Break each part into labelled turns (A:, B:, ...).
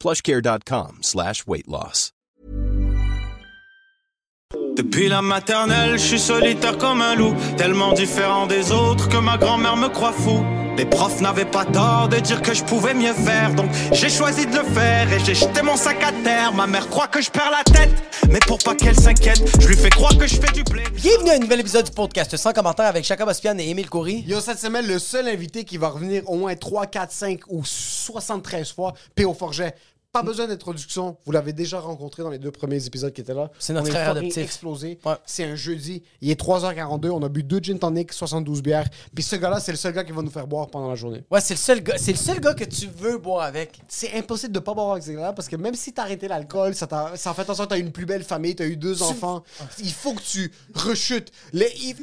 A: plushcare.com slash weight loss.
B: Depuis la maternelle, je suis solitaire comme un loup, tellement différent des autres que ma grand-mère me croit fou. Les profs n'avaient pas tort de dire que je pouvais mieux faire, donc j'ai choisi de le faire et j'ai jeté mon sac à terre. Ma mère croit que je perds la tête, mais pour pas qu'elle s'inquiète, je lui fais croire que je fais du blé.
C: Bienvenue à un nouvel épisode du podcast sans commentaire avec Chaka Bospian et Émile Coury.
D: Yo, cette semaine, le seul invité qui va revenir au moins 3, 4, 5 ou 73 fois, P.O. Forget.
C: Mm.
D: Pas besoin d'introduction, vous l'avez déjà rencontré dans les deux premiers épisodes qui étaient là.
C: C'est notre
D: On est
C: frère
D: fucking
C: adoptif.
D: explosé.
C: Ouais.
D: C'est un jeudi, il est 3h42, on a bu deux gin tonic, 72 bières. Puis ce gars-là, c'est le seul gars qui va nous faire boire pendant la journée.
C: Ouais, c'est le seul gars, c'est le seul gars que tu veux boire avec.
D: C'est impossible de pas boire avec ces gars-là parce que même si t'as arrêté l'alcool, ça, t'a- ça fait en sorte que t'as une plus belle famille, t'as eu deux enfants. Il faut que tu rechutes. Les- il...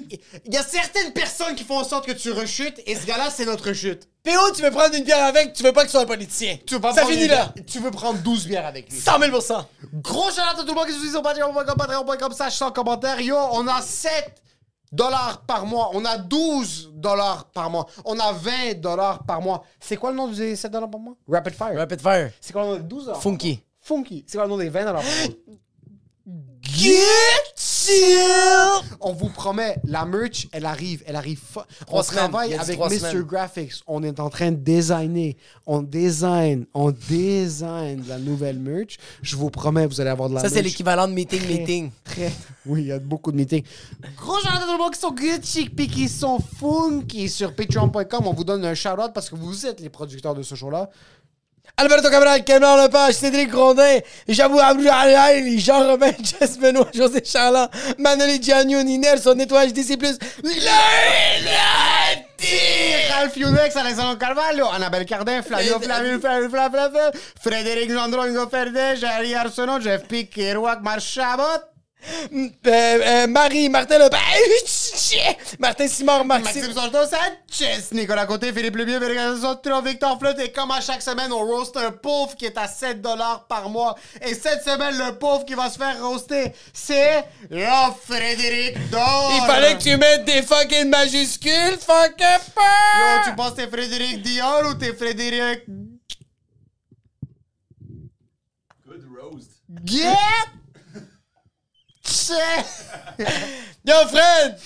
D: il y a certaines personnes qui font en sorte que tu rechutes et ce gars-là, c'est notre rechute.
C: PO, tu veux prendre une bière avec, tu veux pas que ce soit un politicien.
D: Tu veux pas
C: Ça
D: prendre
C: finit
D: une-
C: là.
D: Tu veux prendre 12 bières avec lui.
C: 100 000 ça
D: Gros shout à tout le monde qui nous dit sur Patreon.com, Patreon.com, slash sans commentaire. Yo, on a 7 dollars par mois. On a 12 dollars par mois. On a 20 dollars par mois. C'est quoi le nom des 7 dollars par mois? Rapid Fire.
C: Rapid fire.
D: C'est quoi le nom des 12 dollars?
C: Funky.
D: Funky. C'est quoi le nom des 20 dollars par mois?
C: Get you!
D: On vous promet, la merch, elle arrive, elle arrive. fo-
C: Trois
D: On
C: semaines. Il
D: travaille
C: a dit
D: avec
C: trois
D: Mr.
C: semaines.
D: Graphics. On est en train de designer. On design, on design la nouvelle merch. Je vous promets, vous allez avoir de la
C: Ça, c'est
D: merch.
C: l'équivalent de meeting, meeting.
D: Très. Oui, il y a beaucoup de meetings. Gros shout-out à tout le monde qui sont good chic puis qui sont funky sur patreon.com. On vous donne un shout-out parce que vous êtes les producteurs de ce show-là.
C: Alberto Cabral, Cameron Lepage, Cédric Grondin, j'avoue, Abdou Alain, Jean-Robin, Jess Benoît, José Charland, Manoli Giannini, Nelson, Nettoyage DC+, Lundi!
D: Ralph Younex, Alexandre Carvalho, Annabelle Cardin, Flavio Flavio, Flavio, Flavio, Flavio, Frédéric Gendron, Hugo Ferdet, Jerry Arsenault, Jeff Pic, Kerouac, Marc Chabot,
C: Euh, euh, Marie, Martin Lepage, Martin Simard, Maxime.
D: Maxime Santos Sanchez, Nicolas Côté, Philippe Lemieux, Véronique Sotro, Victor Fleuth. Et comme à chaque semaine, on roast un pauvre qui est à 7 par mois. Et cette semaine, le pauvre qui va se faire roaster, c'est le Frédéric Dor.
C: Il fallait que tu mettes des fucking majuscules, fucking
D: Yo,
C: peur!
D: Oh, tu penses que t'es Frédéric Dior ou t'es Frédéric... Good roast. Get!
C: Yo Fred!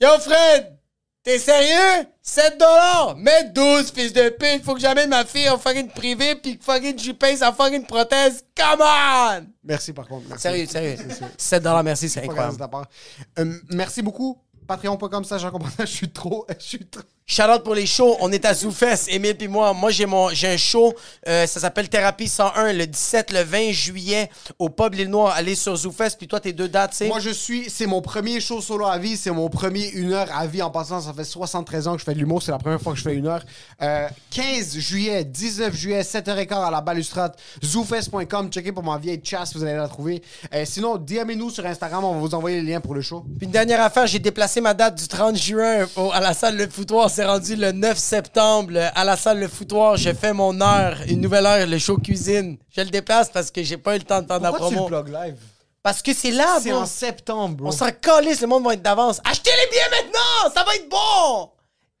C: Yo Fred! T'es sérieux? 7 dollars! Mets 12, fils de pute! Faut que j'amène ma fille en fucking privé pis que fucking je paye sa fucking prothèse! Come on!
D: Merci par contre. merci.
C: Sérieux, sérieux. 7 dollars, merci, c'est
D: Pas grave, c'est
C: incroyable.
D: ta part. Euh, merci beaucoup. Patreon.com, ça, j'en comprends. Je suis trop. Je suis trop.
C: Shout-out pour les shows. On est à Zoufest, Émile puis moi. Moi, j'ai mon j'ai un show, euh, ça s'appelle Thérapie 101, le 17, le 20 juillet, au Pub L'Île Noire. Allez sur Zoufest, puis toi, tes deux dates, c'est...
D: Moi, je suis. C'est mon premier show solo à vie. C'est mon premier une heure à vie. En passant, ça fait 73 ans que je fais de l'humour. C'est la première fois que je fais une heure. Euh, 15 juillet, 19 juillet, 7h15 à la balustrade. Zoufest.com. Checkez pour ma vieille chasse. Vous allez la trouver. Euh, sinon, DM-nous sur Instagram. On va vous envoyer les liens pour le show.
C: Puis une dernière affaire, j'ai déplacé ma date du 30 juin au- à la salle Le Foutoir. C'est rendu le 9 septembre le- à la salle Le Foutoir. Je fais mon heure, une nouvelle heure, le show cuisine. Je le déplace parce que j'ai pas eu le temps de faire de la promo.
D: plug live
C: parce que c'est là,
D: C'est
C: bro.
D: en septembre, bro.
C: On s'en calisse, le monde va être d'avance. Achetez les billets maintenant, ça va être bon!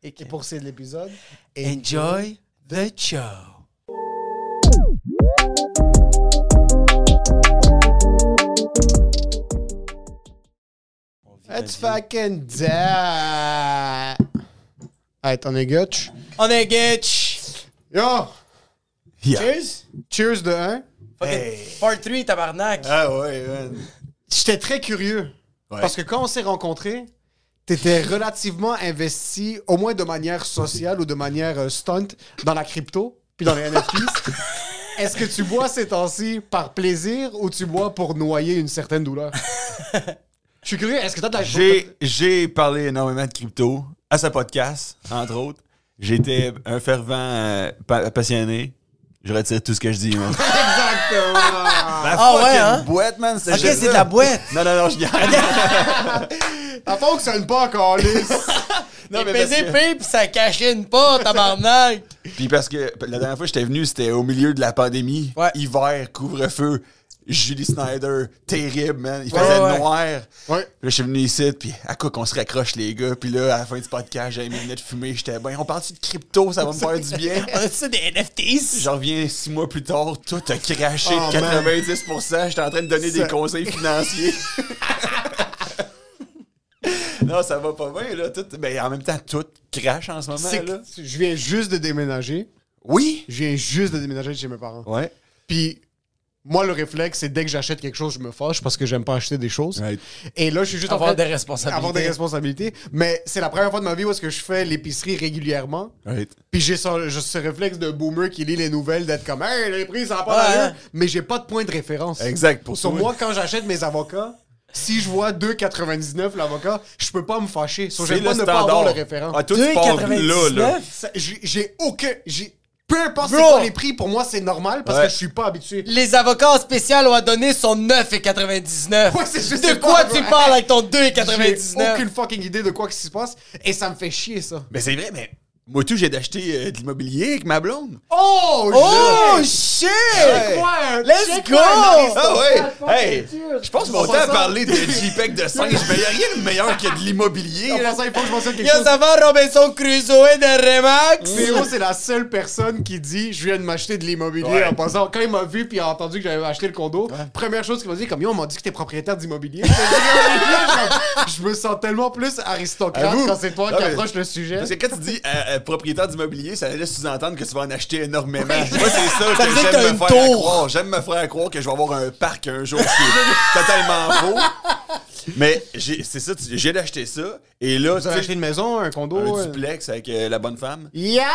C: Et que-
D: Et pour c'est de l'épisode.
C: Enjoy the show.
D: Let's fucking die. Hey, t'en es gutch?
C: On est Gitch.
D: Yo!
C: Cheers.
D: Cheers de 1.
C: Fucking
D: Hey.
C: Part 3, tabarnak.
D: Ah ouais, man. J'étais très curieux.
E: Ouais.
D: Parce que quand on s'est rencontrés, t'étais relativement investi, au moins de manière sociale ou de manière euh, stunt, dans la crypto, puis dans les NFTs. Est-ce que tu bois ces temps-ci par plaisir ou tu bois pour noyer une certaine douleur? Je suis curieux, est-ce que t'as de la...
E: J'ai, j'ai parlé énormément de crypto à sa podcast, entre autres. J'étais un fervent euh, pa- passionné. Je retire tout ce que je dis, man.
D: Exactement!
E: Ma
C: Ah ouais,
E: fucking
C: hein?
E: boîte, man.
C: Ok, c'est de la boîte.
E: Non, non, non, je gagne.
D: Ça fonctionne pas, Carlis!
C: T'es
E: mais parce
C: pesé
E: que-
C: pis ça cachine pas, tabarnak.
E: Puis parce que la dernière fois que j'étais venu, c'était au milieu de la pandémie.
C: Ouais.
E: Hiver, couvre-feu, Julie Snyder, terrible, man. Il
C: Ouais,
E: faisait
C: ouais.
E: noir.
D: Ouais.
E: Puis Là, je suis venu ici, puis à quoi qu'on se raccroche, les gars. Puis là, à la fin du podcast, j'avais mes lunettes fumées. J'étais, ben, on parle-tu de crypto, ça va me faire du bien?
C: On a ça des NFTs?
E: Je reviens six mois plus tard, tout a craché
D: Oh,
E: de 90%. J'étais en train de donner
D: Ça-
E: des conseils financiers. non, ça va pas bien, là. Tout, ben, en même temps, tout crache en ce moment,
D: C'est
E: là.
D: que Je viens juste de déménager.
E: Oui!
D: Je viens juste de déménager de chez mes parents.
E: Ouais.
D: Puis moi, le réflexe, c'est dès que j'achète quelque chose, je me fâche parce que j'aime pas acheter des choses.
E: Right.
D: Et là, je suis juste
C: Avoir
D: en train
C: des responsabilités.
D: avoir des responsabilités. Mais c'est la première fois de ma vie où est-ce que je fais l'épicerie régulièrement.
E: Right.
D: Puis j'ai ce, j'ai ce réflexe de boomer qui lit les nouvelles, d'être comme Hey, les prix, ça n'a pas
C: Ouais,
D: d'allure.
C: hein.
D: Mais j'ai pas de point de référence.
E: Exact, pour
D: Sur
E: toi.
D: moi, quand j'achète mes avocats, si je vois 2,99 l'avocat, je peux pas me fâcher. Sur j'aime pas ne pas avoir le référent.
E: Ah, toi, tu pars là, là.
C: 2,99?
D: Ça- J'ai j'ai aucun. j'ai- Peu importe c'est
C: Bro.
D: quoi les prix, pour moi, c'est normal parce
E: Ouais.
D: que je suis pas habitué.
C: Les avocats spéciaux ont donné son 9,99.
D: Ouais, c'est juste-
C: de
D: c'est
C: quoi
D: pas
C: tu
D: vrai.
C: parles avec ton
D: J'ai
C: 2,99?
D: aucune fucking idée de quoi qui se passe et ça me fait chier ça.
E: Mais Ben, c'est vrai, mais moi, tout, j'ai d'acheter euh, de l'immobilier avec ma blonde.
D: Oh,
C: Oh
D: je-
C: shit!
E: Ouais.
C: Let's go! Oh,
E: Ah ouais! Hey!
D: culture.
E: Je pense mon
D: En
E: temps à
D: passant-
E: parler de JPEG de 5, mais y a rien de meilleur que de l'immobilier.
D: En
E: là.
D: passant, il faut que je mentionne quelque
C: Yo,
D: chose.
C: ça va Robinson Crusoe de Remax?
D: Théo, c'est la seule personne qui dit Je viens de m'acheter de l'immobilier.
E: Ouais.
D: En passant, quand il m'a vu puis il a entendu que j'avais acheté le condo, première chose qu'il m'a dit, comme Yo, on m'a dit que t'es propriétaire d'immobilier. Je oh, me dis, Je me sens tellement plus aristocrate
E: Avoue.
D: quand c'est toi
E: Non,
D: qui
E: mais-
D: approche le sujet.
E: Parce que quand tu dis euh, euh, propriétaire d'immobilier, ça laisse sous-entendre que tu vas en acheter énormément. Moi, c'est ça,
C: Ça
E: que
C: veut dire que t'as
E: j'aime me
C: une
E: faire à
C: tour.
E: croire. J'aime me faire à croire que je vais avoir un parc un jour. C'est totalement faux. Mais j'ai- c'est ça, tu- j'ai d'acheter ça. Et là, tu
D: Vous avez
E: sais,
D: acheté une maison, un condo.
E: un
D: euh,
E: duplex avec euh, la bonne femme.
D: Yalla!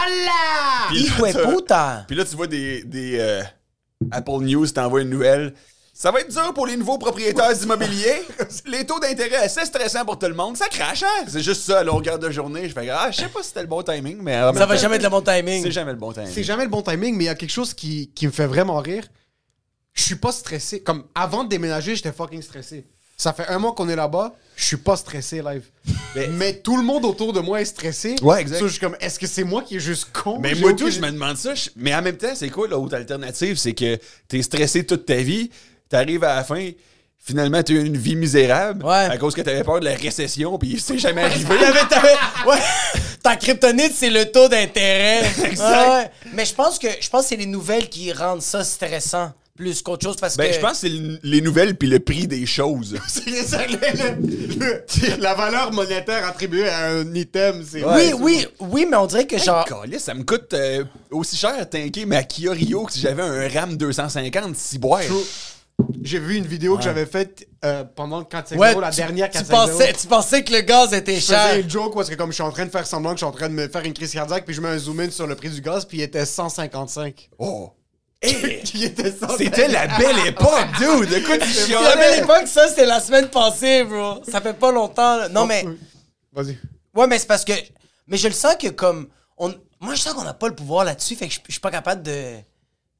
E: Puis là,
C: Hijo de
E: t'as-
C: puta.
E: Puis là, tu vois des, des, euh, Apple News t'envoie une nouvelle. Ça va être dur pour les nouveaux propriétaires d'immobilier. Les taux d'intérêt assez stressants pour tout le monde. Ça crache, hein? C'est juste ça à longueur de journée. Je fais, ah, je sais pas si c'était le bon timing, mais. en même
C: Ça va
E: temps,
C: jamais être le bon
E: C'est
C: timing.
E: jamais le bon timing.
D: C'est jamais le bon timing, mais il y a quelque chose qui, qui me fait vraiment rire. Je suis pas stressé. Comme avant de déménager, j'étais fucking stressé. Ça fait un mois qu'on est là-bas, je suis pas stressé live. Mais, tout le monde autour de moi est stressé.
E: Ouais, exact.
D: So, je suis comme, est-ce que c'est moi qui est juste con?
E: Mais
D: J'ai
E: moi,
D: aucune-
E: tout, je me demande ça. Je- Mais en même temps, c'est quoi l'autre alternative? C'est que t'es stressé toute ta vie, t'arrives à la fin, finalement, t'as eu une vie misérable
C: Ouais.
E: à cause que t'avais peur de la récession, puis c'est jamais arrivé.
C: T'avais- t'avais- ouais. Ta kryptonite, c'est le taux d'intérêt. Ah
E: Exact.
C: Ouais, ouais. Mais je pense que je pense que c'est les nouvelles qui rendent ça stressant plus qu'autre chose parce
E: Ben,
C: que
E: je pense que c'est le- les nouvelles puis le prix des choses.
D: C'est ça, le- le- le- la valeur monétaire attribuée à un item, c'est.
C: oui, oui, oui, mais on dirait que genre
E: Calais, ça me coûte euh, aussi cher à tanker ma Kia Rio que si j'avais un RAM 250 ciboire.
D: J'ai vu une vidéo que j'avais faite euh, pendant le 4
C: ouais,
D: la
C: tu-
D: dernière 4
C: tu pensais, tu pensais que le gaz était
D: je faisais
C: cher.
D: une joke parce que comme je suis en train de faire semblant que je suis en train de me faire une crise cardiaque, puis je mets un zoom in sur le prix du gaz, puis il était 155.
E: Oh. Hey,
D: Puis il était 155.
E: C'était la belle époque, dude! De quoi tu
C: Puis à
E: chialais?
C: l'époque, ça, c'était la semaine passée, bro. Ça fait pas longtemps. là. Non, mais.
D: Vas-y.
C: Ouais, mais c'est parce que. Mais je le sens que comme. On... Moi, je sens qu'on n'a pas le pouvoir là-dessus, fait que je je suis pas capable de,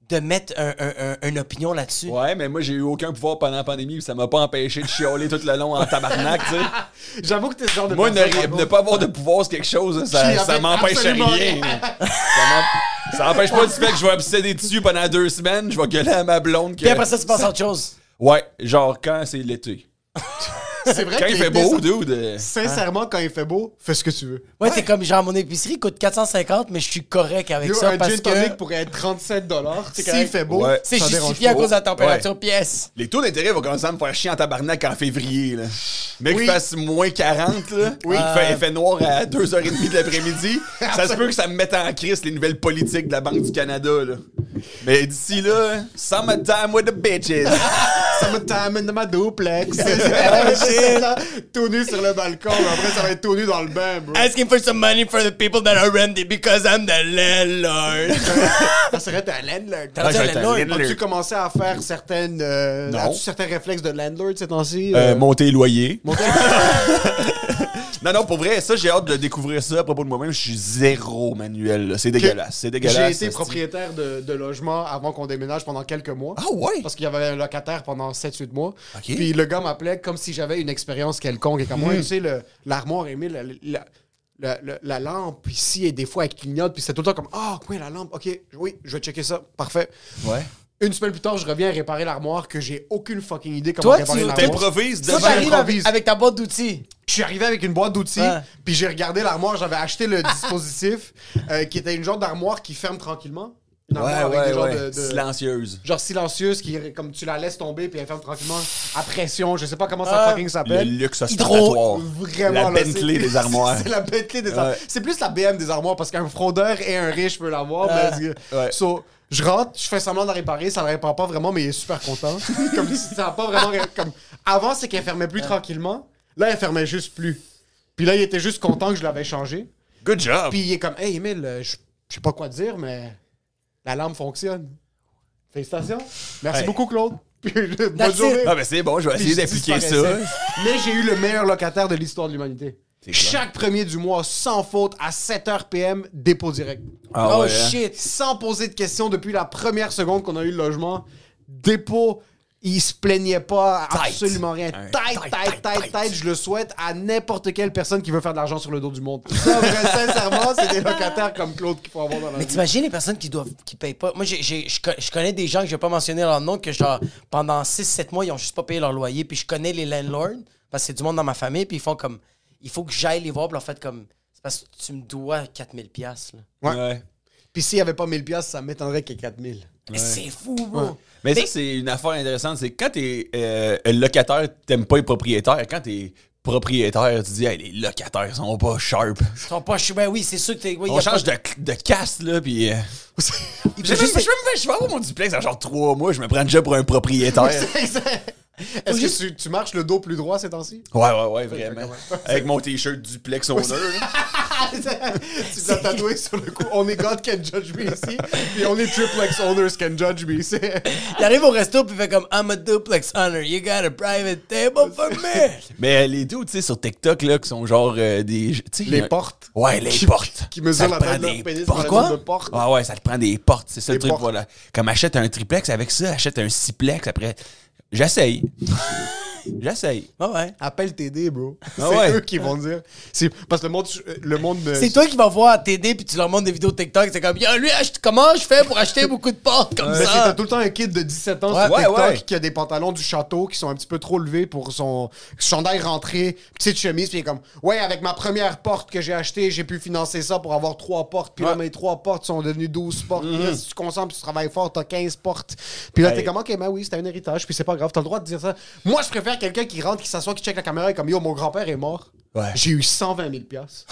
C: de mettre un- un- un- une opinion là-dessus.
E: Ouais, mais moi, j'ai eu aucun pouvoir pendant la pandémie, puis ça m'a pas empêché de chialer tout le long en tabarnak, tu sais.
D: J'avoue que t'es ce genre de
E: Moi, ne,
D: personne, par
E: ne
D: contre.
E: pas avoir de pouvoir, c'est quelque chose,
D: Qui
E: ça,
D: a fait
E: ça m'empêche
D: absolument
E: rien.
D: rien.
E: Ça m'em- ça m'empêche pas du fait que je vais obséder dessus pendant deux semaines, je vais gueuler à ma blonde. Que...
C: Puis après ça, tu passes à autre chose.
E: Ouais, genre quand c'est l'été.
D: C'est vrai
E: Quand
D: que
E: il fait
D: l'été,
E: beau,
D: ça-
E: dude. euh,
D: Sincèrement, quand il fait beau, fais ce que tu veux.
C: Ouais, t'es comme genre, mon épicerie coûte 450, mais je suis correct avec
D: Yo,
C: ça
D: un
C: parce
D: gin tonic
C: que
D: pourrait être 37 dollars. S'il
C: correct.
D: fait beau,
E: Ouais.
C: c'est
D: ça dérange
C: justifié à
D: pas.
C: cause de la température pièce.
E: Les taux d'intérêt vont commencer à me faire chier en tabarnak en février. Là. Mec,
D: Oui.
E: qu'il fasse moins 40, là. Oui. Il,
C: Euh.
E: fait, il fait noir à 2h30 de l'après-midi. ça se peut que ça me mette en crise les nouvelles politiques de la Banque du Canada. Là. Mais d'ici là, summertime with the bitches.
D: Summertime in my duplex. J'étais là, tout nu sur le balcon, mais après ça va être tout nu dans le bain, bro.
C: Asking for some money for the people that are renting because I'm the landlord.
D: Ça serait un landlord.
C: T'as dit
E: je
C: un
E: vais être un
C: landlord?
E: landlord.
D: As-tu commencé à faire certaines. euh,
E: Non.
D: As-tu certains réflexes de landlord ces temps-ci?
E: Euh, monter les loyers. non, non, pour vrai, ça, j'ai hâte de découvrir ça à propos de moi-même. Je suis zéro manuel. là. C'est dégueulasse. C'est
D: J'ai
E: dégueulasse.
D: été propriétaire de, de logement avant qu'on déménage pendant quelques mois.
E: Ah ouais?
D: Parce qu'il y avait un locataire pendant 7-8 mois.
E: Ok. Hmm.
D: Puis le gars m'appelait comme si j'avais une expérience quelconque. Et comme moi, tu sais, le- l'armoire aimée, la, la, la- la- la lampe ici, et des fois, elle clignote. Puis c'est tout le temps comme Ah, oui, la lampe. OK, oui, je vais checker ça. Parfait.
E: Ouais.
D: Une semaine plus tard, je reviens réparer l'armoire que j'ai aucune fucking idée comment
C: Toi,
D: réparer
C: tu-
D: l'armoire.
E: T'improvises
C: Toi,
E: devant.
C: t'arrives avec,
D: J'improvise.
C: avec ta boîte d'outils.
D: Je suis arrivé avec une boîte d'outils,
C: Ouais.
D: puis j'ai regardé l'armoire. J'avais acheté le dispositif euh, qui était une genre d'armoire qui ferme tranquillement. Une
E: Ouais,
D: armoire avec
E: ouais,
D: des genres
E: ouais.
D: de- de-
E: Silencieuse.
D: genre silencieuse qui comme tu la laisses tomber puis elle ferme tranquillement à pression je sais pas comment
C: Ah.
D: ça fucking
E: Le
D: s'appelle
E: luxe
D: Hydro,
E: ostentatoire.
D: vraiment
E: La
D: là,
E: Bentley
D: c'est-
E: des armoires.
D: c'est la Bentley des armoires
E: Ouais.
D: c'est plus la BM des armoires parce qu'un fraudeur et un riche peut l'avoir mais-
E: Ouais.
D: So, je rentre je fais semblant de la réparer ça la répare pas vraiment mais il est super content comme si ça a pas vraiment ré- comme avant c'est qu'elle fermait plus tranquillement là elle fermait juste plus puis là il était juste content que je l'avais changé
E: Good job.
D: puis il est comme, hey Emile, euh, je je sais pas quoi te dire, mais la lampe fonctionne. Félicitations. Merci
E: Hey.
D: beaucoup, Claude. Puis, euh, Bonne
C: That's
D: journée.
C: it.
E: Ah, ben c'est bon, je vais
D: Puis
E: essayer
D: je
E: d'appliquer ça.
D: disparaissais. Mais j'ai eu le meilleur locataire de l'histoire de l'humanité.
E: clair.
D: Chaque premier du mois, sans faute, à 7h PM, dépôt direct.
E: Ah
C: oh
E: ouais, hein?
C: shit.
D: Sans poser de questions depuis la première seconde qu'on a eu le logement. Dépôt, il se plaignait pas, absolument rien.
E: Un
D: Tête,
E: tight,
D: tête,
E: tight,
D: tête,
E: tight.
D: tête, je le souhaite à n'importe quelle personne qui veut faire de l'argent sur le dos du monde. Ça, vrai, sincèrement, c'est des locataires comme Claude qu'il faut avoir dans la
C: Mais
D: vie.
C: t'imagines les personnes qui doivent qui payent pas. Moi, j'ai- j'ai- je co- je connais des gens que je vais pas mentionner leur nom, que genre, pendant 6-7 mois, ils ont juste pas payé leur loyer. Puis je connais les landlords, parce que c'est du monde dans ma famille, puis ils font comme. Il faut que j'aille les voir, puis leur fait comme. C'est parce que tu me dois 4000$. piastres, là.
D: Ouais.
E: Ouais.
D: Puis s'il n'y avait pas 1000$, ça m'étonnerait qu'il y ait 4000$.
C: Mais c'est fou, bro.
E: Mais, ça, c'est une affaire intéressante. C'est quand t'es euh, locataire, t'aimes pas les propriétaires. Quand t'es propriétaire, tu dis, hey, les locataires sont pas sharp.
C: Ils sont pas. Ben oui, c'est sûr que t'es. ouais, y
E: On
C: a pas
E: change de, de caste, là, puis. euh, J'ai même- Je
D: juste-
E: vais je vais avoir mon duplex en genre trois mois, je me prends déjà pour un propriétaire.
D: Est-ce que tu, tu marches le dos plus droit ces temps-ci?
E: Ouais, ouais, ouais, vraiment. Avec mon t-shirt duplex owner. là.
D: tu l'as tatoué sur le cou. On est God can judge me ici. Puis on est triplex owners can judge me ici.
C: Il arrive au resto puis il fait comme I'm a duplex owner, you got a private table for me.
E: Mais euh, les deux, tu sais, sur TikTok, là, qui sont genre euh, des. tu sais,
D: Les
E: euh,
D: portes.
E: Ouais, les
D: Qui-
E: portes.
D: qui mesurent
E: Ça
D: la
E: te
D: taille
E: prend
D: de leur
E: des
D: pénis
E: portes.
D: par le nombre de portes.
E: Ah ouais, ça te prend des portes. C'est ça
D: Des
E: le truc,
D: portes.
E: voilà. Comme achète un triplex avec ça, achète un sixplex après. J'essaye. J'essaye.
C: Ah ouais.
D: Appelle TD, bro. C'est
E: Ah ouais.
D: eux qui vont dire. C'est- Parce que le monde. euh, Le monde
C: C'est toi qui vas voir TD puis tu leur montres des vidéos TikTok, c'est comme Yo, lui, achète- comment je fais pour acheter beaucoup de portes comme
D: Mais c'est t'as
C: Euh, ça?
D: tout le temps un kid de 17 ans
E: Ouais,
D: sur
E: ouais,
D: TikTok
E: ouais.
D: qui a des pantalons du château qui sont un petit peu trop levés pour son chandail rentré, petite chemise, puis il est comme Ouais, avec ma première porte que j'ai achetée, j'ai pu financer ça pour avoir trois portes, puis là,
E: Ouais.
D: mes trois portes sont devenues 12 portes. Puis là, si tu concentres, puis tu travailles fort, t'as 15 portes. Puis là, t'es
E: Hey.
D: comme Ok, ben oui, c'était un héritage, puis c'est pas grave, t'as le droit de dire ça. Moi, je préfère quelqu'un qui rentre, qui s'assoit, qui check la caméra et comme Yo, mon grand-père est mort.
E: Ouais.
D: J'ai eu 120 000 piastres.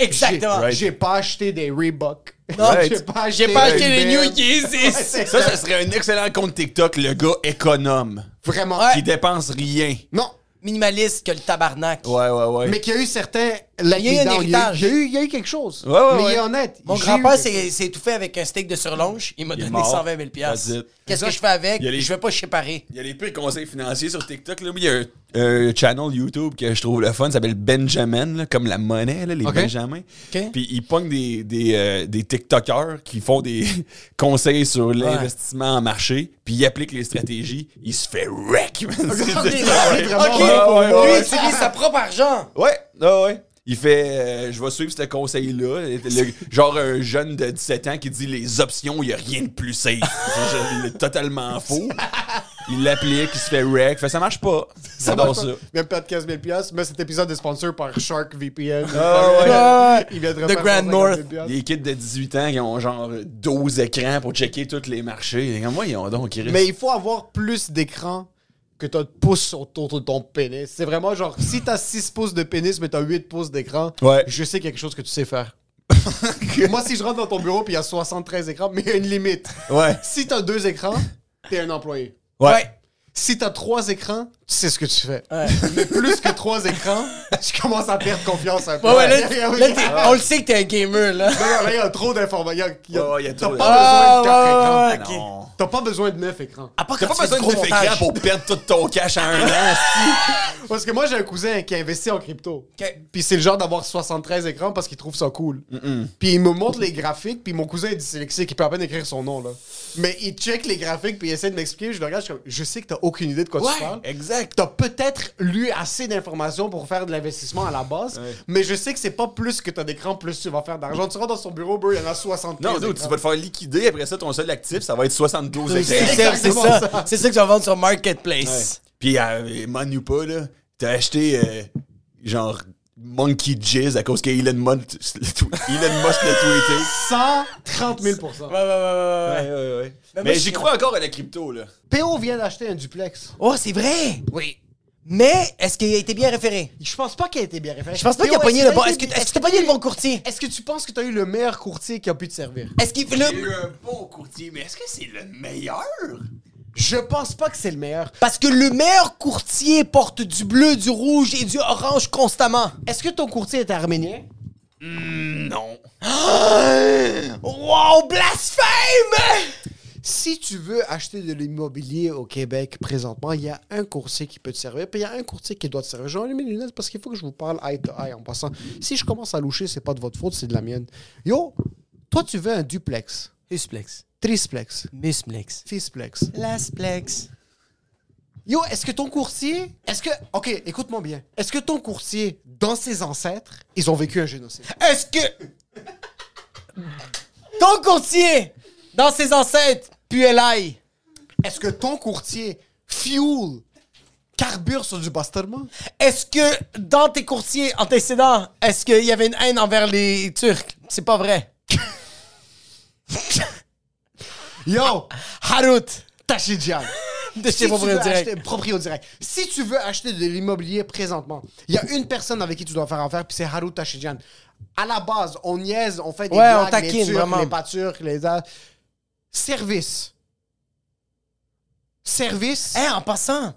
C: Exactement.
D: J'ai- J'ai pas acheté des Reebok.
C: Non,
E: Right.
D: j'ai pas acheté,
C: J'ai pas acheté
D: des
C: les
D: Benz.
C: New Yeezys.
D: C'est
E: Ça, ça serait un excellent compte TikTok, le gars économe.
D: Vraiment.
E: Qui dépense rien.
D: Non,
C: Minimaliste que le tabarnak.
E: Ouais, ouais, ouais.
D: Mais qu'il y a eu certains. let
C: Il y a eu
D: me
C: un
D: down.
C: héritage.
D: Il y a eu, il y a eu quelque chose.
E: Ouais, ouais,
D: mais il est
E: ouais.
D: honnête.
C: Mon
D: J'ai
C: grand-père
D: eu-
C: s'est s'est étouffé avec un steak de surlonge. Il m'a
E: Il est
C: donné
E: mort.
C: 120 000 piastres.
E: That's it.
C: Qu'est-ce que je fais avec?
E: Il y a les-
C: Je vais pas séparer.
E: Il y a les pires conseils financiers sur TikTok. Là. Moi, Il y a un, un channel YouTube que je trouve le fun, ça s'appelle Benjamin, là, comme la monnaie, là, les
D: Ok.
E: Benjamins.
C: Ok.
E: Puis ils pognent des, des, euh, des TikTokers qui font des conseils sur l'investissement en marché, puis ils appliquent les stratégies. Il se fait wreck, man. C'est-
C: Ok,
E: c'est-
C: ok.
E: Ouais, ouais, ouais,
C: Lui,
E: ouais.
C: il utilise sa propre argent.
E: Ouais, ouais, ouais. Il fait, euh, je vais suivre ce conseil-là. Le- Genre un jeune de 17 ans qui dit les options, il n'y a rien de plus safe. C'est genre, il est totalement faux. Il l'applique, il se fait wreck. Fait, ça marche pas. Ça
D: marche
E: donne
D: pas.
E: ça.
D: Même pas de 15 000 piastres, mais cet épisode est sponsor par Shark VPN.
E: Ah
D: Il viendra
C: The
D: faire
C: Grand
D: 150 000
C: North.
D: piastres.
E: Les kids de 18 ans qui ont genre 12 écrans pour checker tous les marchés. Comme moi, ils ont donc. ils
D: Mais il faut avoir plus d'écran que t'as de pouces autour de ton pénis. C'est vraiment genre, si t'as 6 pouces de pénis, mais t'as 8 pouces d'écran,
E: Ouais.
D: je sais quelque chose que tu sais faire. Moi, si je rentre dans ton bureau puis il y a 73 écrans, mais il y a une limite.
E: Ouais.
D: Si t'as deux écrans, t'es un employé.
E: Ouais.
D: Si t'as trois écrans, tu sais ce que tu fais. Mais plus que trois écrans, je commence à perdre confiance un peu.
C: Ouais, ouais, Ah. là,
D: Il y a-
C: là, t'es- on le sait que t'es un gamer, là.
D: Là, il y a trop d'informations. Il y a-
E: Ouais, il y a
D: T'as
E: trop
D: pas
C: Ah,
D: besoin de quatre
C: ouais,
D: écrans.
C: ouais, ouais, ok.
E: Non.
D: T'as pas besoin de neuf écrans.
C: À part
E: T'as
C: quand
E: pas
C: tu fais
E: besoin
C: du
E: de
C: gros
E: neuf écrans
C: montage.
E: pour perdre tout ton cash en un an.
D: Parce que moi, j'ai un cousin qui a investi en crypto.
C: Ok.
D: Puis c'est le genre d'avoir 73 écrans parce qu'il trouve ça cool.
E: Mm,
D: Puis il me montre les graphiques, puis mon cousin est dyslexique, il peut à peine écrire son nom, là. Mais il check les graphiques, puis il essaie de m'expliquer. Je le regarde, je suis comme, je sais que t'as aucune idée de quoi tu parles.
E: exact.
D: T'as peut-être lu assez d'informations pour faire de l'investissement à la base, mais je sais que c'est pas plus que t'as d'écran, plus tu vas faire d'argent. Tu rentres dans son bureau, bro, il y en a 73
E: Non, dude, tu
D: écrans.
E: vas te faire liquider. Après ça, ton seul actif, ça va être 72
C: C'est
E: écrans.
C: ça, c'est
D: exactement
C: ça.
D: ça.
C: C'est ça que je vais vendre sur Marketplace.
E: Puis, euh, man ou pas, là, t'as acheté, euh, genre, Monkey Jizz à cause qu'Elon Musk l'a tweeté.
D: 130 000
C: Ouais, ouais, ouais, ouais, ouais.
E: Ouais, ouais, ouais. Mais,
C: moi,
E: j'y
C: je-
E: crois encore à la crypto, là.
D: PO vient d'acheter un duplex.
C: Oh, c'est vrai! Oui. Mais est-ce qu'il a été bien référé?
D: Je pense pas qu'il a été bien référé.
C: Je pense pas
D: PO,
C: qu'il a
D: est-ce
C: pogné le
D: a
C: bon.
D: été-
C: Est-ce que est-ce que t'as pogné le bon courtier?
D: Est-ce que tu penses que tu as eu le meilleur courtier qui a pu te servir?
C: Est-ce qu'il. le-
E: un bon courtier, mais est-ce que c'est le meilleur?
D: Je pense pas que c'est le meilleur.
C: Parce que le meilleur courtier porte du bleu, du rouge et du orange constamment.
D: Est-ce que ton courtier est arménien?
E: Non.
C: Wow, blasphème!
D: Si tu veux acheter de l'immobilier au Québec présentement, il y a un courtier qui peut te servir, puis il y a un courtier qui doit te servir. J'ai enlevé mes lunettes parce qu'il faut que je vous parle eye to eye en passant. Si je commence à loucher, c'est pas de votre faute, c'est de la mienne. Yo, toi tu veux un duplex,
C: Usplex.
D: trisplex,
C: Musplex.
D: fisplex.
C: Lasplex.
D: Yo, est-ce que ton courtier, est-ce que, ok, écoute-moi bien, est-ce que ton courtier, dans ses ancêtres, ils ont vécu un génocide?
C: Est-ce que. Ton courtier, dans ses ancêtres, puis elle aille.
D: Est-ce que ton courtier fuel carbure sur du bastarement?
C: Est-ce que dans tes courtiers antécédents, est-ce qu'il y avait une haine envers les Turcs? C'est pas vrai.
D: Yo,
C: Harut,
D: Tachidjan.
C: de
D: Si
C: chez
D: tu veux
C: Proprio Direct.
D: acheter proprio direct. Si tu veux acheter de l'immobilier présentement, il y a une personne avec qui tu dois faire affaire, puis c'est Haru Tachidjan. À la base, on niaise, on fait des
C: Ouais, on
D: blagues, les
C: taquine,
D: Turcs,
C: vraiment.
D: les pas turcs, les... Service. Service.
C: Hey, Eh, en passant,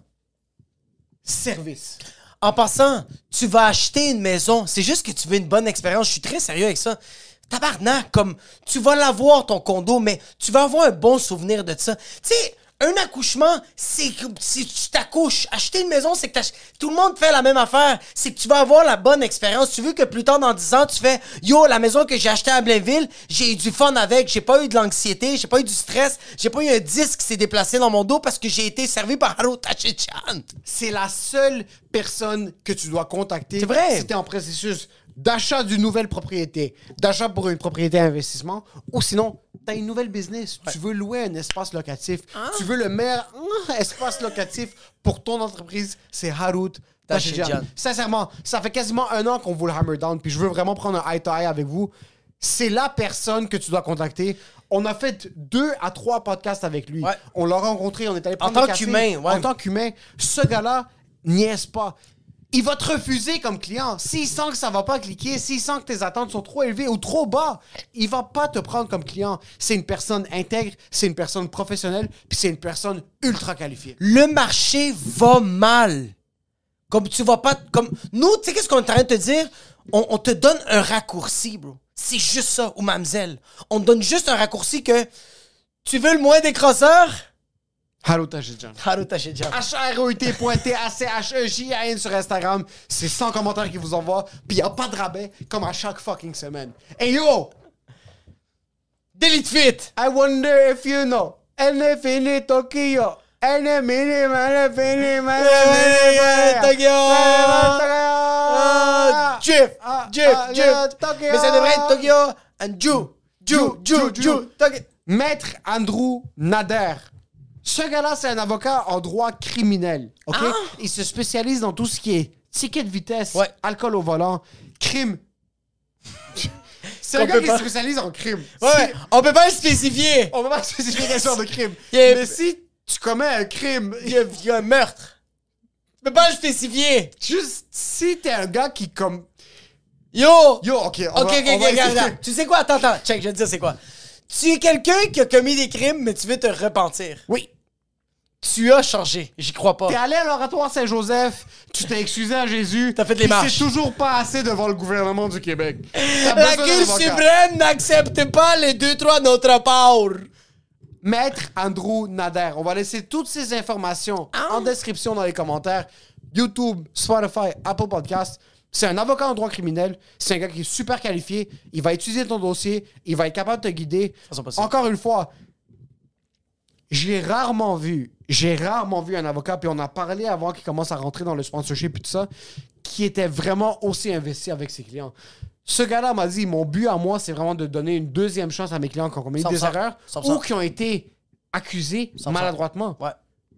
D: Service.
C: en passant, tu vas acheter une maison. C'est juste que tu veux une bonne expérience. Je suis très sérieux avec ça. Tabarnak, comme tu vas l'avoir ton condo, mais tu vas avoir un bon souvenir de ça. Tu sais, un accouchement, c'est que si tu t'accouches. Acheter une maison, c'est que t'ach- tout le monde fait la même affaire. C'est que tu vas avoir la bonne expérience. Tu veux que plus tard, dans 10 ans, tu fais Yo, la maison que j'ai achetée à Blainville, j'ai eu du fun avec. J'ai pas eu de l'anxiété, j'ai pas eu du stress, j'ai pas eu un disque qui s'est déplacé dans mon dos parce que j'ai été servi par Haro Tachichan.
D: c'est la seule personne que tu dois contacter
C: C'est vrai.
D: si tu es en processus d'achat d'une nouvelle propriété, d'achat pour une propriété à investissement, ou sinon, tu as une nouvelle business, tu veux louer un espace locatif, tu veux le meilleur hum, espace locatif pour ton entreprise, c'est Harut Tachidjian.
C: Tachidjian.
D: Sincèrement, ça fait quasiment un an qu'on vous le hammer down, puis je veux vraiment prendre un eye-to-eye avec vous. C'est la personne que tu dois contacter. On a fait deux à trois podcasts avec lui.
C: Ouais.
D: On l'a rencontré, on est allé
C: En
D: prendre
C: tant
D: un café.
C: qu'humain, ouais.
D: En tant qu'humain, ce gars-là niaise pas. Il va te refuser comme client. S'il sent que ça va pas cliquer, s'il sent que tes attentes sont trop élevées ou trop bas, il va pas te prendre comme client. C'est une personne intègre, c'est une personne professionnelle, puis c'est une personne ultra qualifiée.
C: le marché va mal. Comme tu vas pas. Comme, nous, tu sais, qu'est-ce qu'on est en train de te dire? On, on te donne un raccourci, bro. C'est juste ça, ou mamzelle. On te donne juste un raccourci que tu veux le moins décrosseur?
D: Hello, Tajidjan.
C: Haru Tachidjan.
D: E H-R-O-T.T-A-C-H-E-J-A-N sur Instagram. C'est 100 commentaires qu'ils vous envoient, puis y a pas de rabais comme à chaque fucking semaine. Hey yo!
C: Delete fit!
D: I wonder if you know. Elle fini E Tokyo. Elle est minime, elle est finime, elle est
C: Elle est
D: Tokyo.
C: finie, Ah, Jeff!
D: Ah,
C: Jeff!
D: ah,
C: Jeff!
D: yeah, Tokyo.
C: Mais ça devrait être Tokyo and Ju! Ju! Ju! Ju! Tokyo!
D: Maître Andrew Nader. Ce gars-là, c'est un avocat en droit criminel. OK? Il se spécialise dans tout ce qui est ticket de vitesse,
C: Ah! Ouais.
D: alcool au volant, crime. c'est
C: Qu'on
D: un gars
C: peut
D: qui
C: pas-
D: se spécialise en crime.
C: Ouais,
D: Si-
C: on peut pas le spécifier!
D: On va pas spécifier quel genre de crime.
C: Yeah.
D: Mais si tu commets un crime,
C: Il y a- il y a un meurtre! Tu peux pas le spécifier!
D: juste si t'es un gars qui comme
C: Yo!
D: Yo, OK, on
C: ok, ok,
D: va- on
C: ok,
D: va
C: regarde,
D: essayer.
C: regarde. Tu sais quoi? Attends, attends, check, je vais te dire c'est quoi. Tu es quelqu'un qui a commis des crimes, mais tu veux te repentir.
D: Oui.
C: Tu as changé, j'y crois pas.
D: T'es allé à l'oratoire Saint-Joseph, tu t'es excusé à Jésus.
C: T'as fait les
D: puis
C: marches.
D: C'est toujours pas assez devant le gouvernement du Québec.
C: La
D: T'as besoin
C: Cour
D: d'un avocat.
C: suprême n'accepte pas les deux trois de notre part.
D: Maître Andrew Nader. On va laisser toutes ces informations
C: Ah.
D: en description dans les commentaires. YouTube, Spotify, Apple Podcast. C'est un avocat en droit criminel. C'est un gars qui est super qualifié. Il va étudier ton dossier. Il va être capable de te guider.
C: Façon possible.
D: Encore une fois, j'ai rarement vu, j'ai rarement vu un avocat, puis on a parlé avant qu'il commence à rentrer dans le sponsorship et tout ça, qui était vraiment aussi investi avec ses clients. Ce gars-là m'a dit, mon but à moi, c'est vraiment de donner une deuxième chance à mes clients qui ont commis
C: Sans
D: des
C: ça.
D: erreurs
C: Sans
D: ou
C: ça.
D: qui ont été accusés
C: Sans ça.
D: maladroitement.
C: Ouais.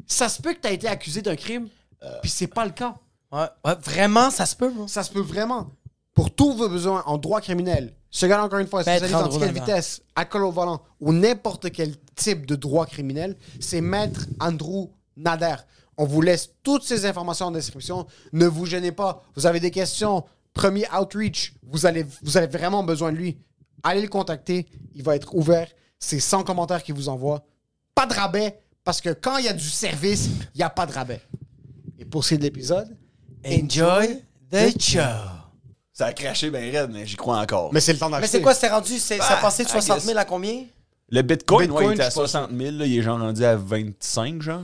D: Ça se peut que tu as été accusé d'un crime,
C: Euh,
D: puis c'est pas le cas.
C: Ouais, ouais, vraiment, ça se peut, moi.
D: Ça se peut vraiment. Pour tous vos besoins en droit criminel, ce gars-là, encore une fois, est
C: Maître
D: spécialiste en
C: Andrew
D: quelle
C: Nader.
D: vitesse, alcool au volant ou n'importe quel type de droit criminel, c'est Maître Andrew Nader. On vous laisse toutes ces informations en description. Ne vous gênez pas. Vous avez des questions. Premier outreach, vous, allez, vous avez vraiment besoin de lui. Allez le contacter. Il va être ouvert. C'est 100 commentaires qu'il vous envoie. Pas de rabais, parce que quand il y a du service, il n'y a pas de rabais. Et pour ce qui est de l'épisode,
C: Enjoy the show.
E: Ça a craché ben raide, mais j'y crois encore.
D: mais c'est le temps d'acheter.
C: Mais c'est quoi, c'est rendu, c'est- ça a
E: Ah,
C: passé de
E: I
C: 60
E: guess.
C: 000 à combien?
E: Le Bitcoin,
D: Bitcoin,
E: ouais, il était
D: je
E: à
D: suis pas
E: 60 000, là, il est genre rendu à 25, genre.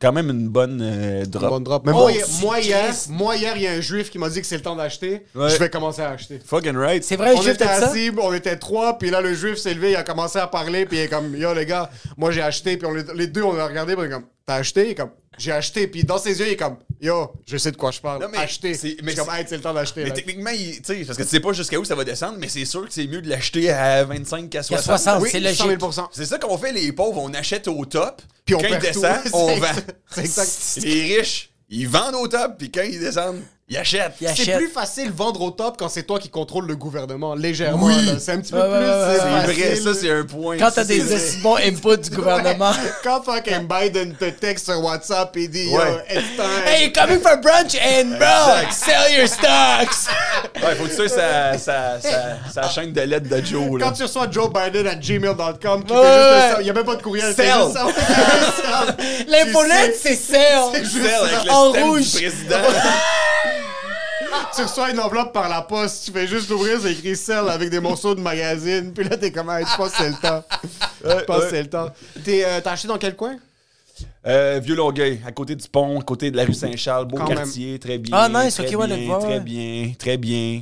E: Quand même une bonne euh, drop.
D: Bonne drop. Même
C: Oh,
D: moi,
C: si,
D: hier- moi, hier,
C: Christ.
D: moi, hier, il y a un juif qui m'a dit que c'est le temps d'acheter.
E: Ouais.
D: Je vais commencer à acheter.
E: Fucking right.
C: C'est vrai,
D: on
C: je
D: était
C: t'as dit ça?
D: assis, on était trois, puis là, le juif s'est levé, il a commencé à parler, puis il est comme, yo, les gars, moi, j'ai acheté, puis on les, les deux, on a regardé, puis on est comme, t'as acheté? Il est comme, j'ai acheté, puis dans ses yeux, il est comme, yo, je sais de quoi je parle.
E: Non, mais
D: acheter.
E: c'est-
D: Je
E: mais
D: suis comme,
E: c'est-
D: hey, c'est le temps d'acheter.
E: Mais
D: là.
E: techniquement, il- tu sais, parce que tu sais pas jusqu'à où ça va descendre, mais c'est sûr que c'est mieux de l'acheter à 25 qu'à 60.
C: 60,
E: Oui.
C: c'est
D: Oui, 100 000
C: logique.
E: C'est ça qu'on fait, les pauvres, on achète au top,
D: Puis on
E: quand ils
D: perd tout.
E: descendent,
D: C'est
E: on vend.
D: exact- c'est exact.
E: Les riches, ils vendent au top, puis quand ils descendent, ils achètent.
C: Ils achètent.
D: C'est plus facile vendre au top quand c'est toi qui contrôle le gouvernement, légèrement.
E: Oui.
D: là. C'est un petit peu
C: Ouais, ouais,
D: plus.
C: ouais, ouais,
D: euh,
E: C'est vrai,
D: facile.
E: ça, c'est un point.
C: Quand
E: Ça,
C: t'as des
E: c'est
C: aussi bons inputs du gouvernement.
D: Quand fucking Biden te texte sur WhatsApp et dit Yo,
E: Ouais.
D: it's time.
C: Hey, you're coming for brunch and bro,
E: Exact.
C: sell your stocks!
E: Ouais, faut que tu sois sa, sa, sa, sa chaîne de lettres de Joe.
D: Quand
E: Là.
D: tu reçois Joe Biden à gmail.com, qui
C: Ouais,
D: fait
C: ouais.
D: juste ça, il n'y a même pas de courriel.
E: Sell.
C: L'infolette, c'est sell!
D: juste
E: Sell avec le
C: en
E: stem
C: rouge.
E: du président.
D: Tu reçois une enveloppe par la poste, tu fais juste l'ouvrir, c'est écrit sell avec des morceaux de magazine. Puis là, t'es comme, hey, je pense que c'est le temps. Je pense que c'est le temps. T'es, euh, T'as acheté dans quel coin
E: Euh, Vieux Longueuil, à côté du pont, à côté de la rue Saint-Charles, beau
D: Quand même.
E: quartier, très bien.
C: Ah, nice,
E: très
C: ok, ouais,
E: bien,
C: le- ouais, ouais.
E: Très bien, très bien.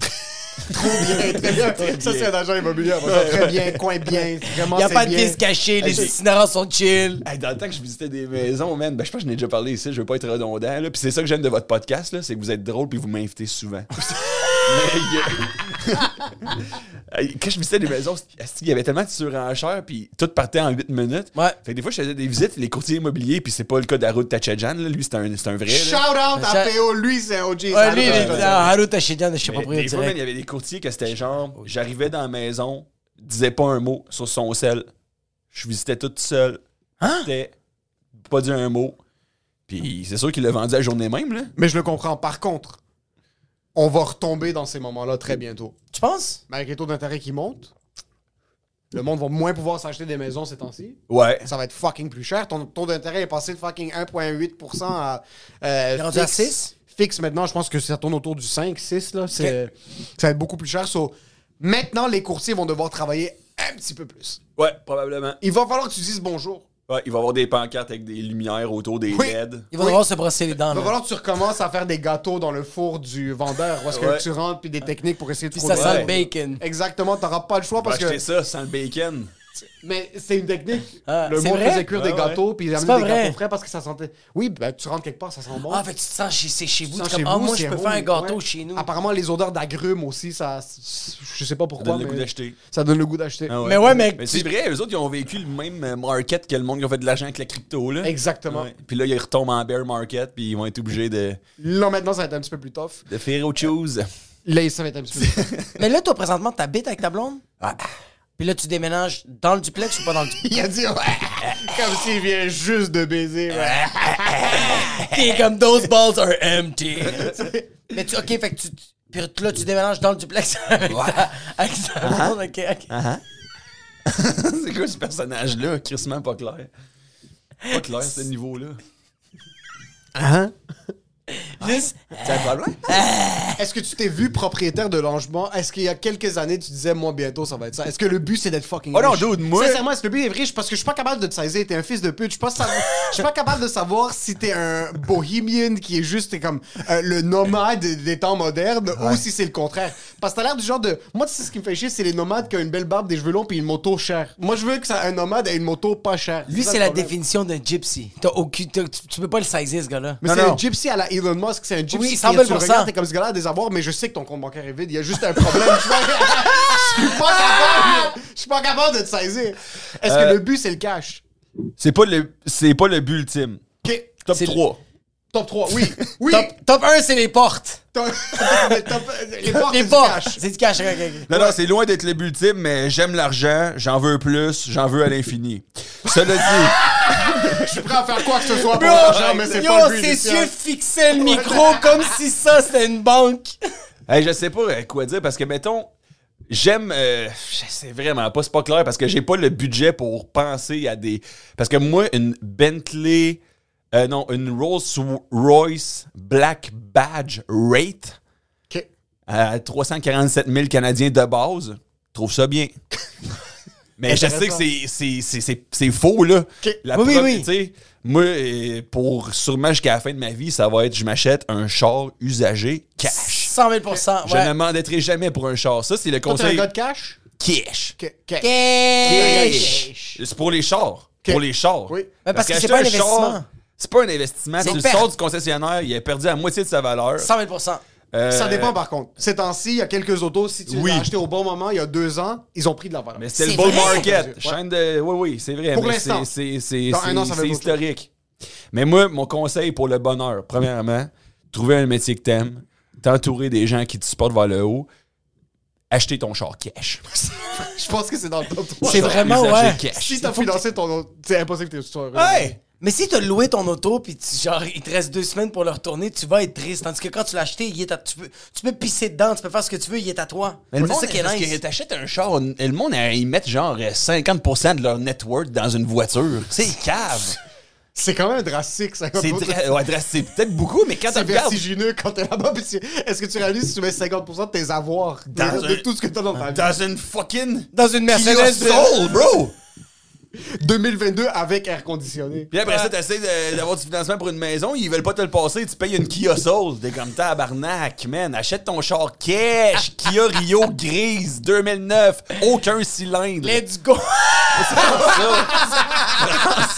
D: Très bien. Ça, c'est un agent immobilier. on va dire, Très bien, coin bien. Vraiment,
C: Il n'y a
D: c'est
C: pas de
D: bien.
C: fils cachés, les
E: Hey,
C: itinérants sont chill.
E: Hey, dans le temps que je visitais des maisons, man, ben, je pense que je n'ai déjà parlé ici, je veux pas être redondant. Là. Puis c'est ça que j'aime de votre podcast, là, c'est que vous êtes drôle puis vous m'invitez souvent. Mais, euh, hey, Quand je visitais des maisons, c'est- asti, il y avait tellement de surenchères, puis tout partait en 8 minutes.
C: Ouais.
E: Fait que des fois, je faisais des visites, les courtiers immobiliers, puis c'est pas le cas d'Arud Tachadjan, là. lui, c'est un, c'est un vrai. là.
D: Shout out à
C: Shout-
D: PO, lui, c'est OG.
C: Ouais,
D: ça,
C: lui, il
D: là,
C: est
D: ça,
C: dit,
D: ça.
C: ah, Haru Tashidan, je suis
E: Mais
C: pas pris
E: des fois, man, il y
C: direct.
E: avait des courtiers que c'était genre, j'arrivais dans la maison, disais pas un mot sur son sel, je visitais toute seule,
C: Hein?
E: j'étais pas dit un mot. Puis c'est sûr qu'il l'a vendu la journée même, là.
D: Mais je le comprends. Par contre, on va retomber dans ces moments-là très bientôt.
C: Tu penses?
D: Mais avec les taux d'intérêt qui montent, le monde va moins pouvoir s'acheter des maisons ces temps-ci.
E: Ouais.
D: Ça va être fucking plus cher. Ton taux d'intérêt est passé de fucking 1,8% à. euh,
C: est rendu à six?
D: Fixe maintenant, je pense que ça tourne autour du 5, 6. Là. C'est- Ça va être beaucoup plus cher. So, maintenant, les courtiers vont devoir travailler un petit peu plus.
E: Ouais, probablement.
D: Il va falloir que tu dises bonjour.
E: Ouais, il va y avoir des pancartes avec des lumières autour des
D: Oui.
E: LED.
C: Ils vont devoir se brosser les dents.
D: Il va
C: là.
D: falloir que tu recommences à faire des gâteaux dans le four du vendeur. Parce que
E: Ouais.
D: tu rentres puis des techniques pour essayer de
C: Puis ça
D: trouver-
C: sent le bacon.
D: Exactement, t'auras pas le choix
E: Parce
D: parce
E: acheter
D: que.
E: ça sans le bacon.
D: Mais c'est une technique.
C: Ah,
D: le
C: c'est
D: monde
C: vrai?
D: faisait cuire des
E: Ouais,
D: gâteaux, puis ils
C: pas
D: amenaient des
C: vrai.
D: gâteaux frais parce que ça sentait. Oui, ben tu rentres quelque part, ça sent bon.
C: Ah, fait que tu te sens chez, c'est chez vous.
D: Ça
C: tu
D: sent
C: es
D: chez
C: comme, ah,
D: vous,
C: moi, je
D: c'est
C: peux
D: rond,
C: faire un gâteau
D: ouais. Ah,
C: chez nous.
D: Apparemment, les odeurs d'agrumes aussi, ça. Je sais pas pourquoi.
E: Donne le
D: mais
E: goût d'acheter.
D: Ça donne le goût d'acheter.
E: Ah
C: Mais ouais, mais-
E: c'est vrai, eux autres, ils ont vécu le même euh, market que le monde qui a fait de l'argent avec la crypto, là.
D: Exactement.
E: Ouais. Puis là, ils retombent en bear market, puis ils vont être obligés de,
D: Là, maintenant, ça va être un petit peu plus tough.
E: de faire autre chose.
D: Là, ça va être un petit peu plus tough.
C: Mais là, toi, présentement, t'habites avec ta blonde? Puis là, tu déménages dans le duplex ou pas dans le duplex?
D: Il a dit, ouais, comme s'il vient juste de
C: Euh,
D: baiser. ouais.
C: T'es comme, those balls are empty. Mais tu, ok, fait que tu. Puis là, tu déménages dans le duplex avec ta, avec ta
D: Uh-huh.
C: blonde, ok, ok.
E: c'est quoi ce personnage-là? Crissement pas clair. Pas clair, ce niveau-là.
D: Hein? Uh-huh.
C: Juste,
E: C'est un problème? hein?
D: Est-ce que tu t'es vu propriétaire de logement? Est-ce qu'il y a quelques années, tu disais, moi, bientôt, ça va être ça? Est-ce que le but, c'est d'être fucking
E: Oh non,
D: riche?
E: dude, moi-
D: Sincèrement, est-ce que le but est riche? Parce que je suis pas capable de te saisir, t'es un fils de pute. Je suis pas, sa- je suis pas capable de savoir si t'es un bohemian qui est juste t'es comme euh, le nomade des temps modernes ou si c'est le contraire. Parce que t'as l'air du genre de... Moi, tu sais ce qui me fait chier, c'est les nomades qui ont une belle barbe, des cheveux longs puis une moto chère. Moi, je veux que ça un nomade ait une moto pas chère.
C: lui,
D: ça
C: c'est
D: le
C: la
D: problème.
C: définition d'un gypsy. T'as aucune, t'as- tu, tu peux pas le saisir, ce gars-là.
D: Mais
E: Non,
D: c'est
E: non.
D: un gypsy à la Elon Musk, c'est un gypsy
C: Oui,
D: qui,
C: 100 000
D: tu le regardes, t'es comme ce gars-là à des avoirs, mais je sais que ton compte bancaire est vide, il y a juste un problème. tu vois. Je suis pas capable, je suis pas capable de te saisir. Est-ce que le but, c'est le cash?
E: C'est pas le, c'est pas le but ultime.
D: OK,
E: Top
C: C'est-
E: 3.
D: top 3, oui, oui.
C: Top, top 1, c'est les portes.
D: top, mais top, les portes,
C: les
D: c'est du
C: portes.
D: cash.
C: C'est du cash. ok, ok, ok.
E: Non, non, c'est loin d'être le but ultime, mais j'aime l'argent, j'en veux plus, j'en veux à l'infini. Cela dit,
D: Je suis prêt à faire quoi que ce soit pour
C: Bro,
D: l'argent, Ah mais c'est
C: yo,
D: pas le but.
C: ses
D: initial.
C: yeux fixaient le micro comme si ça, c'était une banque.
E: hey, je sais pas euh, quoi dire parce que, mettons, j'aime. euh, je sais vraiment pas, c'est pas clair parce que j'ai pas le budget pour penser à des. Parce que moi, une Bentley. euh, non, une Rolls Royce Black Badge Rate
D: OK.
E: à 347 000 Canadiens de base, je trouve ça bien. Mais je sais que c'est- c'est- c'est c'est- c'est faux, là. La
C: Oui, oui,
E: preuve,
C: oui.
E: tu sais, moi, euh, pour sûrement jusqu'à la fin de ma vie, ça va être je m'achète un char usagé cash.
C: 100 000
E: Je ne
C: ouais.
E: m'endetterai jamais pour un char. Ça, c'est le
D: Toi, t'es un
E: conseil
D: gars de cash?
E: cash.
D: OK, cash.
C: Cash.
E: C'est pour les chars. Pour les chars.
D: Oui.
C: Mais parce que c'est
E: qu'acheter
C: pas un
E: char,
C: investissement.
E: C'est pas un investissement.
C: C'est
E: Tu le
C: perte.
E: sors du concessionnaire, il a perdu la moitié de sa valeur.
C: 100 000
E: Euh,
D: Ça dépend par contre. Ces temps-ci, il y a quelques autos, si tu
E: Oui.
D: les as achetées au bon moment, il y a deux ans, ils ont pris de la valeur.
E: Mais c'est
C: C'est
E: le bull
C: vrai?
E: market.
D: Ouais.
E: Chaîne de. Oui, oui, c'est vrai.
D: Pour
E: mais
D: l'instant.
E: c'est- C'est c'est-
D: Dans un an, ça
E: c'est-
D: fait
E: c'est
D: beaucoup.
E: historique. Mais moi, mon conseil pour le bonheur, premièrement, trouver un métier que t'aimes, t'entourer des gens qui te supportent vers le haut, acheter ton char cash.
D: Je pense que c'est dans le top 3.
C: C'est vraiment,
E: Usager
C: ouais.
E: cash.
D: Si t'as financé ton auto, c'est impossible que tu sois heureux.
E: Ah!
C: Ouais. Mais si t'as loué ton auto puis tu- genre il te reste deux semaines pour le retourner, tu vas être triste. Tandis que quand tu l'as acheté, il est à- tu, peux, tu peux pisser dedans, tu peux faire ce que tu veux, il est à toi.
E: Mais le
C: C'est
E: monde,
C: ça qui
E: parce
C: est
E: que
C: nice.
E: t'achètes un char, le monde, ils mettent genre euh, 50% de leur net worth dans une voiture. C'est cave.
D: C'est quand même drastique, ça. comme
E: C'est
D: autre-
E: dra- ouais, dra- c'est peut-être beaucoup, mais quand tu
D: C'est
E: regardes
D: vertigineux quand t'es là-bas. puis tu- Est-ce que tu réalises que tu mets 50% de tes avoirs de,
E: Dans
D: de
E: un-
D: tout ce que t'as dans ta vie?
E: dans une fucking.
C: Dans une
E: Kia
C: Mercedes.
E: Soul, bro!
D: 2022 avec air conditionné.
E: Puis après ça, t'essaies de- d'avoir du financement pour une maison, ils veulent pas te le passer, tu payes une Kia Soul. T'es comme tabarnak, man. Achète ton char cash, Kia Rio grise 2009, aucun cylindre.
C: Let's go.
E: Ah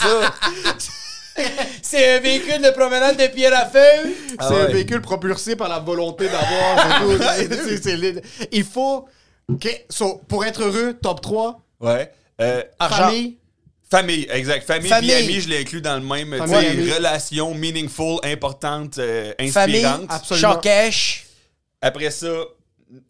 E: Ça,
C: C'est un véhicule de promenade de pierre à feu.
E: Ah
D: c'est un
E: ouais.
D: véhicule propulsé par la volonté d'avoir. c'est tout. C'est- c'est laid. Il faut. OK, so, pour être heureux, top 3,
E: Ouais. Euh,
C: Argent.
D: famille.
E: famille, exact. Famille,
C: Famille.
E: puis amis, je l'ai inclus dans le même. tu
D: Famille,
E: sais,
D: amis.
E: Relation meaningful, importante, euh,
C: Famille,
E: inspirante.
D: Absolument.
C: Chocash.
E: Après ça,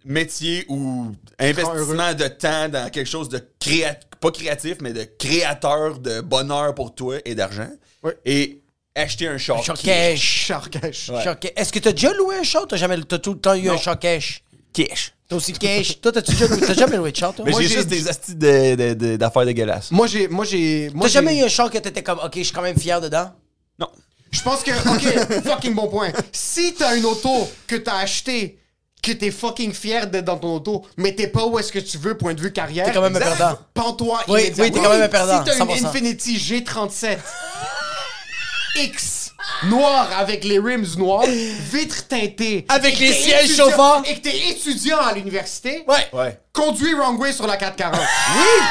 E: métier ou investissement de temps dans quelque chose de créa- pas créatif, mais de créateur de bonheur pour toi et d'argent.
D: Ouais.
E: Et acheter un char.
C: Chocash.
D: Charcache.
C: Chocash. Est-ce que t'as déjà loué un char? T'as jamais t'as tout le temps eu un chocash?
E: Cash.
C: T'as aussi cash. toi, t'as-tu déjà loué? T'as jamais loué de char, toi?
E: Mais
C: Moi,
E: j'ai
C: j'ai-
E: juste des astis de- de- de- d'affaires dégueulasses.
D: Moi, j'ai. Moi, j'ai. moi,
C: T'as jamais
D: j'ai-
C: eu un char que t'étais comme, OK, je suis quand même fier dedans?
E: Non.
D: Je pense que, ok, fucking bon point. Si t'as une auto que t'as achetée, que t'es fucking fier d'être dans ton auto, mais t'es pas où est-ce que tu veux, point de vue carrière.
C: T'es quand même un
D: exact,
C: perdant.
D: Pends-toi
C: Oui,
D: immédiatement.
C: oui, t'es quand même un perdant,
D: Si t'as une
C: 100%.
D: Infinity G37 X noire avec les rims noirs, vitres teintées,
C: Avec
D: et que
C: les
D: t'es
C: sièges
D: étudiant-
C: chauffants.
D: et que t'es étudiant à l'université,
C: Ouais.
E: Ouais.
D: conduis wrong way sur la 440. oui,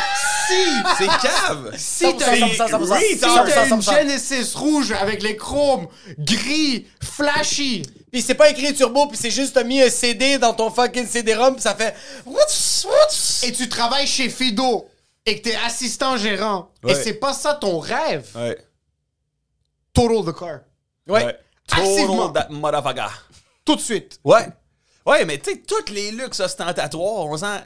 D: si.
E: C'est cave!
D: Si t'as une,
C: 100%, 100%,
D: si
C: 100%,
D: t'as une
C: 100%.
D: Genesis rouge avec les chromes gris, flashy,
C: Pis c'est pas écrit turbo, pis c'est juste t'as mis un CD dans ton fucking CD-ROM, pis ça fait. Wouts, wouts.
D: et tu travailles chez Fido et que t'es assistant gérant, et
E: Ouais.
D: c'est pas ça ton rêve,
E: Ouais.
D: total the car.
C: Ouais.
D: Activement.
E: Total that motherfucker.
D: Tout de suite.
E: Ouais. Ouais, mais tu sais, tous les luxes ostentatoires, on s'en.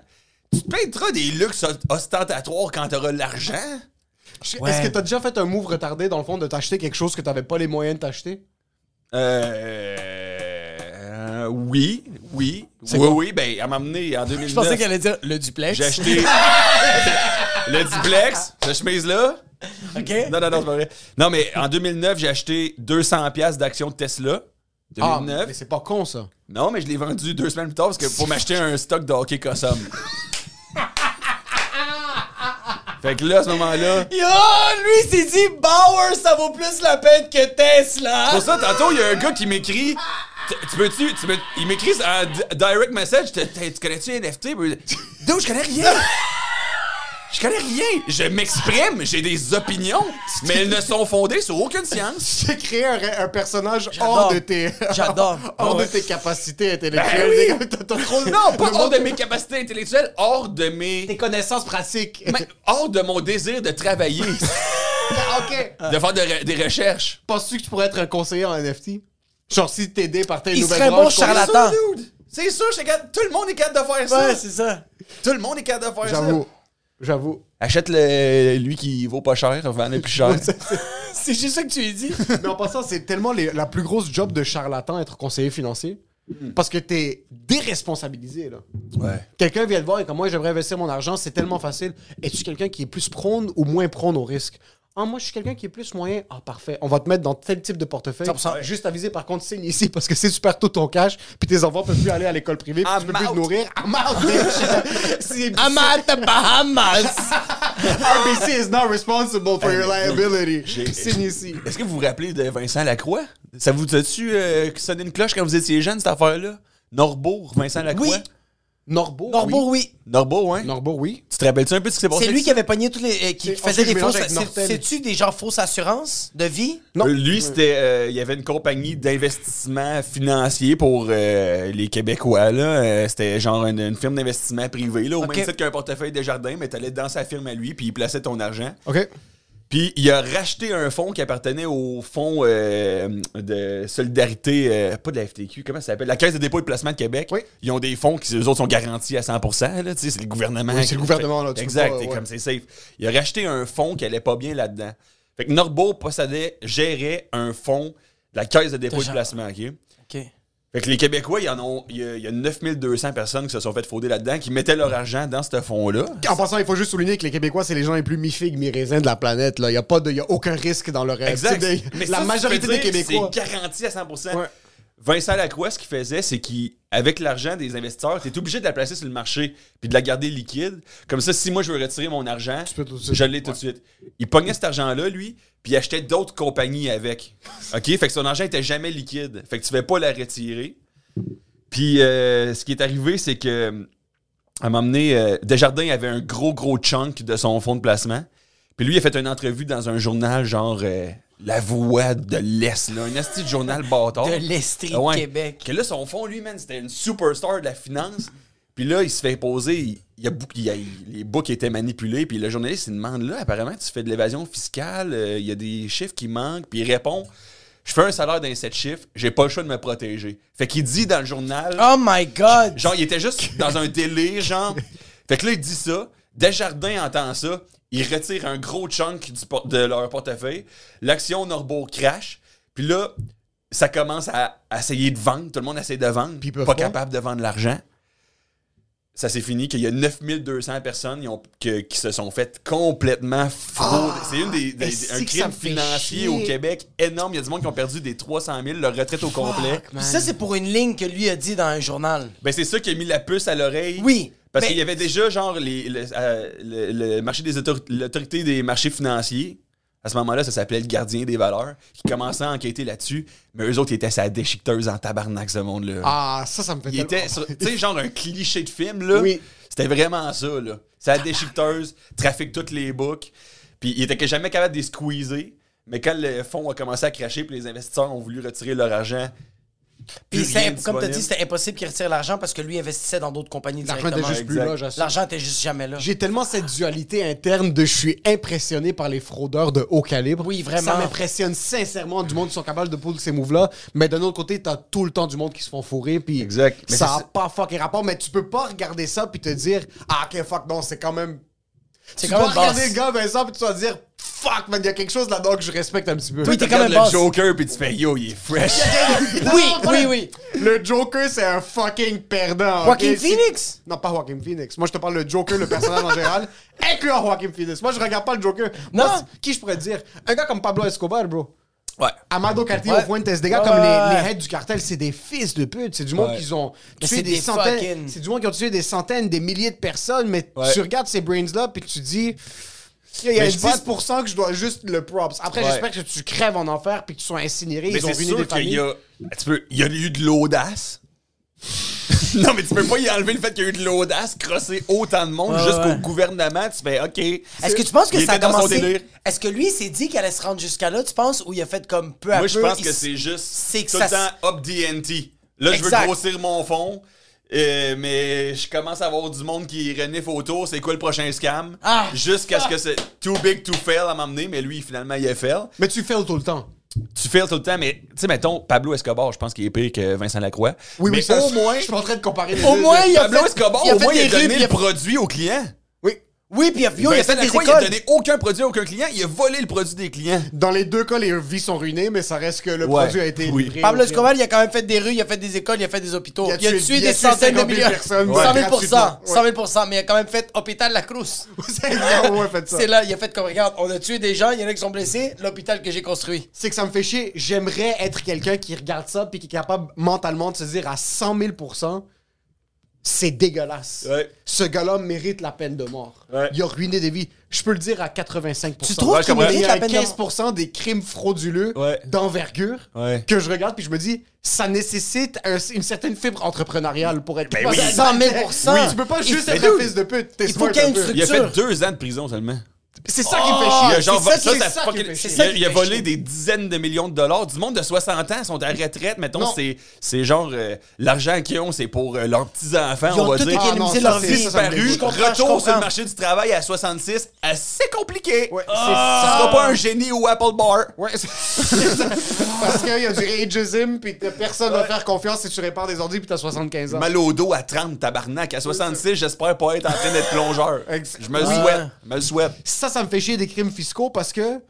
E: Tu te painteras des luxes ostentatoires quand t'auras de l'argent?
D: Je-
C: Ouais.
D: Est-ce que t'as déjà fait un move retardé dans le fond de t'acheter quelque chose que t'avais pas les moyens de t'acheter?
E: Euh. Oui, Oui.
C: C'est
E: Oui,
C: quoi?
E: oui, ben, elle m'a amené en 2009.
C: Je pensais qu'elle allait dire le duplex.
E: J'ai acheté le duplex, cette chemise-là.
C: OK?
E: Non, non, non, c'est pas vrai. Non, mais en 2009, j'ai acheté 200$ piastres d'actions de Tesla.
C: Ah,
E: 2009.
D: Ah, mais c'est pas con, ça.
E: Non, mais je l'ai vendu deux semaines plus tard parce que pour m'acheter un stock de hockey Cossum. fait que là, à ce moment-là.
C: Yo, lui s'est dit Bauer, ça vaut plus la peine que Tesla.
E: Pour ça, tantôt, il y a un gars qui m'écrit. Tu tu peux-tu. tu peux- il m'écrit en di- direct message. Tu tu- tu connais-tu NFT? D'où je connais rien! Je connais rien! Je m'exprime, j'ai des opinions, mais elles ne sont fondées sur aucune science.
D: J'ai créé un, un personnage
C: J'adore.
D: hors de tes...
C: J'adore.
D: hors
C: Ouais.
D: de tes capacités intellectuelles.
E: Ben oui.
D: C'est comme, t'as- t'as trop-
E: Non, pas
D: le
E: hors
D: monde-
E: de mes capacités intellectuelles, hors de mes.
D: Tes connaissances pratiques.
E: Mais hors de mon désir de travailler,
D: OK.
E: de faire de re- des recherches.
D: Penses-tu que tu pourrais être un conseiller en NFT? Genre si t'aider par tes
C: Il
D: nouvelles
C: serait bon
D: branches, qu'on-
C: charlatan. Attends.
E: C'est sûr, dude. C'est sûr, c'est capable- tout le monde est capable de faire ça.
C: Ouais, c'est ça.
E: Tout le monde est capable de faire
D: J'avoue.
E: ça.
D: J'avoue.
E: Achète le, lui qui vaut pas cher, vends-le plus cher.
C: C'est juste ça que tu lui dis.
D: Mais en passant, c'est tellement les- la plus grosse job de charlatan, être conseiller financier. Parce que t'es déresponsabilisé, là.
E: ouais.
D: Quelqu'un vient te voir et comme moi, j'aimerais investir mon argent, c'est tellement facile. Es-tu quelqu'un qui est plus prône ou moins prône au risque? Ah, moi, je suis quelqu'un qui est plus moyen. Ah, parfait. On va te mettre dans tel type de portefeuille.
C: 100%.
D: Juste aviser, par contre, signe ici parce que c'est super tôt ton cash. Puis tes enfants peuvent plus aller à l'école privée. Puis
E: I'm
D: tu peux plus te
E: out.
D: nourrir. I'm out, bitch. C'est-
C: I'm at the Bahamas.
D: RBC is not responsible for your liability.
E: J'ai-
D: Signe ici.
E: Est-ce que vous vous rappelez de Vincent Lacroix? Ça vous a-tu euh, sonné une cloche quand vous étiez jeune, cette affaire-là? Norbourg, Vincent Lacroix?
C: Oui.
D: Norbo.
C: Norbourg, oui.
E: Norbourg, hein?
D: Norbo, oui.
E: Tu te rappelles-tu un peu de ce qui s'est passé?
C: C'est lui qui avait pogné tous les. euh, qui
D: C'est-
C: faisait
D: on se
C: des
D: mélange
C: fausses.
D: avec
C: c'est-
D: Nortel.
C: C'est-tu des genre fausses assurances de vie?
D: Non.
E: Euh, lui, c'était, euh, il y avait une compagnie d'investissement financier pour euh, les Québécois. Là. Euh, c'était genre une, une firme d'investissement privée, là, au
C: Ok.
E: même titre qu'un portefeuille de jardin, mais t'allais dans sa firme à lui, puis il plaçait ton argent.
D: OK.
E: Puis il a racheté un fonds qui appartenait au fonds euh, de solidarité, euh, pas de la FTQ, comment ça s'appelle? La Caisse de dépôt et de placement de Québec.
D: Oui.
E: Ils ont des fonds qui, eux autres, sont garantis à 100 là, tu sais, C'est le gouvernement.
D: Oui, c'est
E: qui
D: le gouvernement, là, tu peux
E: Exact,
D: pas,
E: et
D: ouais.
E: comme c'est safe. Il a racheté un fonds qui allait pas bien là-dedans. Fait que Norbo possédait, gérait un fonds de la Caisse de dépôt et de
C: Genre.
E: placement, OK?
C: OK.
E: Fait que les Québécois, il y en ont, il y a, il y a 9200 personnes qui se sont fait frauder là-dedans, qui mettaient leur argent dans ce fonds-là.
D: En passant, il faut juste souligner que les Québécois, c'est les gens les plus mi-figues, mi-raisins de la planète. Il n'y a, pas de- y a aucun risque dans leur
E: Exact.
D: Euh, tu sais, de-
E: Mais
D: la
E: ça, ça
D: majorité
E: veut
D: des
E: dire que
D: Québécois.
E: C'est garanti à 100
D: Ouais.
E: Vincent Lacroix, ce qu'il faisait, c'est qu'avec l'argent des investisseurs, tu es obligé de la placer sur le marché puis de la garder liquide. Comme ça, si moi je veux retirer mon argent,
D: peux tout de suite.
E: je l'ai tout de suite. Il pognait cet argent-là, lui, puis il achetait d'autres compagnies avec. OK? Fait que son argent était jamais liquide. Fait que tu ne pouvais pas la retirer. Puis euh, ce qui est arrivé, c'est que à m'emmener, euh, Desjardins avait un gros, gros chunk de son fonds de placement. Puis lui, il a fait une entrevue dans un journal genre euh, La Voix de l'Est, là, un asti de journal bâtard.
C: De l'Estrie
E: Ah ouais.
C: de Québec.
E: Que là, son fond, lui, man, c'était une superstar de la finance. Puis là, il se fait poser, il, il a beaucoup- il a- il- les books étaient manipulés. Puis le journaliste, il demande là, apparemment, tu fais de l'évasion fiscale, euh, il y a des chiffres qui manquent. Puis il répond, je fais un salaire d'un 7 chiffres, j'ai pas le choix de me protéger. Fait qu'il dit dans le journal,
C: Oh my God.
E: Genre, il était juste dans un délire, genre. Fait que là, il dit ça. Desjardins entend ça. Il retire un gros chunk du por- de leur portefeuille. L'action Norbo crash. Puis là, ça commence à à essayer de vendre. Tout le monde essaie de vendre.
D: Puis ils
E: pas,
D: peuvent pas.
E: capable de vendre l'argent. Ça s'est fini qu'il y a 9200 personnes ils ont- que- qui se sont faites complètement fraude. C'est une des, des-
D: Ah! est-ce
E: un
D: que ça
E: crime
D: me fait
E: financier
D: chier?
E: au Québec énorme. Il y a du monde qui ont perdu des 300 000, leur retraite au complet.
C: Puis ça, c'est pour une ligne que lui a dit dans un journal.
E: Ben, c'est ça qui a mis la puce à l'oreille.
C: Oui,
E: Parce
C: mais-
E: qu'il y avait déjà, genre, les, le, euh, le- le marché des autor- l'autorité des marchés financiers. À ce moment-là, ça s'appelait le gardien des valeurs, qui commençait à enquêter là-dessus. Mais eux autres, ils étaient sa déchiqueteuse en tabarnak, ce monde-là.
D: Ah, ça, ça me fait
E: Il
D: tellement-
E: était, sur- tu sais, genre un cliché de film, là.
D: Oui.
E: C'était vraiment ça, là. Sa déchiqueteuse, trafique toutes les books. Puis il était que jamais capable de les squeezer. Mais quand le fonds a commencé à cracher, puis les investisseurs ont voulu retirer leur argent.
C: Puis
E: plus
C: c'est- comme
E: rien
C: tu as
E: disponible.
C: dit, c'était impossible qu'il retire l'argent parce que lui investissait dans d'autres compagnies
D: L'argent était
C: directement.
D: juste plus
E: Exact.
D: là, j'assume.
C: L'argent était juste jamais là.
D: J'ai tellement cette dualité interne de je suis impressionné par les fraudeurs de haut calibre.
C: Oui, vraiment.
D: Ça m'impressionne sincèrement du monde qui sont capables de poudre ces moves-là. Mais d'un autre côté, t'as tout le temps du monde qui se font fourrer. Puis
E: Exact. Mais
D: ça
E: c'est-
D: n'a pas fucking rapport. Mais tu peux pas regarder ça puis te dire Ah, ok, fuck, non, c'est quand même.
C: C'est
D: tu
C: quand
D: dois
C: même
D: regarder
C: basse.
D: le gars, Vincent, puis tu vas dire fuck, man, il y a quelque chose là-dedans que je respecte un petit peu.
C: Oui, t'es
E: Tu
C: quand
E: regardes
C: même
E: le
C: boss.
E: Joker, puis tu fais yo, il est fresh.
C: Oui,
D: Non, pas
C: oui,
D: le-
C: oui.
D: Le Joker, c'est un fucking perdant. ok?
C: Joaquin
D: C'est-
C: Phoenix?
D: Non, pas Joaquin Phoenix. Moi, je te parle le Joker, le personnage en général, incluant Joaquin Phoenix. Moi, je regarde pas le Joker. Moi,
C: Non.
D: c'est- qui je pourrais dire? Un gars comme Pablo Escobar, bro.
E: ouais.
C: Ah,
D: Amado Cartillo
C: Ouais.
D: Fuentes, des gars
C: Ouais,
D: comme
C: ouais,
D: les,
C: ouais.
D: les heads du cartel, c'est des fils de pute. C'est du monde
E: Ouais.
D: qui ont
C: Mais
D: tué
C: c'est
D: des,
C: des
D: centaines.
C: fucking-
D: C'est du monde qui ont tué des centaines, des milliers de personnes, mais
E: Ouais.
D: tu regardes ces brains-là, puis tu dis. Il y a
E: Mais je
D: 10% que je dois juste le props. Après,
E: Ouais.
D: j'espère que tu crèves en enfer puis que tu sois incinéré.
E: Mais
D: ils ont
E: c'est
D: ruiné
E: sûr
D: des
E: qu'il y
D: familles.
E: a. Tu peux- Il y a eu de l'audace. non, mais tu peux pas y enlever le fait qu'il y a eu de l'audace, crosser autant de monde
C: Ouais,
E: jusqu'au
C: ouais.
E: gouvernement. Tu fais OK.
C: Est-ce que tu penses que
E: Il
C: ça a
E: était dans son délire.
C: commencé... Est-ce que lui, il s'est dit qu'elle allait se rendre jusqu'à là, tu penses, ou il a fait comme peu à
E: Moi,
C: peu...
E: je pense
C: il
E: que
C: s-
E: c'est juste
C: c'est que
E: tout
C: ça
E: le temps up DNT. Là, je veux
C: Exact.
E: grossir mon fond, euh, mais je commence à avoir du monde qui renifle autour. C'est quoi le prochain scam?
C: Ah,
E: Jusqu'à ce que c'est too big to fail à m'emmener, mais lui, finalement, il a fail.
D: Mais tu fails tout le temps.
E: Tu fails tout le temps, mais tu sais, mettons, Pablo Escobar, je pense qu'il est pire que Vincent Lacroix. mais
D: ça,
E: au moins,
D: je suis en train de comparer les
C: Au
D: deux.
C: moins, il a
E: Pablo
C: fait-
E: Escobar,
C: il a
E: au
C: fait
E: moins, il a
C: des rues,
E: donné
C: puis il
E: le
C: a-
E: produit au client.
D: Oui.
C: Oui, puis il a, yo, il a
E: Vincent
C: fait des
E: Lacroix,
C: écoles.
E: il a donné aucun produit à aucun client. Il a volé le produit des clients.
D: Dans les deux cas, les vies sont ruinées, mais ça reste que le
E: Ouais.
D: produit a été
E: Oui.
D: livré.
C: Pablo
D: au client.
C: Escobar, il a quand même fait des rues, il a fait des écoles, il a fait des hôpitaux.
D: Il
C: Il
D: a
C: a
D: tué-
C: tué,
D: il a
C: des
D: tué
C: centaines de
D: 50 000
C: millions.
D: personnes,
C: 100 000
D: gratuitement. Ouais.
C: 100 000 mais il a quand même fait hôpital La Cruz.
D: C'est exactement ouais, faites ça.
C: C'est là, il a fait comme, regarde, on a tué des gens, il y en a qui sont blessés, l'hôpital que j'ai construit.
D: c'est que ça me fait chier. J'aimerais être quelqu'un qui regarde ça puis qui est capable mentalement de se dire à 100 000 c'est dégueulasse.
E: Ouais.
D: Ce gars-là mérite la peine de mort.
E: Ouais.
D: Il a ruiné des vies. Je peux le dire à 85
C: Tu trouves
E: Ouais, je
C: qu'il
E: comprends.
D: Il
C: mérite
D: y a
C: la peine de mort?
D: 15 des crimes frauduleux
E: Ouais.
D: d'envergure
E: Ouais.
D: que je regarde puis je me dis ça nécessite un- une certaine fibre entrepreneuriale pour
C: Ben
D: être
E: oui.
C: 100 000
D: Oui, tu peux pas
C: Il
D: juste
C: faut-
D: être un
C: Dude,
D: fils de pute. t'es
C: il faut
D: smart
C: qu'il y ait
D: un
C: une
D: peu.
C: structure.
E: Il a fait
C: Sûr.
E: deux ans de prison seulement.
D: C'est ça qui me
C: Oh,
D: fait
E: il
D: chier.
E: a, genre,
D: C'est ça
E: ça,
D: qui-
E: ça
D: c'est ça qui
E: fucking-
D: me fait
E: il
D: chier.
E: a-
C: c'est ça qui
E: il a
C: fait
E: volé
C: chier.
E: des dizaines de millions de dollars. Du monde de 60 ans sont à retraite. Mettons,
D: Non.
E: c'est c'est genre euh, l'argent qu'ils ont, c'est pour euh, leurs petits-enfants.
C: Ils
E: on
C: ont
E: va
C: tout
E: dire.
D: Ah, non,
C: économisé
D: ça,
C: leur
D: c'est-
C: vie.
D: ça, ça me
E: disparu,
D: dégoûte.
C: Je comprends, je
E: retour sur
C: comprends.
E: le marché du travail à 66, assez compliqué.
D: Ouais,
E: Ah!
D: c'est ça.
E: Tu seras pas un génie au Apple Bar.
D: Ouais, c'est- c'est ça. Parce qu'il y a du ageism, puis que personne va faire confiance si tu répares des ordi, puis t'as 75 ans.
E: Mal au dos à 30, tabarnak. À 66, j'espère pas être en train d'être plongeur.
D: Exact.
E: Je me le
D: Ouais.
E: souhaite. Je me le souhaite.
D: Ça, ça me fait chier des crimes fiscaux parce que.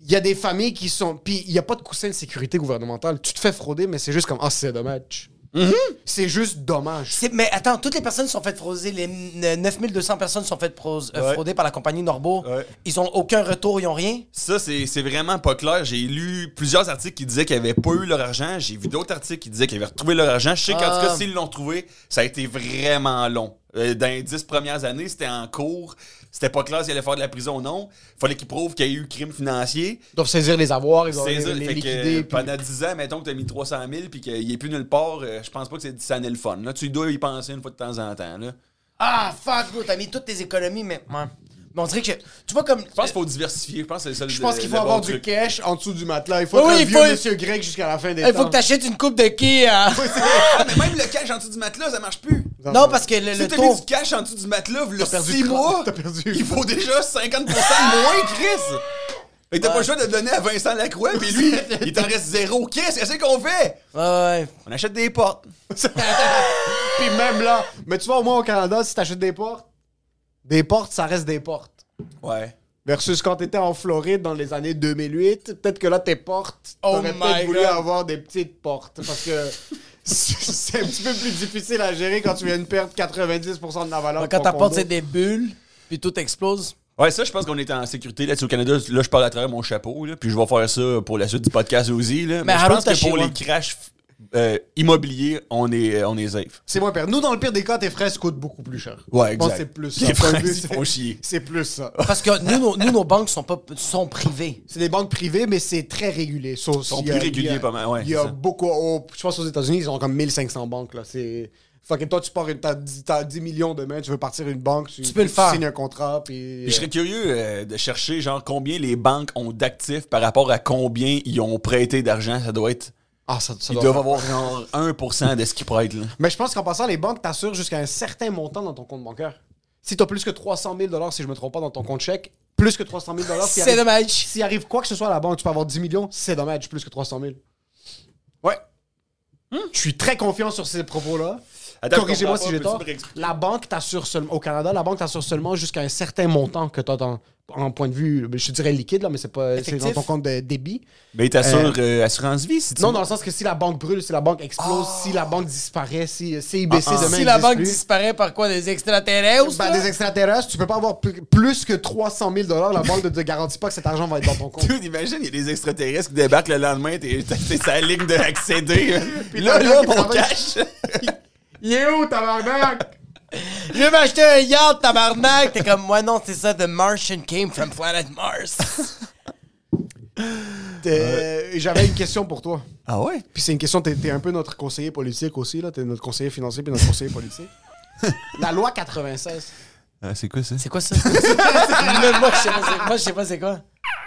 D: Il y a des familles qui sont. Puis il n'y a pas de coussin de sécurité gouvernementale. Tu te fais frauder, mais c'est juste comme. Ah, c'est dommage. C'est juste dommage.
C: C'est- Mais attends, toutes les personnes sont faites frauder. Les n- 9200 personnes sont faites frauder,
E: Ouais.
C: frauder par la compagnie Norbo.
E: Ouais.
C: Ils ont aucun retour, ils ont rien.
E: Ça, c'est c'est vraiment pas clair. J'ai lu plusieurs articles qui disaient qu'ils avaient pas eu leur argent. J'ai vu d'autres articles qui disaient qu'ils avaient retrouvé leur argent. Je sais qu'en
C: Ah.
E: tout cas, s'ils l'ont trouvé, ça a été vraiment long. Euh, dans les dix premières années, c'était en cours. C'était pas clair s'ils allaient faire de la prison ou non. Fallait qu'ils prouvent qu'il y a eu crime financier.
D: Ils doivent saisir les avoirs, ils doivent
E: C'est
D: les,
E: ça,
D: les
E: fait que,
D: liquider.
E: euh,
D: puis-
E: pendant 10 ans, mettons que t'as mis 300 000 puis qu'il est plus nulle part, euh, je pense pas que c'est ça n'est le fun. Là, tu dois y penser une fois de temps en temps. Là.
C: Ah, fuck, bro, t'as mis toutes tes économies, mais. Ouais. Mais on dirait que. Tu vois, comme.
E: Je pense qu'il faut diversifier. Je pense que c'est le seul
D: Je pense
E: le-
D: qu'il
E: euh, le
D: faut
E: bon
D: avoir
E: truc.
D: du cash en dessous du matelas. Il faut
C: Oui,
D: être un
C: il
D: vieux
C: faut-
D: monsieur grec jusqu'à la fin des
C: Il
D: temps.
C: Eh, faut que t'achètes une coupe de qui à-
E: Ah, mais même le cash en dessous du matelas, ça marche plus.
C: Non, parce que le,
E: Si
C: le
E: t'as mis du
C: taux.
E: cash en dessous du matelas, le
D: perdu
E: 6
D: 30,
E: mois,
D: t'as perdu.
E: il vaut déjà 50% de moins, Chris! Fait que t'as pas le choix de donner à Vincent Lacroix, puis lui, il t'en reste zéro. Qu'est-ce que c'est qu'on fait?
C: Ouais, ouais.
E: On achète des portes.
D: Puis même là, mais tu vois, au moins au Canada, si t'achètes des portes, des portes, ça reste des portes.
E: Ouais.
D: Versus quand t'étais en Floride dans les années 2008, peut-être que là, tes portes,
C: Oh
D: t'aurais
C: my
D: peut-être voulu
C: God.
D: avoir des petites portes. Parce que c'est un petit peu plus difficile à gérer quand tu viens de perdre 90% de la valeur.
E: Bah,
C: Ouais,
D: de
C: Quand
D: ton
C: ta porte,
D: condo.
C: c'est des bulles, puis tout explose.
E: Ouais, ça, je pense qu'on est en sécurité là-dessus au Canada. Là, je parle à travers mon chapeau, là, puis je vais faire ça pour la suite du podcast aussi. Là. Mais,
C: Mais
E: je
C: Harold
E: pense que pour
C: Tachiwa.
E: les crashs euh, immobiliers, on est, euh, on est safe.
D: C'est moins pire. Nous, dans le pire des cas, tes fraises coûtent beaucoup plus cher.
E: Ouais,
D: Je pense
E: exact.
D: que c'est plus ça.
E: Les fraises,
D: Point de vue,
E: ils
D: c'est-
E: font chier.
D: C'est plus ça.
C: Parce que nous, nos, nous, nos banques sont, pas, sont privées.
D: C'est des banques privées, mais c'est très régulé. Ils
E: sont plus réguliers, pas mal, ouais,
D: Il y a
E: c'est ça.
D: beaucoup. au- je pense aux États-Unis, ils ont comme 1500 banques. Là. C'est. Fucking toi, tu pars, une- t'as 10, t'as 10 millions demain, tu veux partir une banque, tu,
C: peux le faire.
D: signes un contrat, puis.
E: Puis je serais curieux euh, de chercher genre combien les banques ont d'actifs par rapport à combien ils ont prêté d'argent. Ça doit être.
D: Ah, ça, ça
E: Ils
D: doit
E: doivent
D: faire.
E: avoir genre 1% de ce qu'ils prêtent. Là.
D: Mais je pense qu'en passant, les banques t'assurent jusqu'à un certain montant dans ton compte bancaire. Si t'as plus que 300 000 si je me trompe pas, dans ton compte chèque, plus que 300 000 s'il
C: C'est
D: arrive-
C: dommage.
D: S'il arrive quoi que ce soit à la banque, tu peux avoir 10 millions, c'est dommage, plus que 300 000. Ouais. Je suis très confiant sur ces propos-là.
E: Hmm? Attends,
D: corrigez-moi
E: je
D: si
E: comprends
D: j'ai
E: pas,
D: tort.
E: peux-tu me réexpliquer?
D: La banque t'assure seulement au Canada, la banque t'assure seulement jusqu'à un certain montant que tu as en point de vue, je dirais liquide, là, mais c'est pas c'est dans
C: Effectif.
D: ton compte de débit.
E: Mais t'assures euh, assurance vie si tu
D: Non, dans le sens que si la banque brûle, si la banque explose, si la banque disparaît, Ah, si euh, CIBC demain
C: Si la
D: n'existe
C: banque
D: plus,
C: disparaît par quoi Des extraterrestres
D: ben,
C: là?
D: des extraterrestres, tu peux pas avoir pl- plus que 300 000 La banque ne te garantit pas que cet argent va être dans ton compte.
E: Dude, imagine, il y a des extraterrestres qui débarquent le lendemain, t'es t'es sa ligne de accéder. Puis
D: t'as
E: là,
D: un
E: là,
D: gars qui
E: mon
D: travaille-
E: cash.
D: Il est où, tabarnak?
C: Je vais m'acheter un yacht, tabarnak! T'es comme, moi non, c'est ça, The Martian came from planet Mars.
D: Euh, J'avais une question pour toi.
E: Ah ouais?
D: Puis c'est une question, t'es es un peu notre conseiller politique aussi, là. T'es notre conseiller financier puis notre conseiller politique. la loi 96.
E: Euh, c'est quoi ça?
C: C'est quoi ça? Même moi, je sais pas, c'est- moi, je sais pas c'est quoi.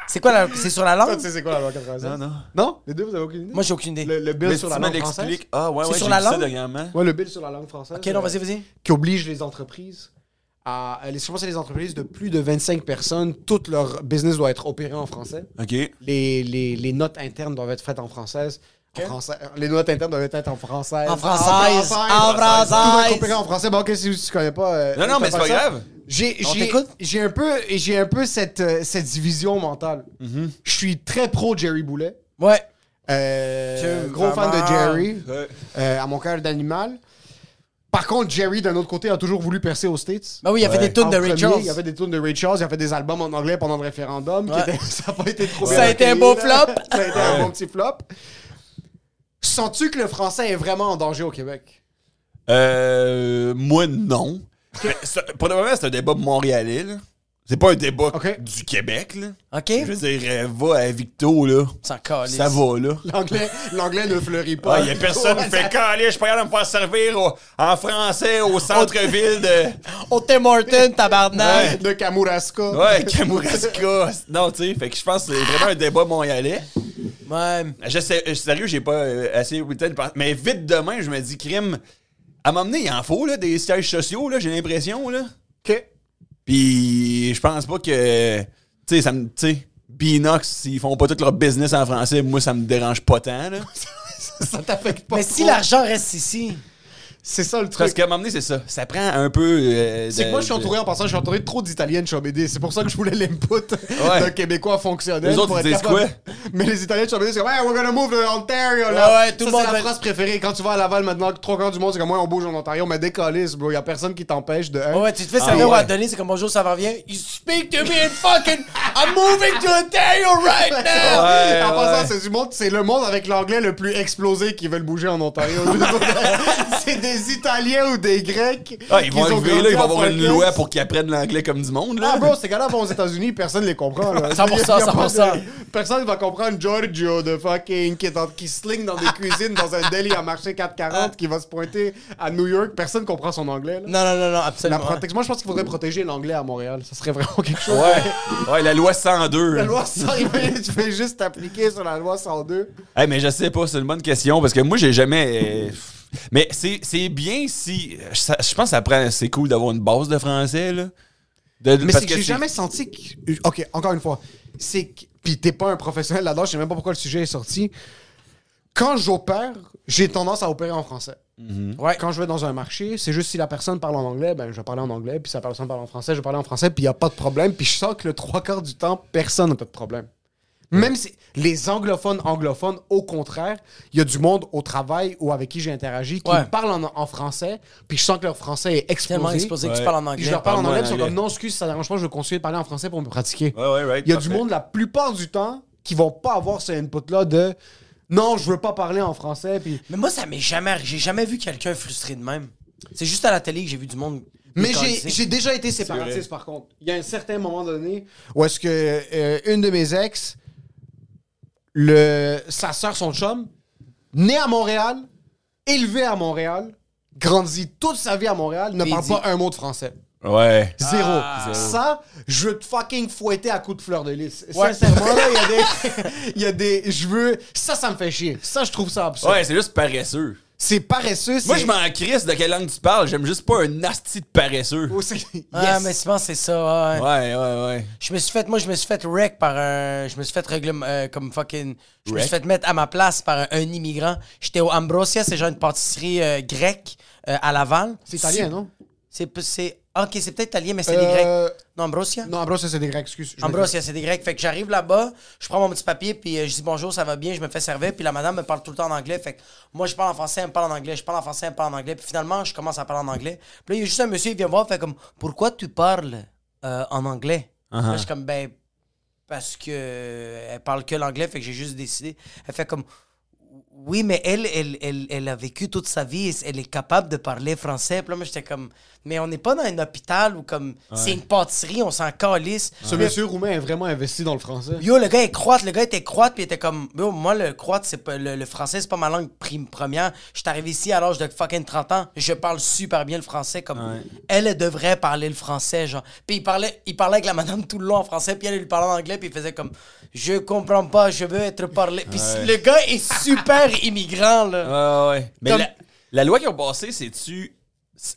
C: C'est quoi la... C'est sur la
D: Toi,
C: langue?
D: tu sais c'est quoi la loi 96?
E: Non, Ah, non.
D: Non? Les deux, vous avez aucune idée?
C: Moi, j'ai aucune idée.
D: le, le bill
E: Mais tu
D: sur la
E: me
D: langue française.
E: l'expliques. Ah ouais,
C: C'est
E: ouais,
C: sur
E: j'ai
C: la
E: vu ça
C: langue?
E: dernièrement.
D: Ouais, le bill sur la langue française.
C: Ok, non,
D: euh,
C: vas-y, vas-y.
D: Qui oblige les entreprises à. euh, les- Je pense que c'est les entreprises de plus de 25 personnes, tout leur business doit être opéré en français.
E: OK.
D: Les, les, les notes internes doivent être faites en française. En français. Les notes internes doivent être en français.
C: En française. En française.
D: Tout doit être opéré en français. Bon, ok, si si tu connais pas. euh,
E: Non, non,
D: t'as
E: mais c'est pas
D: ça.
E: grave.
D: J'ai,
C: On
D: j'ai,
C: t'écoute?
D: j'ai un peu, j'ai un peu cette, euh, cette division mentale.
C: Mm-hmm.
D: Je suis très pro Jerry Boulet.
C: Ouais.
D: Euh,
C: Tu-
D: gros fan de
C: vraiment.
D: Jerry. euh, à mon cœur d'animal. Par contre, Jerry, d'un autre côté, a toujours voulu percer aux States.
C: Ben oui, il a fait des tunes de
D: En
C: Ray
D: premier,
C: Charles.
D: Il a fait des tunes de Ray Charles. Il a fait des albums en anglais pendant le référendum. qui
C: Ouais.
D: étaient- ça n'a pas été trop
C: Ça
D: bien
C: a été un
D: accueilli,
C: beau
D: là.
C: flop.
D: ça a été un bon petit flop. Sens-tu que le français est vraiment en danger au Québec?
E: Euh, moi, non. Mais c'est- Pour le moment, c'est un débat montréalais, là. C'est pas un débat
D: Ok.
E: du Québec, là.
C: Ok?
E: Je veux dire, euh, va à Victo, là.
C: Ça calisse.
E: Ça va, là.
D: L'anglais, l'anglais ne fleurit
E: Il
D: pas.
E: Ah, y a personne qui fait caler, je suis pas capable de me faire servir au- en français au centre-ville de.
C: Au Tim Hortons, tabarnak.
D: de Kamouraska.
E: Ouais, Kamouraska. Non, tu sais, fait que je pense que c'est vraiment un débat montréalais.
C: Ouais.
E: Je sais, je- sérieux, j'ai pas euh, assez le temps de penser. Mais vite demain, je me dis, crime, à m'emmener, il en faut, là, des sièges sociaux, là, j'ai l'impression, là.
D: Ok.
E: Puis je pense pas que. Tu sais, ça me. Tu sais, Binox, s'ils font pas tout leur business en français, moi, ça me dérange pas tant, là.
D: Ça t'affecte pas.
C: Mais
D: trop.
C: si l'argent reste ici,
D: C'est ça le
E: Parce
D: truc.
E: qu'à m'emmener, c'est ça. Ça prend un peu. euh,
D: C'est que
E: de-
D: moi, je suis
E: de-
D: entouré en passant, je suis entouré de trop d'Italiennes chez BD. C'est pour ça que je voulais l'input
E: Ouais.
D: d'un Québécois fonctionnel.
E: Les autres,
D: pour
E: ils
D: être
E: disent
D: capable- Mais les Italiens de chez BD, c'est comme, hey, we're gonna move to Ontario. Là.
C: Ouais, ouais, tout
D: Ça,
C: le monde
D: C'est la
C: va-
D: phrase préférée. Quand tu vas à Laval maintenant, trois quarts du monde, c'est comme, ouais, on bouge en Ontario, mais décalisse, bro. Y a personne qui t'empêche de.
C: ouais, tu te fais servir
E: ouais.
C: ou à donner, c'est comme bonjour, ça va revient. You speak to me in fucking. I'm moving to Ontario right now.
E: Ouais,
D: en passant,
E: ouais.
D: c'est du monde, c'est le monde avec l'anglais le plus explosé qui veulent bouger en Ontario. c'est des Italiens ou des Grecs.
E: Ah, ils vont
D: qui ont
E: arriver
D: grandi
E: là, ils vont
D: en
E: avoir une
D: Portland.
E: loi pour qu'ils apprennent l'anglais comme du monde, là.
D: Ah, bro, ces gars-là vont aux États-Unis, personne les comprend. Là.
C: 100%,
D: Y a pas de-
C: 100%.
D: Personne va comprendre Giorgio de fucking qui, est dans- qui sling dans des cuisines dans un deli à marché 440 qui va se pointer à New York. Personne comprend son anglais. là.
C: Non, non, non, non,
D: La
C: absolument.
D: protection- Moi, je pense qu'il faudrait protéger l'anglais à Montréal. Ça serait vraiment quelque chose.
E: Ouais. ouais, la loi 102.
D: La loi 100, tu fais juste appliquer sur la loi 102.
E: Hey, mais je sais pas, c'est une bonne question parce que moi, j'ai jamais. euh, Mais c'est c'est bien si. ça- je pense que ça prend- c'est cool d'avoir une base de français, là. De-
D: Mais
E: parce
D: c'est que j'ai jamais senti que. Ok, encore une fois. C'est que. Puis t'es pas un professionnel là-dedans, je sais même pas pourquoi le sujet est sorti. Quand j'opère, j'ai tendance à opérer en français.
C: Ouais.
D: Quand je vais dans un marché, c'est juste si la personne parle en anglais, ben je vais parler en anglais, puis si la personne parle en français, je vais parler en français, puis il n'y a pas de problème, puis je sens que le trois quarts du temps, personne n'a pas de problème. Même si les anglophones, anglophones, au contraire, il y a du monde au travail ou avec qui j'ai interagi qui
C: Ouais.
D: me parle en, en français, puis je sens que leur français est
C: Tellement exposé que tu
E: Ouais.
C: parles en
D: puis
C: anglais.
D: je leur parle en
E: Parle-moi
D: anglais,
E: en
D: puis ils sont
E: anglais.
D: comme non, excuse, ça dérange pas, je veux continuer de parler en français pour me pratiquer.
E: Ouais, ouais, right,
D: Il y a
E: parfait.
D: du monde la plupart du temps qui vont pas avoir ce input-là de non, je veux pas parler en français. Puis...
C: Mais moi, ça m'est jamais arrivé. J'ai jamais vu quelqu'un frustré de même. C'est juste à la télé que j'ai vu du monde.
D: Mais
C: décalisser.
D: j'ai j'ai déjà été
E: vrai.
D: séparatiste par contre. Il y a un certain moment donné où est-ce que euh, une de mes ex, le, sa soeur, son chum, né à Montréal, élevé à Montréal, grandi toute sa vie à Montréal, ne
C: Et
D: parle
C: dit-
D: pas un mot de français.
E: Ouais.
D: Zéro.
E: Ah.
D: Ça, je veux te fucking fouetter à coups de fleur de lys.
C: Ouais.
D: Sincèrement, là, il y a des. Il y a des. Je veux. Ça, ça me fait chier. Ça, je trouve ça absurde.
E: Ouais, c'est juste paresseux.
D: C'est paresseux.
E: Moi,
D: c'est-
E: je m'en crisse de quelle langue tu parles. J'aime juste pas un asti de paresseux.
D: Oh, c'est- Yes.
C: Ah, mais je pense que c'est ça. ouais.
E: Ouais, ouais, ouais.
C: Je me suis fait, moi, je me suis fait wreck par un. Je me suis fait règle, euh, comme fucking. Je me suis
E: Wreck?
C: fait mettre à ma place par un, un immigrant. J'étais au Ambrosia, c'est genre une pâtisserie euh, grecque euh, à Laval.
D: C'est italien, non?
C: C'est. c'est- Ok, c'est peut-être italien, mais c'est des
D: Euh,
C: Grecs. Non, Ambrosia?
D: Non, Ambrose, ça, c'est des Grecs, excuse. je m'excuse.
C: Ambrosia, c'est des Grecs. Fait que j'arrive là-bas, je prends mon petit papier, puis euh, je dis bonjour, ça va bien, je me fais servir, puis la madame me parle tout le temps en anglais. Fait que moi, je parle en français, elle me parle en anglais, je parle en français, elle me parle en anglais, puis finalement, je commence à parler en anglais. Puis là, il y a juste un monsieur, il vient me voir, fait comme Pourquoi tu parles euh, en anglais Là, Je suis comme Ben, parce que euh, elle parle que l'anglais, fait que j'ai juste décidé. Elle fait comme oui, mais elle, elle, elle, elle a vécu toute sa vie, et elle est capable de parler français. Puis là, moi, j'étais comme, mais on n'est pas dans un hôpital ou comme, c'est une pâtisserie, on s'en calisse.
D: Ce monsieur roumain est vraiment investi dans le français.
C: Yo, le gars est croate, le gars était croate, puis il était comme, yo, moi, le croate, c'est pas, le, le français, c'est pas ma langue prime, première. Je suis arrivé ici à l'âge de fucking 30 ans, je parle super bien le français, comme, elle, elle devrait parler le français, genre. Puis il parlait, il parlait avec la madame tout le long en français, puis elle elle lui parlait en anglais, puis il faisait comme, je comprends pas, je veux être parlé. Puis le gars est super immigrant, là.
E: Ouais, ouais. Mais
C: Comme-
E: la, la loi qu'ils ont passée, c'est-tu.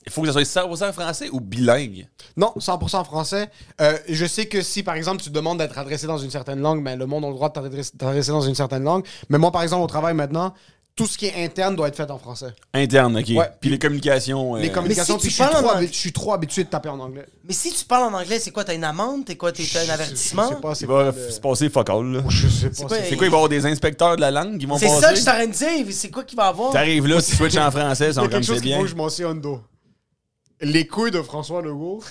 E: Il faut que ça soit 100% français ou bilingue?
D: Non, 100% français. Euh, je sais que si, par exemple, tu demandes d'être adressé dans une certaine langue, ben, le monde a le droit de t'adresse- t'adresser dans une certaine langue. Mais moi, par exemple, au travail maintenant, tout ce qui est interne doit être fait en français.
E: Interne, ok.
D: Ouais.
E: Puis les communications.
D: Les
E: euh,
D: communications,
C: Mais si
D: puis
C: tu
D: je, suis
C: parles
D: trop
C: en
D: habi-
C: anglais-
D: je suis trop habitué de taper en anglais.
C: Mais si tu parles en anglais, c'est quoi, t'as une amende, t'es quoi, t'es t'as un avertissement?
D: Je sais pas, c'est
E: Il va
D: quoi le-
E: se passer fuck all, là.
D: Je sais pas.
C: quoi,
D: c'est-
E: C'est quoi, il va y avoir des inspecteurs de la langue qui vont
C: C'est
E: passer?
C: ça que je suis en train de dire, c'est quoi qu'il va avoir?
E: T'arrives là, tu switches en français, ils
D: Il y
E: sont
D: a
E: comme
D: quelque
E: c'est
D: chose qu'il
E: bien.
D: faut que je mentionne, d'eau. Les couilles de François Legault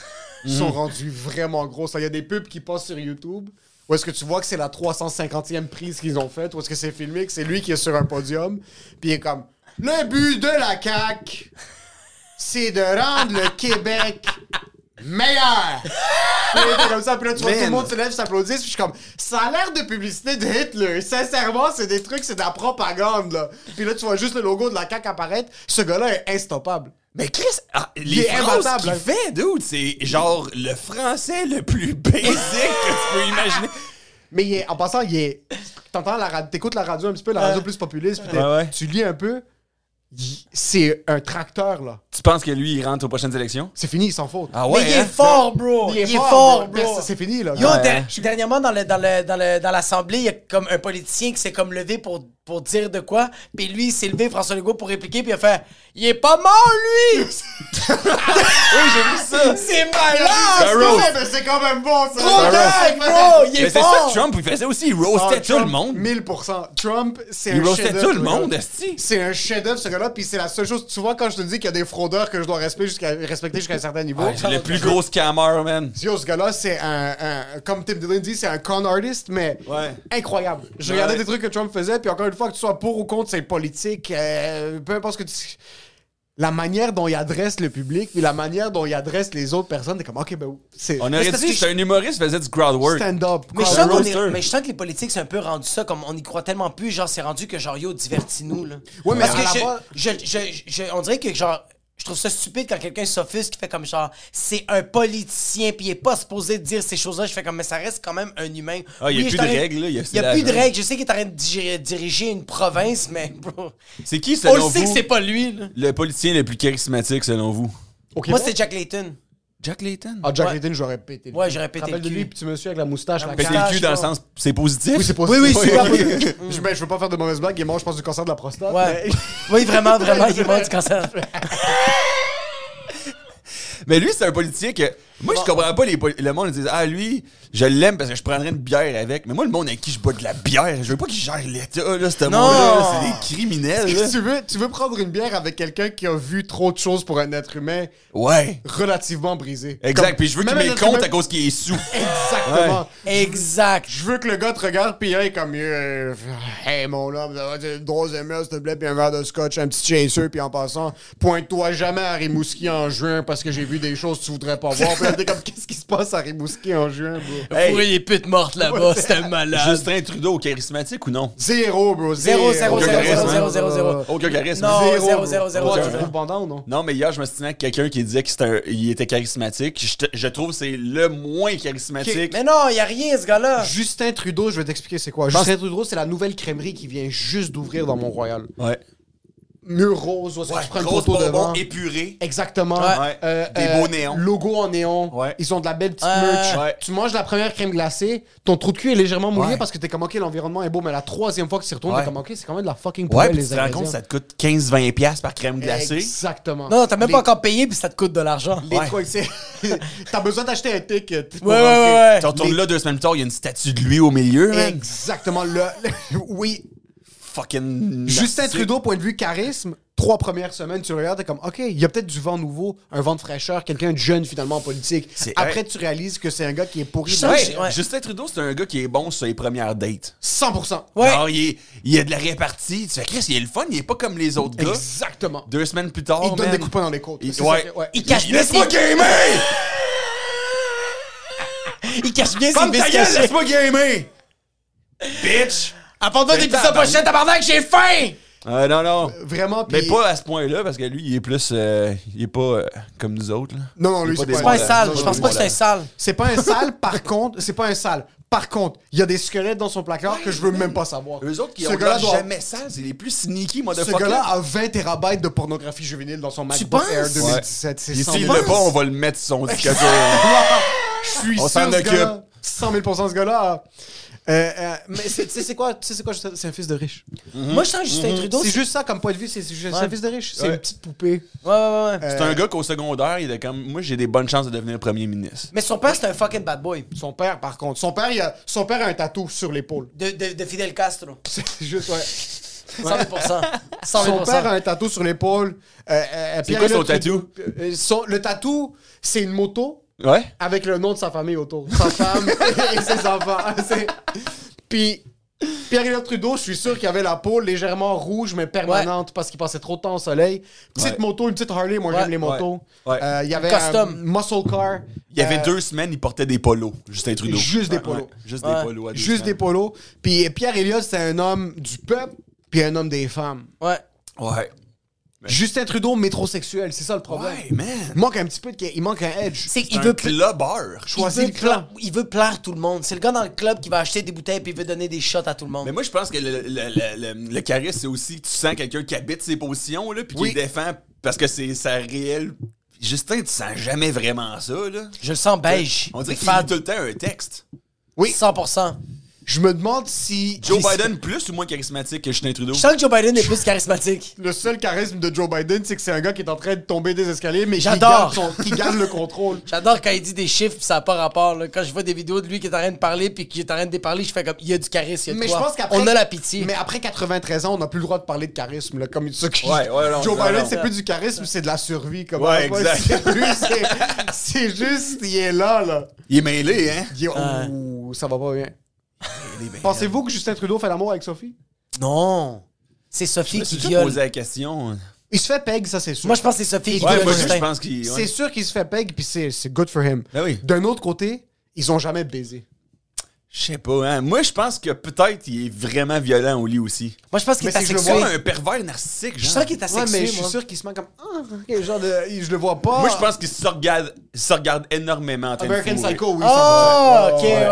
D: sont rendues vraiment grosses. Il y a des pubs qui passent sur YouTube. Où est-ce que tu vois que c'est la 350e prise qu'ils ont faite? Où est-ce que c'est filmé que c'est lui qui est sur un podium? Puis il est comme Le but de la CAQ, c'est de rendre le Québec meilleur! Puis il était comme ça, puis là, tu vois, tout le monde se lève, s'applaudit, puis je suis comme, ça a l'air de publicité de Hitler. Sincèrement, c'est des trucs, c'est de la propagande, là. Puis là, tu vois juste le logo de la CAQ apparaître. Ce gars-là est instoppable.
E: Mais Chris, ah,
D: Il
E: les
D: est
E: phrases
D: imbattable,
E: qu'il
D: hein.
E: fait, dude, c'est genre le français le plus basic que tu peux imaginer.
D: Mais il est- en passant, il est. T'entends la radio, t'écoutes la radio un petit peu, la radio plus populiste, puis t'es-
E: Ouais, ouais.
D: tu lis un peu. il- C'est un tracteur, là.
E: Tu penses que lui, il rentre aux prochaines élections?
D: C'est fini, il s'en faut.
E: Ah
C: Mais il est fort, bro! Il est, fort, bro!
D: C'est fini, là.
C: Yo,
E: Ouais,
C: der-
E: hein.
C: dernièrement, dans le, dans le- dans le- dans l'Assemblée, il y a comme un politicien qui s'est comme levé pour, pour dire de quoi. Puis lui, il s'est levé, François Legault, pour répliquer, puis il a fait « Il est pas mort, lui! »
E: ça!
C: C'est
D: Ah,
C: malade!
D: c'est
E: Barrow.
D: vrai, mais c'est quand même bon, ça.
C: Trop dingue, bro! Il
E: Mais
C: est
E: c'est ça
C: fort!
E: que Trump, il faisait aussi, il roastait
D: Ah,
E: Oh, tout le
D: Trump,
E: monde.
D: 1000%. Trump, c'est
E: Il
D: un
E: roastait
D: chef-d'œuvre,
E: tout le
D: gars.
E: monde, esti.
D: C'est un chef-d'œuvre, ce gars-là, puis c'est la seule chose. Tu vois, quand je te dis qu'il y a des fraudeurs que je dois respecter jusqu'à respecter jusqu'à un certain niveau.
E: C'est Ah, le plus gros scammer, man.
D: Yo, ce gars-là, c'est un, un- Comme Tim Dillon dit, c'est un con artist, mais
E: Ouais.
D: incroyable. Je
E: Ouais.
D: regardais des trucs que Trump faisait, puis encore une fois, que tu sois pour ou contre, c'est politique. euh, peu importe ce que tu. La manière dont il adresse le public, puis la manière dont il adresse les autres personnes, t'es comme, ok, ben, c'est.
E: On aurait
C: c'est parce
E: dit
C: que
E: que c'était un humoriste qui faisait du crowd work.
D: Stand-up.
C: Mais je,
D: quoi.
C: sens qu'on
E: roaster.
C: est- mais je sens que les politiques, c'est un peu rendu ça, comme on y croit tellement plus, genre, c'est rendu que genre, yo, divertis-nous, là.
D: Ouais, mais
C: Parce
D: à
C: que
D: la
C: je-
D: base-
C: je, je- je- on dirait que genre. Je trouve ça stupide quand quelqu'un s'offusque qui fait comme genre c'est un politicien puis il est pas supposé dire ces choses-là. Je fais comme mais ça reste quand même un humain.
E: Ah, il y
C: Oui,
E: a plus
C: je suis en
E: de
C: train-
E: règles, là, il y a-
C: Il y a
E: la-
C: plus de règles. Je sais qu'il est en train de digérer- diriger une province, mais bro,
E: C'est qui,
C: on
E: selon
C: le sait que
E: vous,
C: c'est pas lui. là.
E: le politicien le plus charismatique, selon vous?
D: Ok,
C: Moi
D: bon.
C: c'est Jack Layton.
E: Jack Layton.
D: Ah, Jack
C: Ouais.
D: Layton, j'aurais pété. le
C: Ouais,
D: cul.
C: j'aurais pété
D: Rappelle
C: le
D: de
C: cul.
D: lui, petit monsieur avec la moustache, la
C: Pété
E: Péter
D: carte.
E: le cul dans le sens, c'est positif?
D: Oui, c'est
E: pas
D: possible.
C: Oui, oui, c'est pas
D: possible. je, ben, je veux pas faire de mauvaises blagues, il est mort, je pense, du cancer de la prostate.
C: Ouais.
D: mais-
C: oui vraiment vraiment il est mort du cancer.
E: Mais lui, c'est un politicien que. Moi, je comprends pas les poli- le monde. Ils disent Ah, lui, je l'aime parce que je prendrais une bière avec. Mais moi, le monde avec qui je bois de la bière, je veux pas qu'il gère l'État, là, ce monde-là. là. C'est des criminels, là.
D: Si tu veux, tu veux prendre une bière avec quelqu'un qui a vu trop de choses pour un être humain
E: Ouais.
D: relativement brisé.
E: Exact.
D: Comme-
E: Puis je veux qu'il
D: même un
E: m'ait
D: être
E: compte
D: humain-
E: à cause qu'il est sous.
D: Exactement.
E: Ouais.
C: exact.
D: Je veux que le gars te regarde, puis il est comme euh, Hey, mon homme, ça va être une drôle de merde, s'il te plaît, puis un verre de scotch, un petit chaser, puis en passant, pointe-toi jamais à Rimouski en juin parce que j'ai vu des choses que tu voudrais pas voir. Puis là, t'es comme Qu'est-ce qui se passe à Rimouski en juin, bro
E: Hey.
C: Pourri, il est pute morte là-bas, c'est un malade.
E: Justin Trudeau, charismatique ou non?
D: Zéro, bro.
C: Zéro, zéro,
E: Aucun
C: zéro,
E: charisme,
C: zéro, zéro,
E: hein?
C: zéro, zéro.
E: Aucun charisme.
C: Non,
E: Zéro.
C: zéro, zéro, zéro,
D: Toi,
C: zéro,
D: tu
C: zéro.
D: trouves bandant ou non?
E: Non, mais hier, je me suis dit avec quelqu'un qui disait qu'il était, un- il était charismatique. Je, te- je trouve que c'est le moins charismatique.
C: Mais non, il y a rien ce gars-là.
D: Justin Trudeau, je vais t'expliquer c'est quoi. Justin Trudeau, c'est la nouvelle crèmerie qui vient juste d'ouvrir dans Mont-Royal.
E: Ouais.
D: mur rose, où est-ce que
E: Ouais,
D: tu prends le
E: grosse
D: poteau
E: bonbon
D: devant.
E: épurée.
D: Exactement. Euh,
E: Ouais. Des beaux néons.
D: Logo en néon.
E: Ouais.
D: Ils ont de la belle petite
C: Ouais.
D: merch.
E: Ouais.
D: Tu manges la première crème glacée, ton trou de cul est légèrement mouillé
E: Ouais.
D: parce que t'es comme, OK, l'environnement est beau, mais la troisième fois que tu y retournes,
E: Ouais.
D: t'es comme, OK, c'est quand même de la fucking
E: Ouais,
D: poubelle,
E: puis tu
D: les
E: te rends compte que
D: ingrédients.
E: ça te coûte 15-20$ piastres par crème glacée.
D: Exactement.
C: Non, t'as même
D: Les-
C: pas encore payé, puis ça te coûte de l'argent.
D: les trois- c'est- T'as besoin d'acheter un ticket. pour
C: Ouais, ouais,
D: rentrer.
C: ouais, ouais.
E: Tu retournes là deux semaines plus tard, il y a une statue de lui au milieu, man.
D: Exactement. Le, le- oui.
E: Fucking.
D: Justin
E: narcissique.
D: Trudeau, point de vue charisme, trois premières semaines, tu le regardes, t'es comme, OK, il y a peut-être du vent nouveau, un vent de fraîcheur, quelqu'un de jeune finalement en politique.
E: C'est-
D: Après, tu réalises que c'est un gars qui est pourri.
C: Je
D: dans-
C: sais-
E: Ouais,
C: Ouais.
E: Justin Trudeau, c'est un gars qui est bon sur les premières dates.
D: 100%.
C: Ouais.
E: Genre, il, est- il a de la répartie. Tu fais, Chris, il est le fun, il est pas comme les autres gars.
D: Exactement.
E: Deux semaines plus tard,
D: Il te donne
E: man,
D: des coups de poing dans les côtes.
E: il-
D: C'est
E: ouais.
D: ça que- ouais.
C: Il cache-
E: Laisse-moi
C: il-
E: gamer!
C: Il cache bien ses
E: Comme ta
C: vis
E: gueule,
C: cachés.
E: laisse-moi gamer! Bitch!
C: Apporte-moi des
E: Mais
C: pizzas
E: tabarnak.
C: pochettes, tabarnak, j'ai faim!
E: Euh, non, non.
D: Vraiment,
E: Mais
D: puis-
E: pas à ce point-là, parce que lui, il est plus. euh, il est pas euh, comme nous autres, là.
D: Non, non, lui,
E: pas
D: c'est
E: des
D: pas,
C: C'est pas un
E: Ouais,
C: sale,
E: non,
C: je
E: je
C: pense
E: le
C: pas que c'est
E: vois,
C: un sale.
D: C'est pas un sale, par contre, c'est pas un sale. Par contre, il y a des squelettes dans son placard que je veux même pas savoir.
E: Eux autres qui
D: Ce
E: ont
D: gars-là
E: l'air
D: doit-
E: jamais sales, c'est les plus sneaky,
D: Ce
E: motherfucker.
D: gars-là a 20 térabytes de pornographie juvénile dans son MacBook
C: penses?
D: Air
C: Ouais.
D: 2017. C'est
E: Et
D: 100
E: s'il
D: 000.
E: l'a pas, on va le mettre sur son disque dur.
D: Je suis
E: On
D: sûr,
E: s'en
D: ce
E: occupe.
D: gars-là, 100 000 ce gars-là. euh, euh, mais c'est- tu sais c'est quoi, tu sais c'est quoi, c'est un fils de riche.
E: Mhm.
C: Moi, je sens que Justin Trudeau.
D: C'est juste ça comme point de vue, c'est c'est juste un fils de riche, c'est
E: Ouais.
D: une petite poupée.
C: Ouais, ouais, ouais.
D: Euh.
E: C'est un gars qu'au secondaire, il était comme. Moi, j'ai des bonnes chances de devenir premier ministre.
C: Mais son père, c'est un fucking bad boy.
D: Son père par contre, son père il a, son père a un tatou sur l'épaule.
C: De, de, de Fidel Castro.
D: C'est juste ouais.
C: 100 000 100
D: Son
C: 000
D: père a un tatou sur l'épaule. Euh, euh, Pierre
E: quoi
D: Elliott
E: son
D: qui-
E: tatou?
D: Euh, son- le tatou, c'est une moto
E: Ouais?
D: avec le nom de sa famille autour. Sa femme et ses enfants. C'est- Puis Pierre-Éliott Trudeau, je suis sûr qu'il avait la peau légèrement rouge, mais permanente, parce qu'il passait trop de temps au soleil. Petite
E: Ouais.
D: moto, une petite Harley, moi j'aime les motos.
E: ouais.
D: Euh, il y avait
C: Custom.
D: un muscle car.
E: Il y avait
D: Euh,
E: deux semaines, il portait des polos, Justin Trudeau.
D: Juste des
E: Ouais,
D: polos.
E: ouais, Juste
C: Ouais.
E: des polos. à deux
D: Juste des
E: semaines.
D: polos. Puis pierre Elliott, c'est un homme du peuple, puis un homme des femmes.
C: Ouais.
E: Ouais.
D: Justin Trudeau, métrosexuel, c'est ça le problème.
E: Ouais, man.
D: Il manque un petit peu de... Il manque un edge.
C: C'est qu'il
E: Il
C: veut
E: veut
C: plus.
E: clubbeur.
C: Il
D: Choisis
C: veut,
D: le clan.
C: pla- il veut plaire tout le monde. C'est le gars dans le club qui va acheter des bouteilles puis il veut donner des shots à tout le monde.
E: Mais moi, je pense que le, le- le- le- le charisme, c'est aussi que tu sens quelqu'un qui habite ses positions, là, puis
D: Oui.
E: qui les défend parce que c'est sa réelle. Justin, tu sens jamais vraiment ça, là.
C: je le sens beige.
E: On dirait qu'il
C: Fade.
E: lit tout le temps un texte.
D: Oui.
C: 100%.
D: Je me demande si...
E: Joe Biden, plus ou moins charismatique que Justin Trudeau?
C: Je sens que Joe Biden est plus charismatique.
D: Le seul charisme de Joe Biden, c'est que c'est un gars qui est en train de tomber des escaliers, mais qui
C: J'adore.
D: garde, son- qui garde le contrôle.
C: J'adore quand il dit des chiffres pis ça n'a pas rapport. là. Quand je vois des vidéos de lui qui est en train de parler puis qui est en train de déparler, je fais comme il y a du charisme, il y a de
D: Mais je
C: quoi.
D: pense qu'après-
C: On a la pitié.
D: Mais après 93 ans, on n'a plus le droit de parler de charisme. Là, comme ce que-
E: Ouais, ouais, non,
D: Joe
E: non,
D: Biden,
E: non.
D: c'est plus du charisme, c'est de la survie. Comme
E: Ouais,
D: avant.
E: exact.
D: C'est plus- c'est- C'est juste, il est là, là.
E: Il est mêlé, hein?
D: Il est- Ouh, ça va pas bien. Pensez-vous que Justin Trudeau fait l'amour avec Sophie?
C: Non. C'est Sophie qui
E: Tu
C: viole.
E: posé la question.
D: Il se fait peg, ça, c'est sûr.
C: Moi, je pense que c'est Sophie qui
D: Ouais,
C: viole
D: moi,
C: Justin.
E: je pense qu'il. ouais.
D: C'est sûr qu'il se fait peg, puis c'est c'est good for him.
E: Ben oui.
D: D'un autre côté, ils ont jamais baisé.
E: Je sais pas, hein. Moi, je pense que peut-être il est vraiment violent au lit aussi.
C: Moi, je pense qu'il
D: Mais
C: est
D: c'est que je le
E: C'est
C: asexué.
E: pas un pervers narcissique,
C: Je
E: genre.
C: sens qu'il est asexué,
D: Ouais, mais je suis
C: moi.
D: sûr qu'il se met comme. Ah, quel genre de. Je le vois pas.
E: Moi, je pense qu'il se regarde, il se regarde énormément en train de
D: American
E: fourrer.
D: Psycho, oui.
C: Ah,
D: ça
C: ok,
D: va.
C: ouais, ouais, ouais,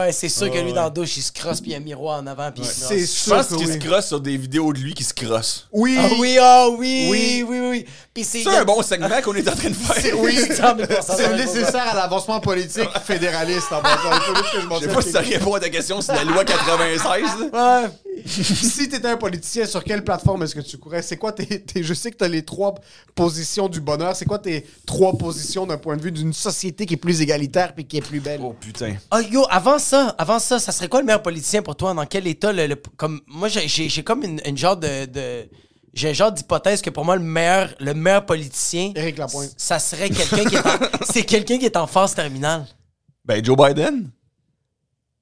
C: ouais, ouais. C'est sûr que lui,
E: ouais.
C: dans la douche, il se crosse puis il y a un miroir en avant puis il se
D: C'est
C: brosse.
E: Je
D: sûr.
E: pense
D: que
E: qu'il
D: oui.
E: se crosse sur des vidéos de lui qui se crosse.
D: Oui.
C: Ah oui, ah oui, oui,
D: Oui.
C: oui, oui. Puis c'est.
E: C'est un bon segment qu'on est en train de faire.
D: Oui.
C: Cent mille pour cent, cent
D: C'est
C: mille pour cent.
D: nécessaire à l'avancement politique fédéraliste en passant. Il faut juste que je m'en
E: Je sais
D: tienne
E: Ah. pas si ça
D: quelque
E: répond à ta question sur la loi 96. là.
C: Ouais.
D: part. Si t'étais un politicien, sur quelle plateforme est-ce que tu courais C'est quoi tes, tes- Je sais que t'as les trois positions du bonheur. C'est quoi tes trois positions d'un point de vue d'une société qui est plus égalitaire puis qui est plus belle
E: Oh putain.
C: Ah, yo, avant ça, avant ça, ça serait quoi le meilleur politicien pour toi? Dans quel état? Le, le- comme, moi, j'ai- j'ai j'ai comme une, une genre de. de- j'ai un genre d'hypothèse que pour moi, le meilleur, le meilleur politicien.
D: Éric Lapointe.
C: Ça serait quelqu'un qui est en, c'est quelqu'un qui est en phase terminale.
E: Ben, Joe Biden?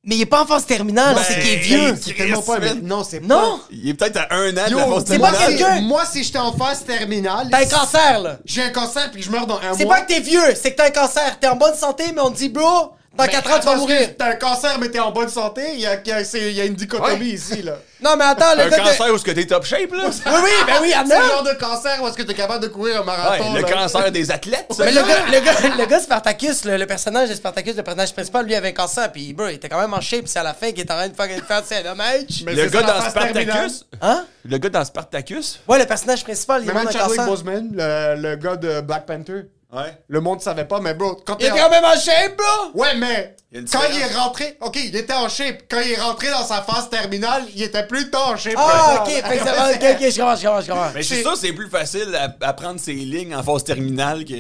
C: Mais il est pas en phase terminale,
E: Ben,
C: c'est qu'il est
E: il-
C: vieux.
D: C'est tellement pas.
E: Chris,
D: un- Non, c'est
C: Non!
E: Il est peut-être à un an de
D: Yo,
E: la force
C: c'est
E: terminale.
C: pas quelqu'un- Ben,
D: Moi, si j'étais en phase terminale,
C: T'as un cancer, là!
D: j'ai un cancer puis que je meurs dans un mois.
C: C'est pas que t'es vieux, c'est que t'as un cancer. T'es en bonne santé, mais on te dit, bro, Dans 4 ans, tu vas mourir.
D: T'as un cancer, mais t'es en bonne santé. Il y a, il y a- c'est- il y a une dichotomie
E: Ouais.
D: ici, là.
C: Non, mais attends, le
E: Un
C: gars de-
E: cancer où ce que t'es top shape, là?
C: Oui, oui, ben oui,
D: C'est le genre
C: Anna.
D: de cancer où est-ce que t'es capable de courir un marathon.
E: Ouais, le
D: là.
E: cancer des athlètes, ça.
C: Mais le gars, le, gars, le gars Spartacus, le, le personnage de Spartacus, le personnage principal, lui avait un cancer, puis bro, il était quand même en shape, c'est à la fin qu'il est en train de faire une fête, c'est un match.
D: Mais
E: Le
D: c'est
E: gars
D: ça, la
E: dans
D: phase
E: Spartacus.
D: terminale.
C: Hein?
E: Le gars dans Spartacus.
C: Ouais, le personnage principal, il
D: Mais
C: a un
D: même Chadwick
C: cancer.
D: Boseman, le, le gars de Black Panther,
E: Ouais.
D: le monde savait pas, mais bro, quand
C: Il est
D: t'es en-
C: quand même en shape, bro!
D: Ouais, mais
E: Il y a une
D: quand il
E: différence.
D: est rentré, ok, il était en shape. Quand il est rentré dans sa phase terminale, il était plus tant en shape.
C: Ah, ok,
D: que ça.
C: fait que ça va- ok, ok, je comprends, je comprends, je comprends.
E: Mais je suis
D: C'est-
E: sûr que c'est plus facile à, à prendre ses lignes en phase terminale que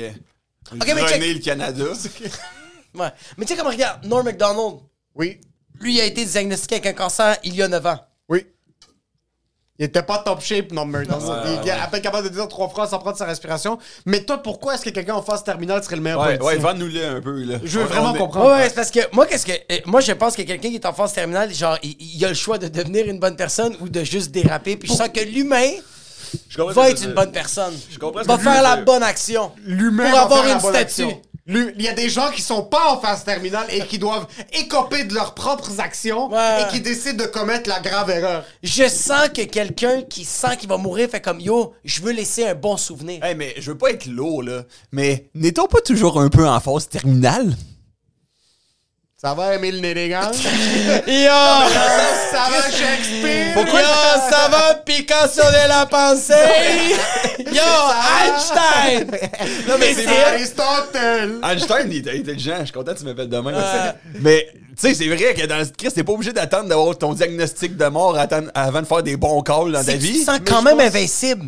C: mais check.
E: René le Canada.
C: Ouais. Mais tu sais, comme regarde, Norm MacDonald,
D: Oui,
C: lui, il a été diagnostiqué avec un cancer il y a 9 ans.
D: oui. Il était pas top shape, non, mais dans son- Il est à peine capable de dire trois phrases sans prendre sa respiration. Mais toi, pourquoi est-ce que quelqu'un en phase terminale serait le meilleur
E: Ouais,
D: politicien?
E: ouais, vends-nous-le un peu, là.
D: Je veux
E: On-
D: vraiment
E: on est-
D: comprendre.
C: Ouais, ouais, c'est parce que moi, qu'est-ce que. euh, Moi, je pense que quelqu'un qui est en phase terminale, genre, il, il a le choix de devenir une bonne personne ou de juste déraper. Puis je sens que l'humain
E: Je comprends ce
C: va
E: que
C: être
E: tu
C: une
E: dis.
C: bonne personne.
E: Je comprends ce
C: Va
E: que
C: faire
E: tu
C: la
E: veux.
C: bonne action.
D: L'humain
C: Pour
D: va
C: avoir
D: faire la
C: une
D: bonne
C: statue.
D: action. L'hu- Il y a des gens qui sont pas en phase terminale et qui doivent écoper de leurs propres actions
C: Ouais.
D: et qui décident de commettre la grave erreur.
C: Je sens que quelqu'un qui sent qu'il va mourir fait comme yo, je veux laisser un bon souvenir.
E: Hey, mais je veux pas être lourd, là. Mais n'est-on pas toujours un peu en phase terminale?
D: Ça va, Émile Nédégan?
C: Yo!
D: ça va, Shakespeare?
C: Yo, ça va, Picasso de la pensée? Yo, Einstein! Non, mais
D: C'est
C: c'est. Ah,
D: Aristotel!
E: Einstein, il était intelligent. Je suis content que tu m'appelles demain. Mais, tu sais, c'est vrai que dans le Christ, t'es pas obligé d'attendre d'avoir ton diagnostic de mort attendre- avant de faire des bons calls dans ta
C: c'est que Tu
E: vie.
C: te sens
E: Mais
C: quand
E: je
C: même
E: pense-
C: invincible.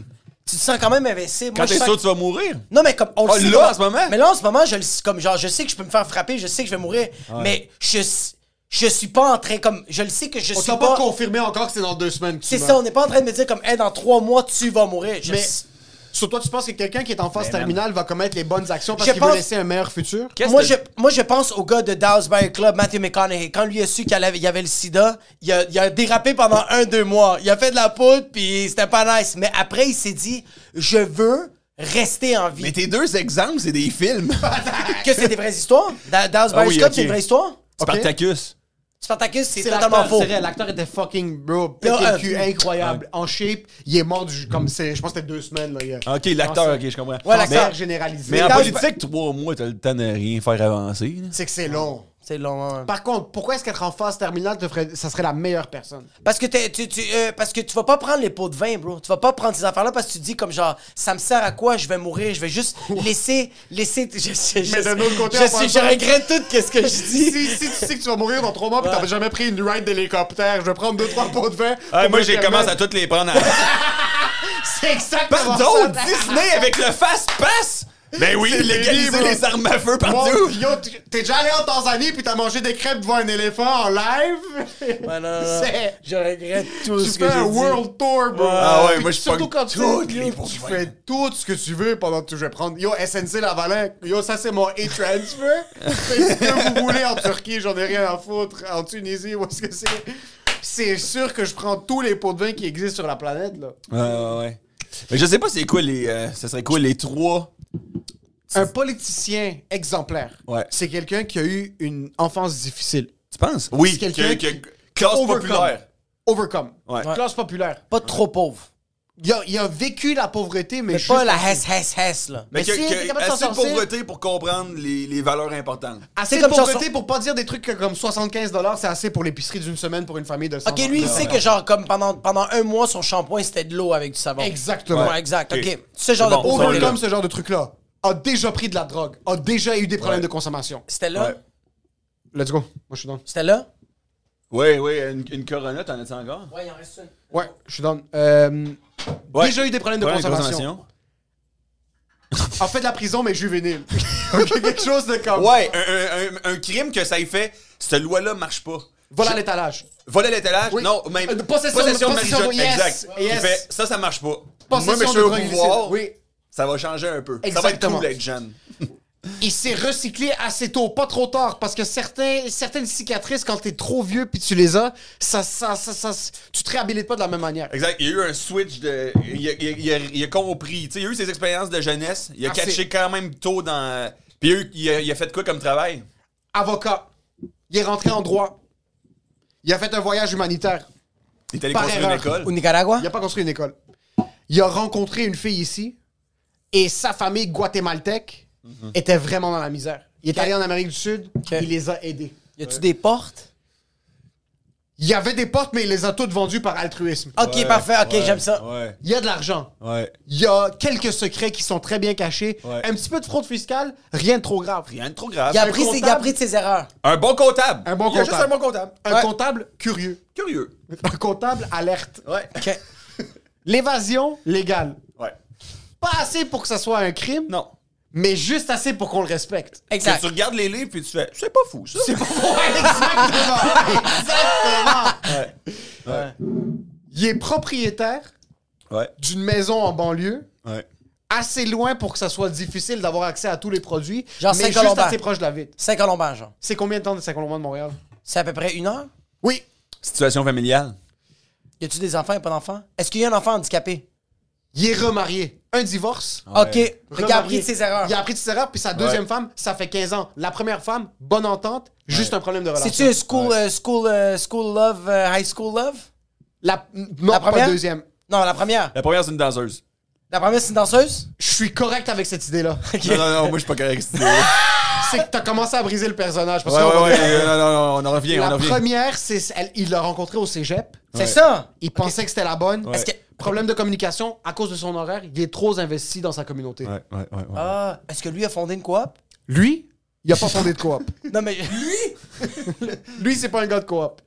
C: Tu te sens quand même invincible.
E: Quand
C: Moi, je
E: t'es
C: sens
E: sûr
C: que-
E: que tu vas mourir.
C: Non, mais comme on le
E: Ah,
C: sait,
E: là,
C: moi-
E: en ce moment?
C: Mais là, en ce moment, je le sais comme genre, je sais que je peux me faire frapper, je sais que je vais mourir, mais je, s- je suis pas en train comme. Je le sais que je
D: On
C: suis
D: t'a
C: pas.
D: pas confirmé encore que c'est dans deux semaines que tu
C: c'est
D: meurs.
C: ça, on n'est pas en train de me dire comme, hey, dans trois mois, tu vas mourir. Je
D: Mais
C: s-
D: sur toi, tu penses que quelqu'un qui est en phase terminale va commettre les bonnes actions parce
C: Je
D: qu'il
C: pense-
D: veut laisser un meilleur futur?
E: Qu'est-ce
C: Moi
E: que-
C: je, moi, je pense au gars de Dallas Buyers Club, Matthew McConaughey. Quand lui a su qu'il avait, il avait le sida, il a, il a dérapé pendant un, deux mois. Il a fait de la poudre, puis c'était pas nice. Mais après, il s'est dit, je veux rester en vie.
E: Mais tes deux exemples, c'est des films.
C: Que c'est des vraies histoires? Da- Dallas Buyers
E: Ah oui,
C: Club,
E: ok.
C: c'est une vraie histoire?
E: Spartacus.
C: Spartacus, c'est
D: l'acteur,
C: totalement faux.
D: c'est vrai, L'acteur était fucking bro,
C: Non,
D: pété
C: euh,
D: le cul, incroyable, en shape. Il est mort du, comme c'est, je pense que c'était deux semaines là. il y a-
E: Ok, l'acteur,
D: Non,
E: ok, je comprends.
C: Ouais,
D: cancer
C: l'acteur.
D: généralisé.
E: Mais en
C: Dans-
E: politique, trois mois, t'as le temps de rien faire avancer. là.
D: c'est que c'est long.
C: C'est long. hein.
D: Par contre, pourquoi est-ce qu'être en phase terminale, te ferait- ça serait la meilleure personne?
C: Parce que, t'es- tu, tu, euh, parce que tu vas pas prendre les pots de vin, bro. Tu vas pas prendre ces affaires-là parce que tu te dis comme genre, ça me sert à quoi? Je vais mourir. Je vais juste laisser... laisser je, je- je-
D: Mais d'un autre côté,
C: je,
D: en
C: suis- je
D: pensant-
C: regrette tout qu'est-ce que je dis.
D: Si, si tu sais que tu vas mourir dans trois mois pis t'as jamais pris une ride d'hélicoptère, je vais prendre deux, trois pots de vin.
E: Ah,
D: pour
E: moi,
D: me
E: j'ai
D: permettre-
E: commencé à toutes les prendre. en-
D: C'est exactement
E: Pardon,
D: ça.
E: Disney avec le fast-pass? Ben oui,
D: C'est
E: légaliser
D: débile,
E: les armes à feu
D: Mon-
E: partout.
D: yo, t- t'es déjà allé en Tanzanie puis t'as mangé des crêpes devant un éléphant en live?
C: Ouais, non, non, non.
D: C'est-
C: Je regrette tout
D: Tu
C: ce que
D: fais
C: j'ai
D: un
C: dit.
D: world tour, bro.
E: Ah ouais,
D: Puis
E: moi, je
D: Surtout
E: pogne
D: quand tu
E: toutes
D: tu
E: les bourgeois.
D: fais tout ce que tu veux pendant que je vais prendre. Yo, SNC Lavalin, yo, ça c'est mon e-transfer. Faites ce que vous voulez en Turquie, j'en ai rien à foutre. En Tunisie, où est-ce que c'est? Puis C'est sûr que je prends tous les pots de vin qui existent sur la planète, là.
E: Ouais, ouais, ouais. Mais je sais pas c'est quoi les. euh, ce serait quoi les trois.
D: Un politicien exemplaire,
E: Ouais.
D: c'est quelqu'un qui a eu une enfance difficile.
E: Tu penses? Oui,
D: C'est
E: que,
D: quelqu'un
E: que-
D: qui-
E: classe
D: Overcome.
E: populaire.
D: Overcome.
E: Ouais.
D: Classe populaire.
C: Pas trop pauvre.
D: Il a, il a vécu la pauvreté, mais,
C: Mais
D: juste-
C: pas la hess, hess, hess, là.
D: Mais
E: Mais, que,
D: si,
E: que-
D: t'es capable de s'en
E: assez de
D: sortir.
E: pauvreté pour comprendre les, les valeurs importantes.
D: Assez
C: C'est
D: de
C: comme chanson-
D: pauvreté pour pas dire des trucs que comme 75 c'est assez pour l'épicerie d'une semaine pour une famille de 100
C: Ok, lui, il sait que genre, comme pendant, pendant un mois, son shampoing, c'était de l'eau avec du savon.
D: Exactement.
C: Ouais, exact.
E: Ok.
C: Ok. Ce genre
E: C'est
C: de
E: bon.
C: pauvreté.
D: Ah, Overcome ce genre de truc-là a déjà pris de la drogue, a déjà eu des problèmes de consommation.
C: C'était là?
E: Ouais.
D: Let's go. Moi, je suis down.
C: C'était là?
E: Oui, oui, une, une corona, t'en as-tu encore?
C: Ouais, il en reste une.
D: Ouais, je suis down. Euh,
E: Ouais.
D: Déjà eu des problèmes de
E: Problème
D: consommation. En fait, la prison, mais juvénile. Ok, quelque chose de comme...
E: Ouais, un, un- un- un crime que ça ait fait, cette loi-là marche pas.
D: Voilà l'étalage.
E: Voler l'étalage,
D: Oui.
E: non, même.
D: Euh, de possession-
E: de
D: possession de-
E: marijuana.
D: yes,
E: exact. Il
D: yes.
E: fait, ça, ça marche pas.
D: Possession
E: Moi,
D: de
E: monsieur, au
D: drogue illicite.
E: pouvoir,
D: Oui.
E: ça va changer un peu. Ça va
D: Exactement.
E: être cool d'être jeune.
D: Il s'est recyclé assez tôt, pas trop tard, parce que certains, certaines cicatrices, quand t'es trop vieux puis tu les as, ça, ça, ça, ça, tu te réhabilites pas de la même manière.
E: Exact. Il y a eu un switch de. Il a, il a- il a- il a compris. Tu sais, il a eu ses expériences de jeunesse. Il a
D: Ah,
E: catché
D: c'est-
E: quand même tôt dans. Puis il a, eu- il a- il a fait quoi comme travail?
D: Avocat. Il est rentré en droit. Il a fait un voyage humanitaire.
E: Il est allé
D: Par
E: construire une
D: erreur.
E: école.
C: Au Nicaragua?
D: Il n'a pas construit une école. Il a rencontré une fille ici et sa famille guatémaltèque
E: Mhm.
D: était vraiment dans la misère. Il est allé en Amérique du Sud, il les a aidés.
C: Y a-tu des portes?
D: Il y avait des portes, mais il les a toutes vendues par altruisme.
C: Ok,
E: Ouais,
C: parfait. Ok,
E: ouais,
C: j'aime ça.
E: Ouais.
D: Il y a de l'argent.
E: Ouais.
D: Il y a quelques secrets qui sont très bien cachés.
E: Ouais.
D: Un petit peu de fraude fiscale, rien de trop grave.
E: Rien de trop grave.
C: Il a,
E: Un
C: pris ses, il a
E: comptable.
C: pris de ses erreurs.
E: Un bon comptable.
D: Un bon
E: Il y a juste un
D: comptable.
E: bon comptable.
D: Un
E: Ouais.
D: comptable curieux.
E: Curieux.
D: Un comptable alerte.
E: Ouais.
C: Ok.
D: L'évasion légale.
E: Ouais.
D: Pas assez pour que ça soit un crime,
E: Non.
D: mais juste assez pour qu'on le respecte.
E: Que
C: Exact.
E: tu regardes les livres puis tu fais, c'est pas fou ça. C'est pas fou.
D: Exactement. Exactement. Il est propriétaire
E: Ouais.
D: d'une maison en banlieue,
E: Ouais.
D: assez loin pour que ça soit difficile d'avoir accès à tous les produits,
C: Genre
D: mais juste
C: Saint-Colomban.
D: assez proche de la ville.
C: Saint-Colomban, genre.
D: C'est combien de temps de Saint-Colomban de Montréal?
C: C'est à peu près une heure?
D: Oui.
E: Situation familiale.
C: Y a-tu des enfants et pas d'enfants? Est-ce qu'il y a un enfant handicapé?
D: Il est remarié. Un divorce.
C: Ok. Fait qu'il a
D: Remarié.
C: appris de ses erreurs.
D: Il a appris de ses erreurs, puis sa deuxième femme, ça fait 15 ans. La première femme, bonne entente, juste un problème de relation.
C: C'est-tu un school, euh, school, euh, school love, euh, high school love?
D: La, non,
C: La
D: pas
C: première?
D: deuxième.
C: Non, la première.
E: La première, c'est une danseuse.
C: La première, c'est une danseuse?
D: Je suis correct avec cette idée-là.
E: Non, non, non, moi je suis pas correct. avec cette idée-là.
D: C'est que t'as commencé à briser le personnage. Parce
E: ouais,
D: qu'on
E: ouais,
D: va-
E: ouais. euh, Non, non, non, on en revient, on
D: La
E: en revient.
D: première, c'est elle- il l'a rencontrée au cégep.
C: C'est ça?
D: Il pensait que c'était la bonne.
E: Est-ce
C: que-
D: Problème de communication, à cause de son horaire, il est trop investi dans sa communauté.
E: Ouais, ouais, ouais. ouais.
C: Ah, est-ce que lui a fondé une coop?
D: Lui, il a pas fondé de coop.
C: Non, mais lui?
D: Lui, c'est pas un gars de coop.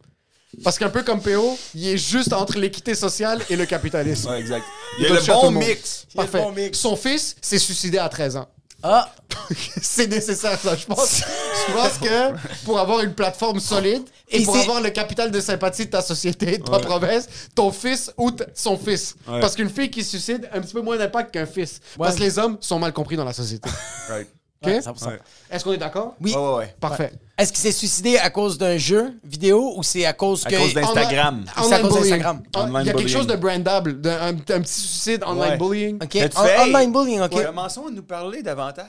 D: Parce qu'un peu comme PO, il est juste entre l'équité sociale et le capitalisme.
E: Ouais, exact. Il y a
D: Ah. touche
E: le
D: à tout
E: bon
D: le monde.
E: mix.
C: Il y a le
D: Parfait.
C: bon mix.
D: Son fils s'est suicidé à 13 ans.
C: Ah,
D: c'est nécessaire, ça, je pense. je pense que pour avoir une plateforme solide et,
C: Et
D: pour
C: c'est-
D: avoir le capital de sympathie de ta société, de ta province, ton fils ou t- son fils.
E: Ouais.
D: Parce qu'une fille qui se suicide a un petit peu moins d'impact qu'un fils. Parce que les hommes sont mal compris dans la société.
E: Right.
D: OK?
C: ouais, 100%.
E: Ouais.
D: Est-ce qu'on est d'accord?
C: Oui.
E: Ouais, ouais, ouais.
D: Parfait.
C: Est-ce qu'il s'est suicidé à cause d'un jeu vidéo ou c'est à cause
E: À
C: que.
E: cause d'un- Instagram.
D: Online
C: C'est à cause
D: bullying.
C: d'Instagram.
D: Ah, Il y a
E: Online
D: quelque
E: bullying.
D: chose de brandable, d'un- un, un petit suicide online
E: Ouais.
D: bullying.
C: Ok,
E: Mais tu
C: on-
E: fais-
C: online bullying, ok.
E: Commençons à nous parler davantage.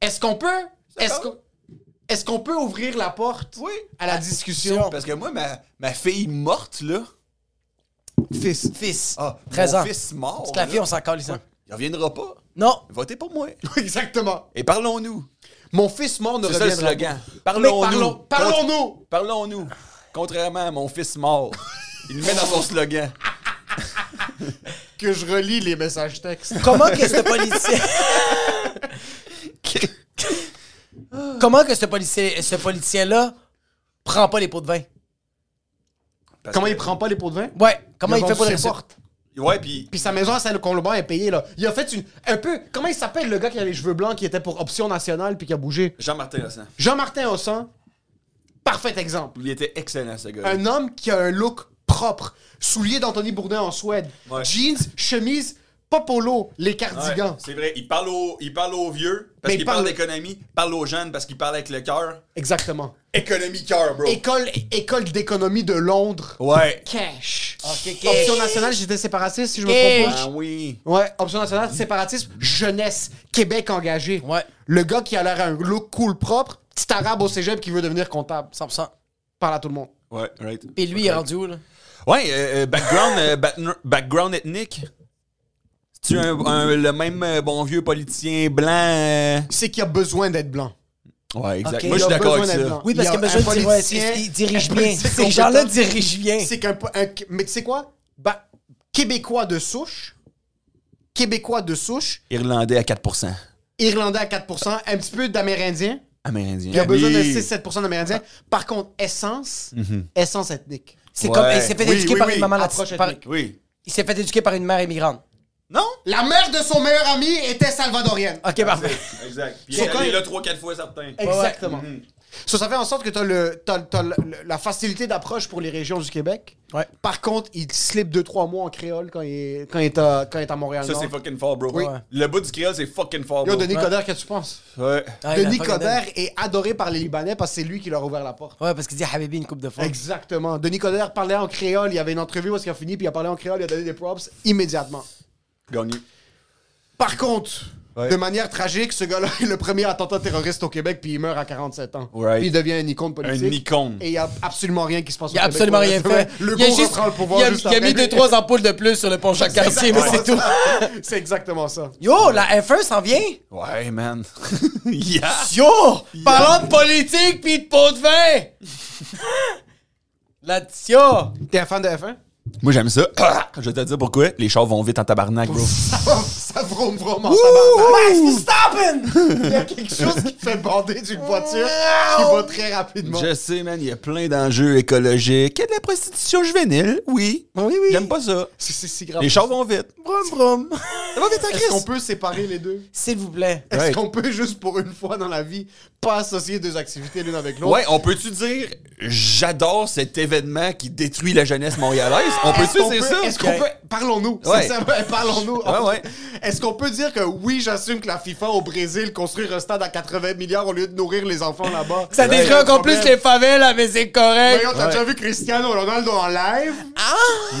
D: Est-ce qu'on peut? Est-ce
E: va.
D: qu'on est-ce qu'on peut ouvrir la porte
E: Oui.
D: à la discussion?
C: Ah,
E: Parce que moi, ma, ma fille morte, là.
D: Fils.
C: Fils.
E: Ah,
C: 13
E: mon
C: ans.
E: fils mort.
C: Parce que la
E: là,
C: fille, on s'en calisse. ça.
E: Il reviendra pas.
C: Non.
E: Votez pour moi.
D: Exactement.
E: Et parlons-nous.
D: Mon fils mort ne
E: C'est ça le
D: reviendra pas.
E: slogan. Parlons-nous.
D: Parlons- parlons-nous.
E: Contra- Parlons-nous. Contrairement à mon fils mort. Il le met dans son slogan.
D: que je relis les messages textes.
C: Comment que ce politicien. Comment que ce politicien, ce politicien-là prend pas les pots de vin?
E: Parce
D: Comment
E: que-
D: il prend pas les pots de vin?
C: Ouais. Comment
D: a
C: il fait
D: vendu
C: pour les
D: ses
C: recevoir?
D: portes.
E: Ouais, puis.
D: Puis sa maison à Saint-Colomban est payée, là. Il a fait une. Un peu. Comment il s'appelle le gars qui a les cheveux blancs, qui était pour Option Nationale, puis qui a bougé?
E: Jean-Martin Rossin.
D: Jean-Martin Hossan. Parfait exemple.
E: Il était excellent, ce gars.
D: Un homme qui a un look propre. Souliers d'Anthony Bourdin en Suède.
E: Ouais.
D: Jeans, chemise, pas polo, les cardigans.
E: c'est vrai. Il parle, aux, il parle aux vieux parce
D: Mais
E: qu'il
D: parle-
E: parle d'économie. Il parle aux jeunes parce qu'il parle avec le cœur.
D: Exactement.
E: Économie-cœur, bro.
D: École, école d'économie de Londres.
E: Ouais.
D: Cash.
C: Ok, ok.
D: Option Nationale, j'étais séparatiste, si je me
C: Cash.
D: trompe pas.
E: Ah oui.
D: Ouais, option nationale, séparatisme, jeunesse, Québec engagé.
C: Ouais.
D: Le gars qui a l'air un look cool propre, petit arabe au cégep qui veut devenir comptable. Ça
C: 100%.
D: parle à tout le monde.
E: Ouais, right.
C: Puis lui, il est rendu où, là?
E: Ouais, euh, euh, background, euh, batner- background ethnique. Tu un, un- le même euh, bon vieux politicien blanc. euh?
D: C'est qu'il a besoin d'être blanc.
E: Ouais, exact.
C: Ok.
E: Moi, je
D: Il
E: suis
D: a
E: d'accord avec
D: besoin d'être
E: ça.
D: blanc.
C: Oui, parce
D: Il y
C: qu'il a
D: a un
C: besoin de dire, ouais,
D: politicien,
C: ils dirigent
D: un
C: bien.
D: politique
C: Ces gens-là
D: compétent.
C: dirigent bien.
D: C'est qu'un. po- un- mais tu sais quoi? Bah, Québécois de souche, Québécois de souche,
E: Irlandais à 4
D: Irlandais à 4%, un petit peu d'Amérindien.
E: Amérindien.
D: Il a besoin de
E: Oui.
D: 6-7% d'Amérindiens. Par contre, essence, essence ethnique.
C: C'est
E: Ouais.
C: comme il s'est fait
E: Oui,
C: éduquer
E: oui,
C: par
E: oui.
C: une maman
D: Approche
C: latine- par-
D: ethnique.
E: Oui.
C: Il s'est fait éduquer par une mère immigrante.
E: Non?
D: La mère de son meilleur ami était salvadorienne.
C: Ok, parfait.
E: Exact. Puis
D: So,
E: il est
D: quand
E: allé
D: il-
E: là 3-4 fois certain.
D: Exactement. Ça, ça fait en sorte que tu as, le, t'as- t'as le- la facilité d'approche pour les régions du Québec.
C: Ouais.
D: Par contre, il slip 2-3 mois en créole quand il est, quand il est, à, quand il est à Montréal.
E: Ça, c'est fucking fort, bro.
D: Oui.
E: Le bout du créole, c'est fucking fort,
D: Yo,
E: bro.
D: Denis Coderre, qu'est-ce que tu penses?
E: Ouais.
C: Ouais,
D: Denis
C: la Ah, fucking
D: Coderre est adoré par les Libanais parce que c'est lui qui leur a ouvert la porte.
C: Ouais, parce qu'il dit Habibi une coupe de fois.
D: Exactement. Denis Coderre parlait en créole. Il y avait une entrevue où il a fini, puis il a parlé en créole, il a donné des props immédiatement.
E: Gagné.
D: Par contre,
E: Ouais.
D: De manière tragique, ce gars-là est le premier attentat terroriste au Québec, puis il meurt à 47 ans.
E: Right.
D: Puis il devient une icône politique.
E: Un icône.
D: Et il n'y a absolument rien qui se passe
C: Il a
D: au Québec.
C: absolument rien fait.
D: Le
C: il a
D: gros
C: juste-
D: reprend le pouvoir
C: il a,
D: juste
C: il a
D: après.
C: mis deux, trois ampoules de plus sur le pont Jacques-Cartier, mais c'est tout.
D: C'est exactement ça.
C: Yo, la F1 s'en vient.
E: Ouais, man.
D: Ah.
E: yeah.
C: Yo, parlons de politique puis de pot de vin. la
E: Ah
C: yo.
D: T'es un fan de F1?
E: Moi, j'aime ça. Ah, je vais te dire pourquoi. Les chars vont vite en tabarnak, bro.
D: ça vroom vroom en tabarnak.
C: Stopping!
D: Il y a quelque chose qui te fait bander d'une voiture qui va très rapidement.
E: Je sais, man, il y a plein d'enjeux écologiques. Il y a de la prostitution juvénile, oui. Oui, oui. J'aime pas ça.
D: C'est- C'est si grave.
E: Les chars vont vite.
C: Brum, brum.
E: Ça va vite hein, en
D: Est-ce qu'on peut séparer les deux?
C: S'il vous plaît.
D: Est-ce
E: Right.
D: qu'on peut juste pour une fois dans la vie pas associer deux activités l'une avec l'autre?
E: Ouais, on peut-tu dire j'adore cet événement qui détruit la jeunesse montréalaise? On
D: Est-ce
E: peut-tu
D: qu'on
E: dire
D: peut-
E: ça?
D: Est-ce qu'on
C: Ok.
D: peut. Parlons-nous.
E: Ouais.
D: Sincèrement, parlons-nous.
E: Ouais, ouais.
D: Est-ce qu'on peut dire que oui, j'assume que la FIFA au Brésil construire un stade à 80 milliards au lieu de nourrir les enfants là-bas?
C: Ça
D: Ouais,
C: détruit
D: y a un
C: encore
D: problème.
C: plus les favelas, mais c'est correct.
D: Voyons, t'as déjà vu Cristiano Ronaldo en live?
C: Ah!
D: ça.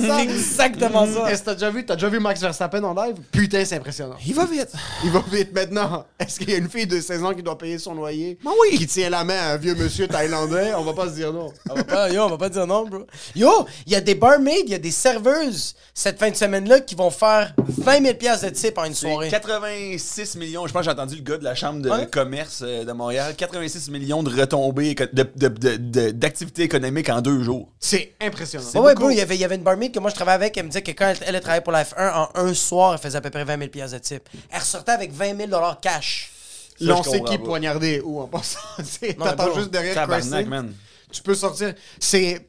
C: C'est Ah! exactement ça.
D: Est-ce que t'as déjà vu, t'as déjà vu Max Verstappen en live? Putain, c'est impressionnant.
E: Il va vite.
D: Il va vite maintenant. Est-ce qu'il y a une fille de 16 ans qui doit payer son loyer?
C: Ah
E: Ben oui.
D: Qui tient la main à un vieux monsieur thaïlandais? On va pas se dire non.
C: On va pas, yo, on va pas dire non, bro. Yo, il y a des barmaids, il y a des serveuses cette fin de semaine-là qui vont faire 20 000 piastres de type en une soirée.
E: 86 millions, je pense que j'ai entendu le gars de la chambre de
C: Ouais.
E: commerce euh, de Montréal, 86 millions de retombées éco- de- de- de- de- d'activités économiques en deux jours.
D: C'est impressionnant.
C: Ah Ouais, ouais, bro, il y avait, il y avait une barmaid que moi je travaillais avec, elle me disait que quand elle, elle travaillait pour la F1, en un soir, elle faisait à peu près 20 000 piastres de type. Elle ressortait avec 20 000 dollars cash.
E: Ça, je
D: L'on sait
E: comprends
D: qui
E: pas.
D: poignarder où en passant. C'est-
C: Non, mais
D: T'attends
C: bro,
D: juste derrière
E: Tabarnak,
D: Chrissy.
E: man.
D: Tu peux sortir. C'est.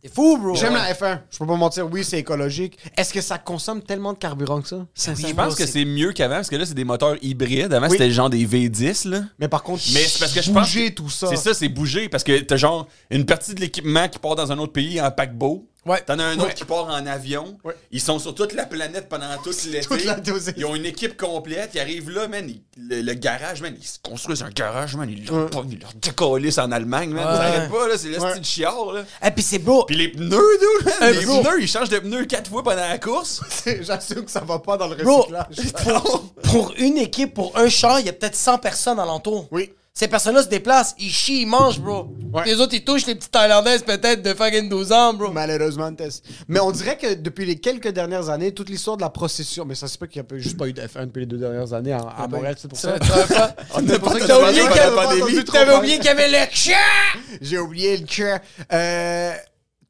C: C'est fou, bro.
D: J'aime la F1. Je peux pas mentir. Oui, c'est écologique. Est-ce que ça consomme tellement de carburant que ça Sincèrement.
E: Je pense que c'est mieux qu'avant parce que là, c'est des moteurs hybrides. Avant, c'était genre des V10, là.
D: Mais par contre,
E: Mais c'est parce que je pense.
D: bouger
E: que-
D: tout ça.
E: C'est ça, c'est bouger parce que t'as genre une partie de l'équipement qui part dans un autre pays en paquebot.
C: Ouais.
E: T'en as un autre
D: Ouais.
E: qui part en avion.
D: Ouais.
E: Ils sont sur toute la planète pendant toute l'été.
D: toute la dosée.
E: Ils ont une équipe complète. Ils arrivent là, man. ils- le, le garage, man. Ils se construisent un garage, man. Ils leur, pognent, ils leur décollissent en Allemagne, man. Ça arrête pas, là. C'est le style chiard, là.
C: Et Eh, puis c'est beau.
E: Puis les pneus, dude, man,
C: Euh,
E: Les
C: bro.
E: pneus, ils changent de pneus quatre fois pendant la course.
D: C'est- J'assume que ça va pas dans le
C: Bro,
D: recyclage.
C: pour, pour une équipe, pour un char, il y a peut-être 100 personnes alentour.
D: Oui.
C: Ces personnes-là se déplacent, ils chient, ils mangent, bro.
D: Ouais. Ben,
C: Puis Les autres, ils touchent les petites Thaïlandaises peut-être de fucking 12 ans, bro.
D: Malheureusement, Tess. Mais on dirait que depuis les quelques dernières années, toute l'histoire de la procession. Mais ça, c'est pas qu'il n'y a pas- juste pas eu de F1 depuis les deux dernières années à, à Montréal, c'est pour ça.
E: On a
D: pour ça que
C: T'as
D: Ah, T'as
C: oublié
D: oublié
C: qu'il y
D: qu'il y
C: avait,
D: avait- t'avais
C: oublié
D: oublié
C: qu'il y avait le chien
D: J'ai oublié le cœur. Euh,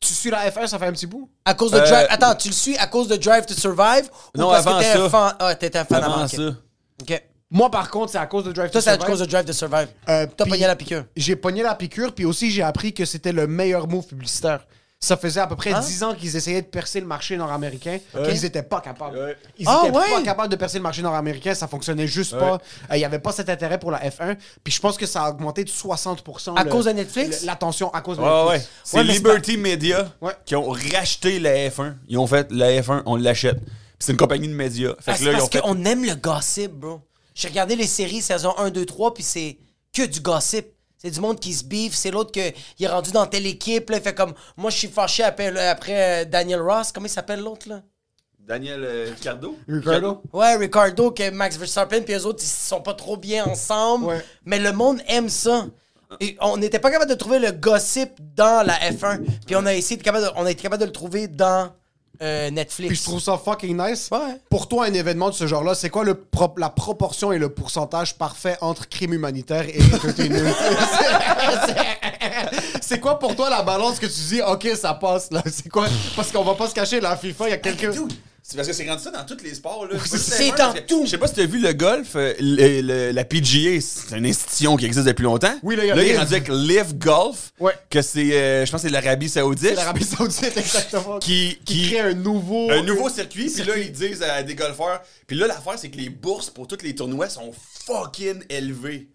D: tu suis la F1, ça fait un petit bout?
C: À cause de
E: Euh,
C: Drive. Attends, tu le suis à cause de Drive to Survive ou
E: Non,
C: parce
E: avant
C: que t'es un
E: ça.
C: fan. Ah, t'étais un fan avant,
E: Avant
C: ok.
E: ça.
C: Ok.
D: Moi, par contre, c'est à cause de Drive
C: Toi,
D: to
C: c'est à
D: Survive.
C: cause de Drive to Survive.
D: Euh,
C: T'as
D: puis
C: pogné la piqûre.
D: J'ai pogné la piqûre, puis aussi j'ai appris que c'était le meilleur move publicitaire. Ça faisait à peu
C: Hein?
D: près 10 ans qu'ils essayaient de percer le marché nord-américain, qu'ils n'étaient pas capables.
E: Ouais.
D: Ils
C: Ah,
D: étaient pas
C: ouais?
D: capables de percer le marché nord-américain, ça fonctionnait juste pas. Euh, Il y avait pas cet intérêt pour la F1, puis je pense que ça a augmenté de 60%.
C: À
D: le-
C: cause de Netflix?
D: le- L'attention à cause de
E: Ouais, ouais.
D: Netflix.
E: C'est
C: Ouais, mais c'est
E: Liberty Media
D: Ouais.
E: qui ont racheté la F1. Ils ont fait la F1, on l'achète. Puis C'est une compagnie de médias. Fait
C: Ah,
E: que
C: c'est
E: là, ils ont
C: parce
E: fait.
C: qu'on aime le gossip, bro. J'ai regardé les séries saison 1, 2, 3, puis c'est que du gossip. C'est du monde qui se biffe, c'est l'autre que il est rendu dans telle équipe, là, il fait comme moi je suis fâché après, après euh, Daniel Ross, comment il s'appelle l'autre là
E: Daniel euh, Ricardo.
D: Ricardo?
C: Ouais, Ricardo que Max Verstappen puis les autres ils sont pas trop bien ensemble,
D: Ouais.
C: mais le monde aime ça. Et on n'était pas capable de trouver le gossip dans la F1, puis on a essayé de capable de- on a été capable de le trouver dans euh, Netflix.
D: Puis je trouve ça fucking nice.
C: Ouais.
D: Pour toi, un événement de ce genre-là, c'est quoi le pro- la proportion et le pourcentage parfait entre crime humanitaire et entertainment? c'est quoi pour toi la balance que tu dis, OK, ça passe, là? C'est quoi? Parce qu'on va pas se cacher, la FIFA, il y a quelques...
E: C'est parce que c'est rendu ça dans tous les sports. Là.
C: C'est-
E: Pas juste
C: c'est
E: F1,
C: dans
E: parce que-
C: tout.
E: Je sais pas si t'as vu le golf, euh, le- le- la PGA, c'est une institution qui existe depuis longtemps.
D: Oui, là, il y a
E: il est
D: Live.
E: rendu avec Live Golf,
D: Ouais.
E: que c'est, euh, je pense, que c'est l'Arabie Saoudite.
D: L'Arabie Saoudite, exactement.
E: Qui- qui-
D: crée un nouveau... euh,
E: Un nouveau circuit, puis là, ils disent à des golfeurs. Puis là, l'affaire, c'est que les bourses pour tous les tournois sont fucking élevées.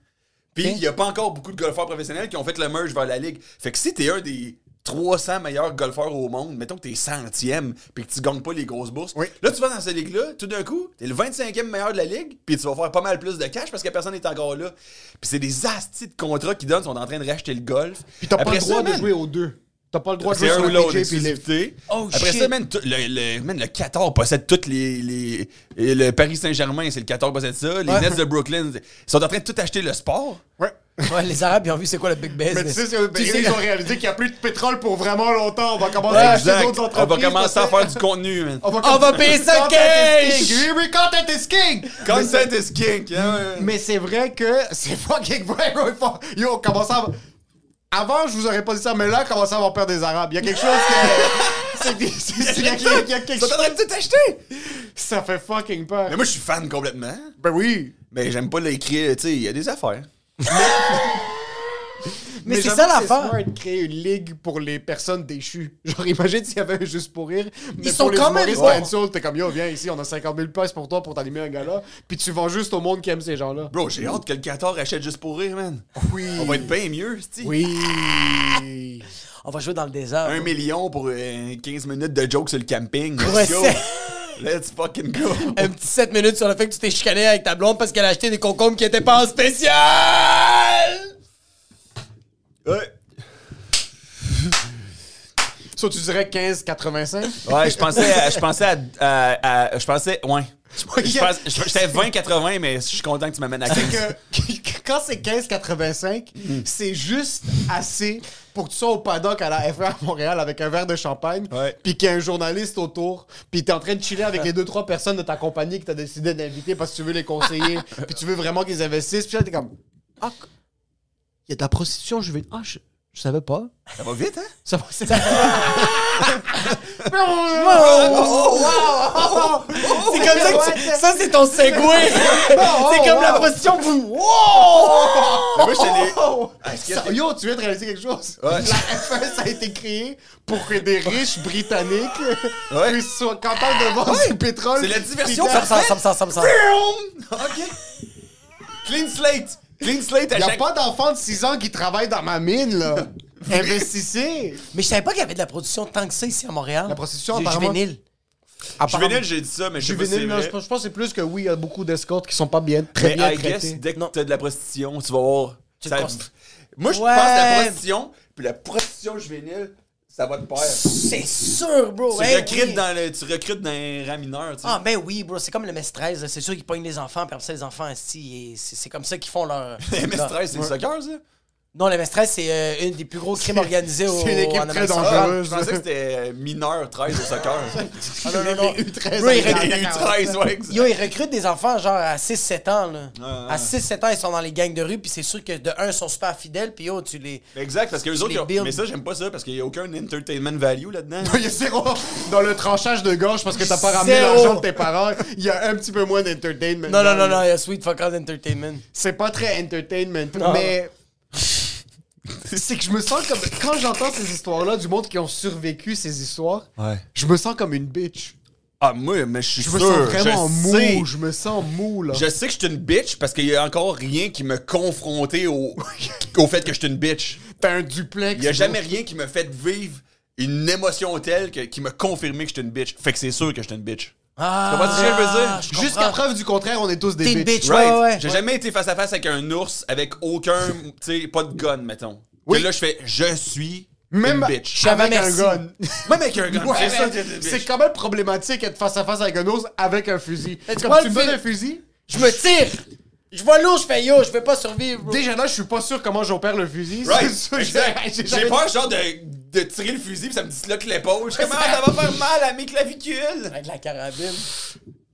E: Puis il n'y a pas encore beaucoup de golfeurs professionnels qui ont fait le merge vers la ligue. Fait que si t'es un des 300 meilleurs golfeurs au monde, mettons que t'es centième, puis que tu gagnes pas les grosses bourses,
D: Oui.
E: là, tu vas dans cette ligue-là, tout d'un coup, t'es le 25e meilleur de la ligue, puis tu vas faire pas mal plus de cash parce que personne n'est encore là. Puis c'est des astis de contrats qu'ils donnent, ils sont en train de racheter le golf.
D: Puis t'as pas
E: Après
D: le droit
E: ça,
D: de
E: man,
D: jouer aux deux. T'as pas le droit de
E: C'est
D: jouer
E: un
D: sur
E: ou
D: le
E: l'autre
D: DJ puis les-
E: exclusivité.
C: Oh,
E: Après
C: shit.
E: ça, man, tout- le, le, man, le 14 possède toutes les. les et le Paris Saint-Germain, c'est le 14 possède ça. Les
D: Ouais.
E: Nets de Brooklyn, c'est- ils sont en train de tout acheter le sport.
D: Ouais.
C: Ouais, les Arabes, ils ont vu c'est quoi le Big Bass.
D: Mais tu sais,
C: mais-
D: c'est-
C: tu sais,
D: ils ont réalisé qu'il n'y a plus de pétrole pour vraiment longtemps. On va commencer à acheter d'autres
E: On
D: entreprises.
E: va commencer à
D: parce que-
E: faire du contenu, man.
D: va,
C: On va payer ça
D: Content is
C: cash!
D: king. Here we content is king! Mais c'est-
E: Content is king. hein, ouais.
D: Mais c'est vrai que c'est fucking vrai. bro. Faut- Yo, on commence à... Avant, je vous aurais pas dit ça, mais là, on commence à avoir peur des Arabes. Il y a quelque chose que... c'est- c'est- c'est- Il y a- il y a- il y a
E: Ils
D: quelque
E: sont en
D: chose...
E: train de tout acheter.
D: Ça fait fucking peur.
E: Mais moi, je suis fan complètement.
D: Ben oui.
E: Mais j'aime pas l'écrire. Tu sais, il y a des affaires.
C: Mais c'est
D: j'avoue
C: ça
D: que
C: l'affaire.
D: smart de créer une ligue pour les personnes déchues. Genre, imagine s'il y avait un juste pour rire.
C: Ils
D: Mais pour
C: sont
D: les
C: quand même
D: humoristes
C: bons.
D: cancel, t'es comme yo, viens ici, on a 50 000 places pour toi pour t'animer un gala. Puis tu vends juste au monde qui aime ces gens-là.
E: Bro, j'ai hâte que le 14 achète juste pour rire, man.
D: Oui.
E: On va être bien mieux, c'ti.
D: Oui.
C: On va jouer dans le désert.
E: Un million pour euh, 15 minutes de jokes sur le camping.
C: Ouais,
E: Let's go. Let's fucking go.
C: Un petit 7 minutes sur le fait que tu t'es chicané avec ta blonde parce qu'elle a acheté des concombres qui étaient pas en spécial!
E: Ouais.
D: So, tu dirais 15,85?
E: Ouais, je pensais à. Je pensais à. à- à- je pensais. Ouais. Je pense- je- J'étais 20-80, mais je suis content que tu m'amènes à 15.
D: Que- Quand c'est 15,85, c'est juste assez pour que tu sois au paddock à la FR à Montréal avec un verre de champagne,
E: Ouais.
D: puis qu'il y a un journaliste autour, puis t'es en train de chiller avec les deux trois personnes de ta compagnie que t'as décidé d'inviter parce que tu veux les conseiller, puis tu veux vraiment qu'ils investissent, puis là t'es comme ah il y a de la prostitution, je vais ah je, je savais pas.
E: Ça va vite, hein?
D: Ça va c'est Oh, Wow!
C: C'est comme ça que tu- Ça, c'est ton segway!
D: Oh,
C: c'est comme la position que vous.
E: Mais moi, j'étais les-
D: Oh!
E: Est-ce
D: Ça-
E: que-
D: Yo, tu viens de réaliser quelque chose? La
E: Ouais.
D: F1, ça a été créé pour que des riches britanniques
E: Ouais.
D: puissent soient contents de vendre du pétrole.
E: C'est la diversion
D: Puis
C: Ça me
D: dans-
C: semble, ça me semble, ça me semble.
E: OK. Clean slate. Clean slate à
D: Y a
E: chaque.
D: pas d'enfant de 6 ans qui travaille dans ma mine, là. Investissez!
C: Mais je savais pas qu'il y avait de la production tant que ça ici à Montréal.
D: La prostitution,
C: Du
D: apparemment.
C: Juvénile.
E: Juvénile, j'ai dit ça, mais je sais pas si c'est
D: Juvénile, non,
E: vrai.
D: je pense je pense que c'est plus que oui, il y a beaucoup d'escortes qui sont pas bien, très
E: Mais
D: bien
E: I guess,
D: traitées.
E: dès que
C: Non.
E: t'as de la prostitution, tu vas voir.
C: Tu
E: ça-
C: le const-
E: Moi, je
C: Ouais.
E: pense que la prostitution, puis la prostitution juvénile, ça va te pair.
C: C'est sûr, bro.
E: Tu,
C: Hey,
E: recrutes
C: oui.
E: dans le, tu recrutes dans les rangs mineurs, tu sais.
C: Ah, ben oui, bro. C'est comme le MS-13. là. C'est sûr qu'ils pognent les enfants, puis après ça, les enfants, si, et c'est c'est comme ça qu'ils font leur. leur-
E: MS-13, c'est le soccer, ça?
C: Non, le MS-13, c'est euh, une des plus gros crimes organisés au.
D: c'est une équipe
C: en
D: très
C: Amérique centrale.
D: dangereuse.
E: Je pensais que c'était euh, mineur 13 au soccer.
C: Ah, non, non, non.
D: Il y a eu 13
C: Bro, ils
D: ans.
E: Il y a eu
C: recrutent-
E: 13, ouais, exact.
C: Yo, ils recrutent des enfants genre à 6-7 ans. Là.
E: ouais.
C: À 6-7 ans, ils sont dans les gangs de rue, puis c'est sûr que de un, ils sont super fidèles, puis yo, tu les.
E: Exact, parce que les autres,
C: les
E: ils ont-
C: builds.
E: mais ça, j'aime pas ça, parce qu'il y a aucun entertainment value là-dedans.
D: Il y a zéro dans le tranchage de gauche parce que t'as pas ramené
C: Zéro.
D: l'argent de tes parents. Il y a un petit peu moins d'entertainment.
C: Non, non,
D: dans
C: non,
D: le-
C: non, il y a Sweet Fuck Out Entertainment.
D: C'est pas très entertainment, mais. C'est que je me sens comme. Quand j'entends ces histoires-là, du monde qui ont survécu ces histoires,
E: Ouais.
D: je me sens comme une bitch.
E: Ah, moi, mais je suis
D: Je
E: sûr.
D: me sens vraiment mou.
E: sais.
D: Je me sens mou, là.
E: Je sais que je suis une bitch parce qu'il y a encore rien qui me confrontait au, au fait que je suis une bitch.
D: T'as un duplex.
E: Il y a jamais rien qui me fait vivre une émotion telle que, qui me confirmait que je suis une bitch. Fait que c'est sûr que je suis une bitch.
C: Ah,
E: comprends ce que je veux dire?
C: je
D: Jusqu'à
C: comprends.
D: preuve du contraire, on est tous des
C: T'es
D: bitches.
C: une bitch, ouais,
E: Right.
C: ouais, ouais.
E: J'ai jamais été face à face avec un ours avec aucun, tu sais, pas de gun, mettons.
D: Oui.
E: Que là, je fais, je suis
D: Même
E: une bitch.
C: Jamais
D: avec un
C: merci.
D: gun.
E: Même avec un gun,
D: Ouais,
E: c'est
D: mais
E: ça que t'es une
D: c'est
E: bitch.
D: quand même problématique être face à face avec un ours avec un fusil.
C: tu
D: Comme
C: vois le
D: tu me donnes
C: film-
D: un fusil,
C: Je me tire! Je vois l'eau, je fais yo, je vais pas survivre, bro.
D: déjà là, je suis pas sûr comment j'opère le fusil.
E: Right.
D: C'est sûr,
E: exact.
D: j'ai- j'ai
E: J'ai
D: jamais-
E: peur, genre, de, de tirer le fusil puis ça me disloque l'épaule. Je suis comme, Ah, ça va faire mal à mes clavicules.
C: Avec la carabine.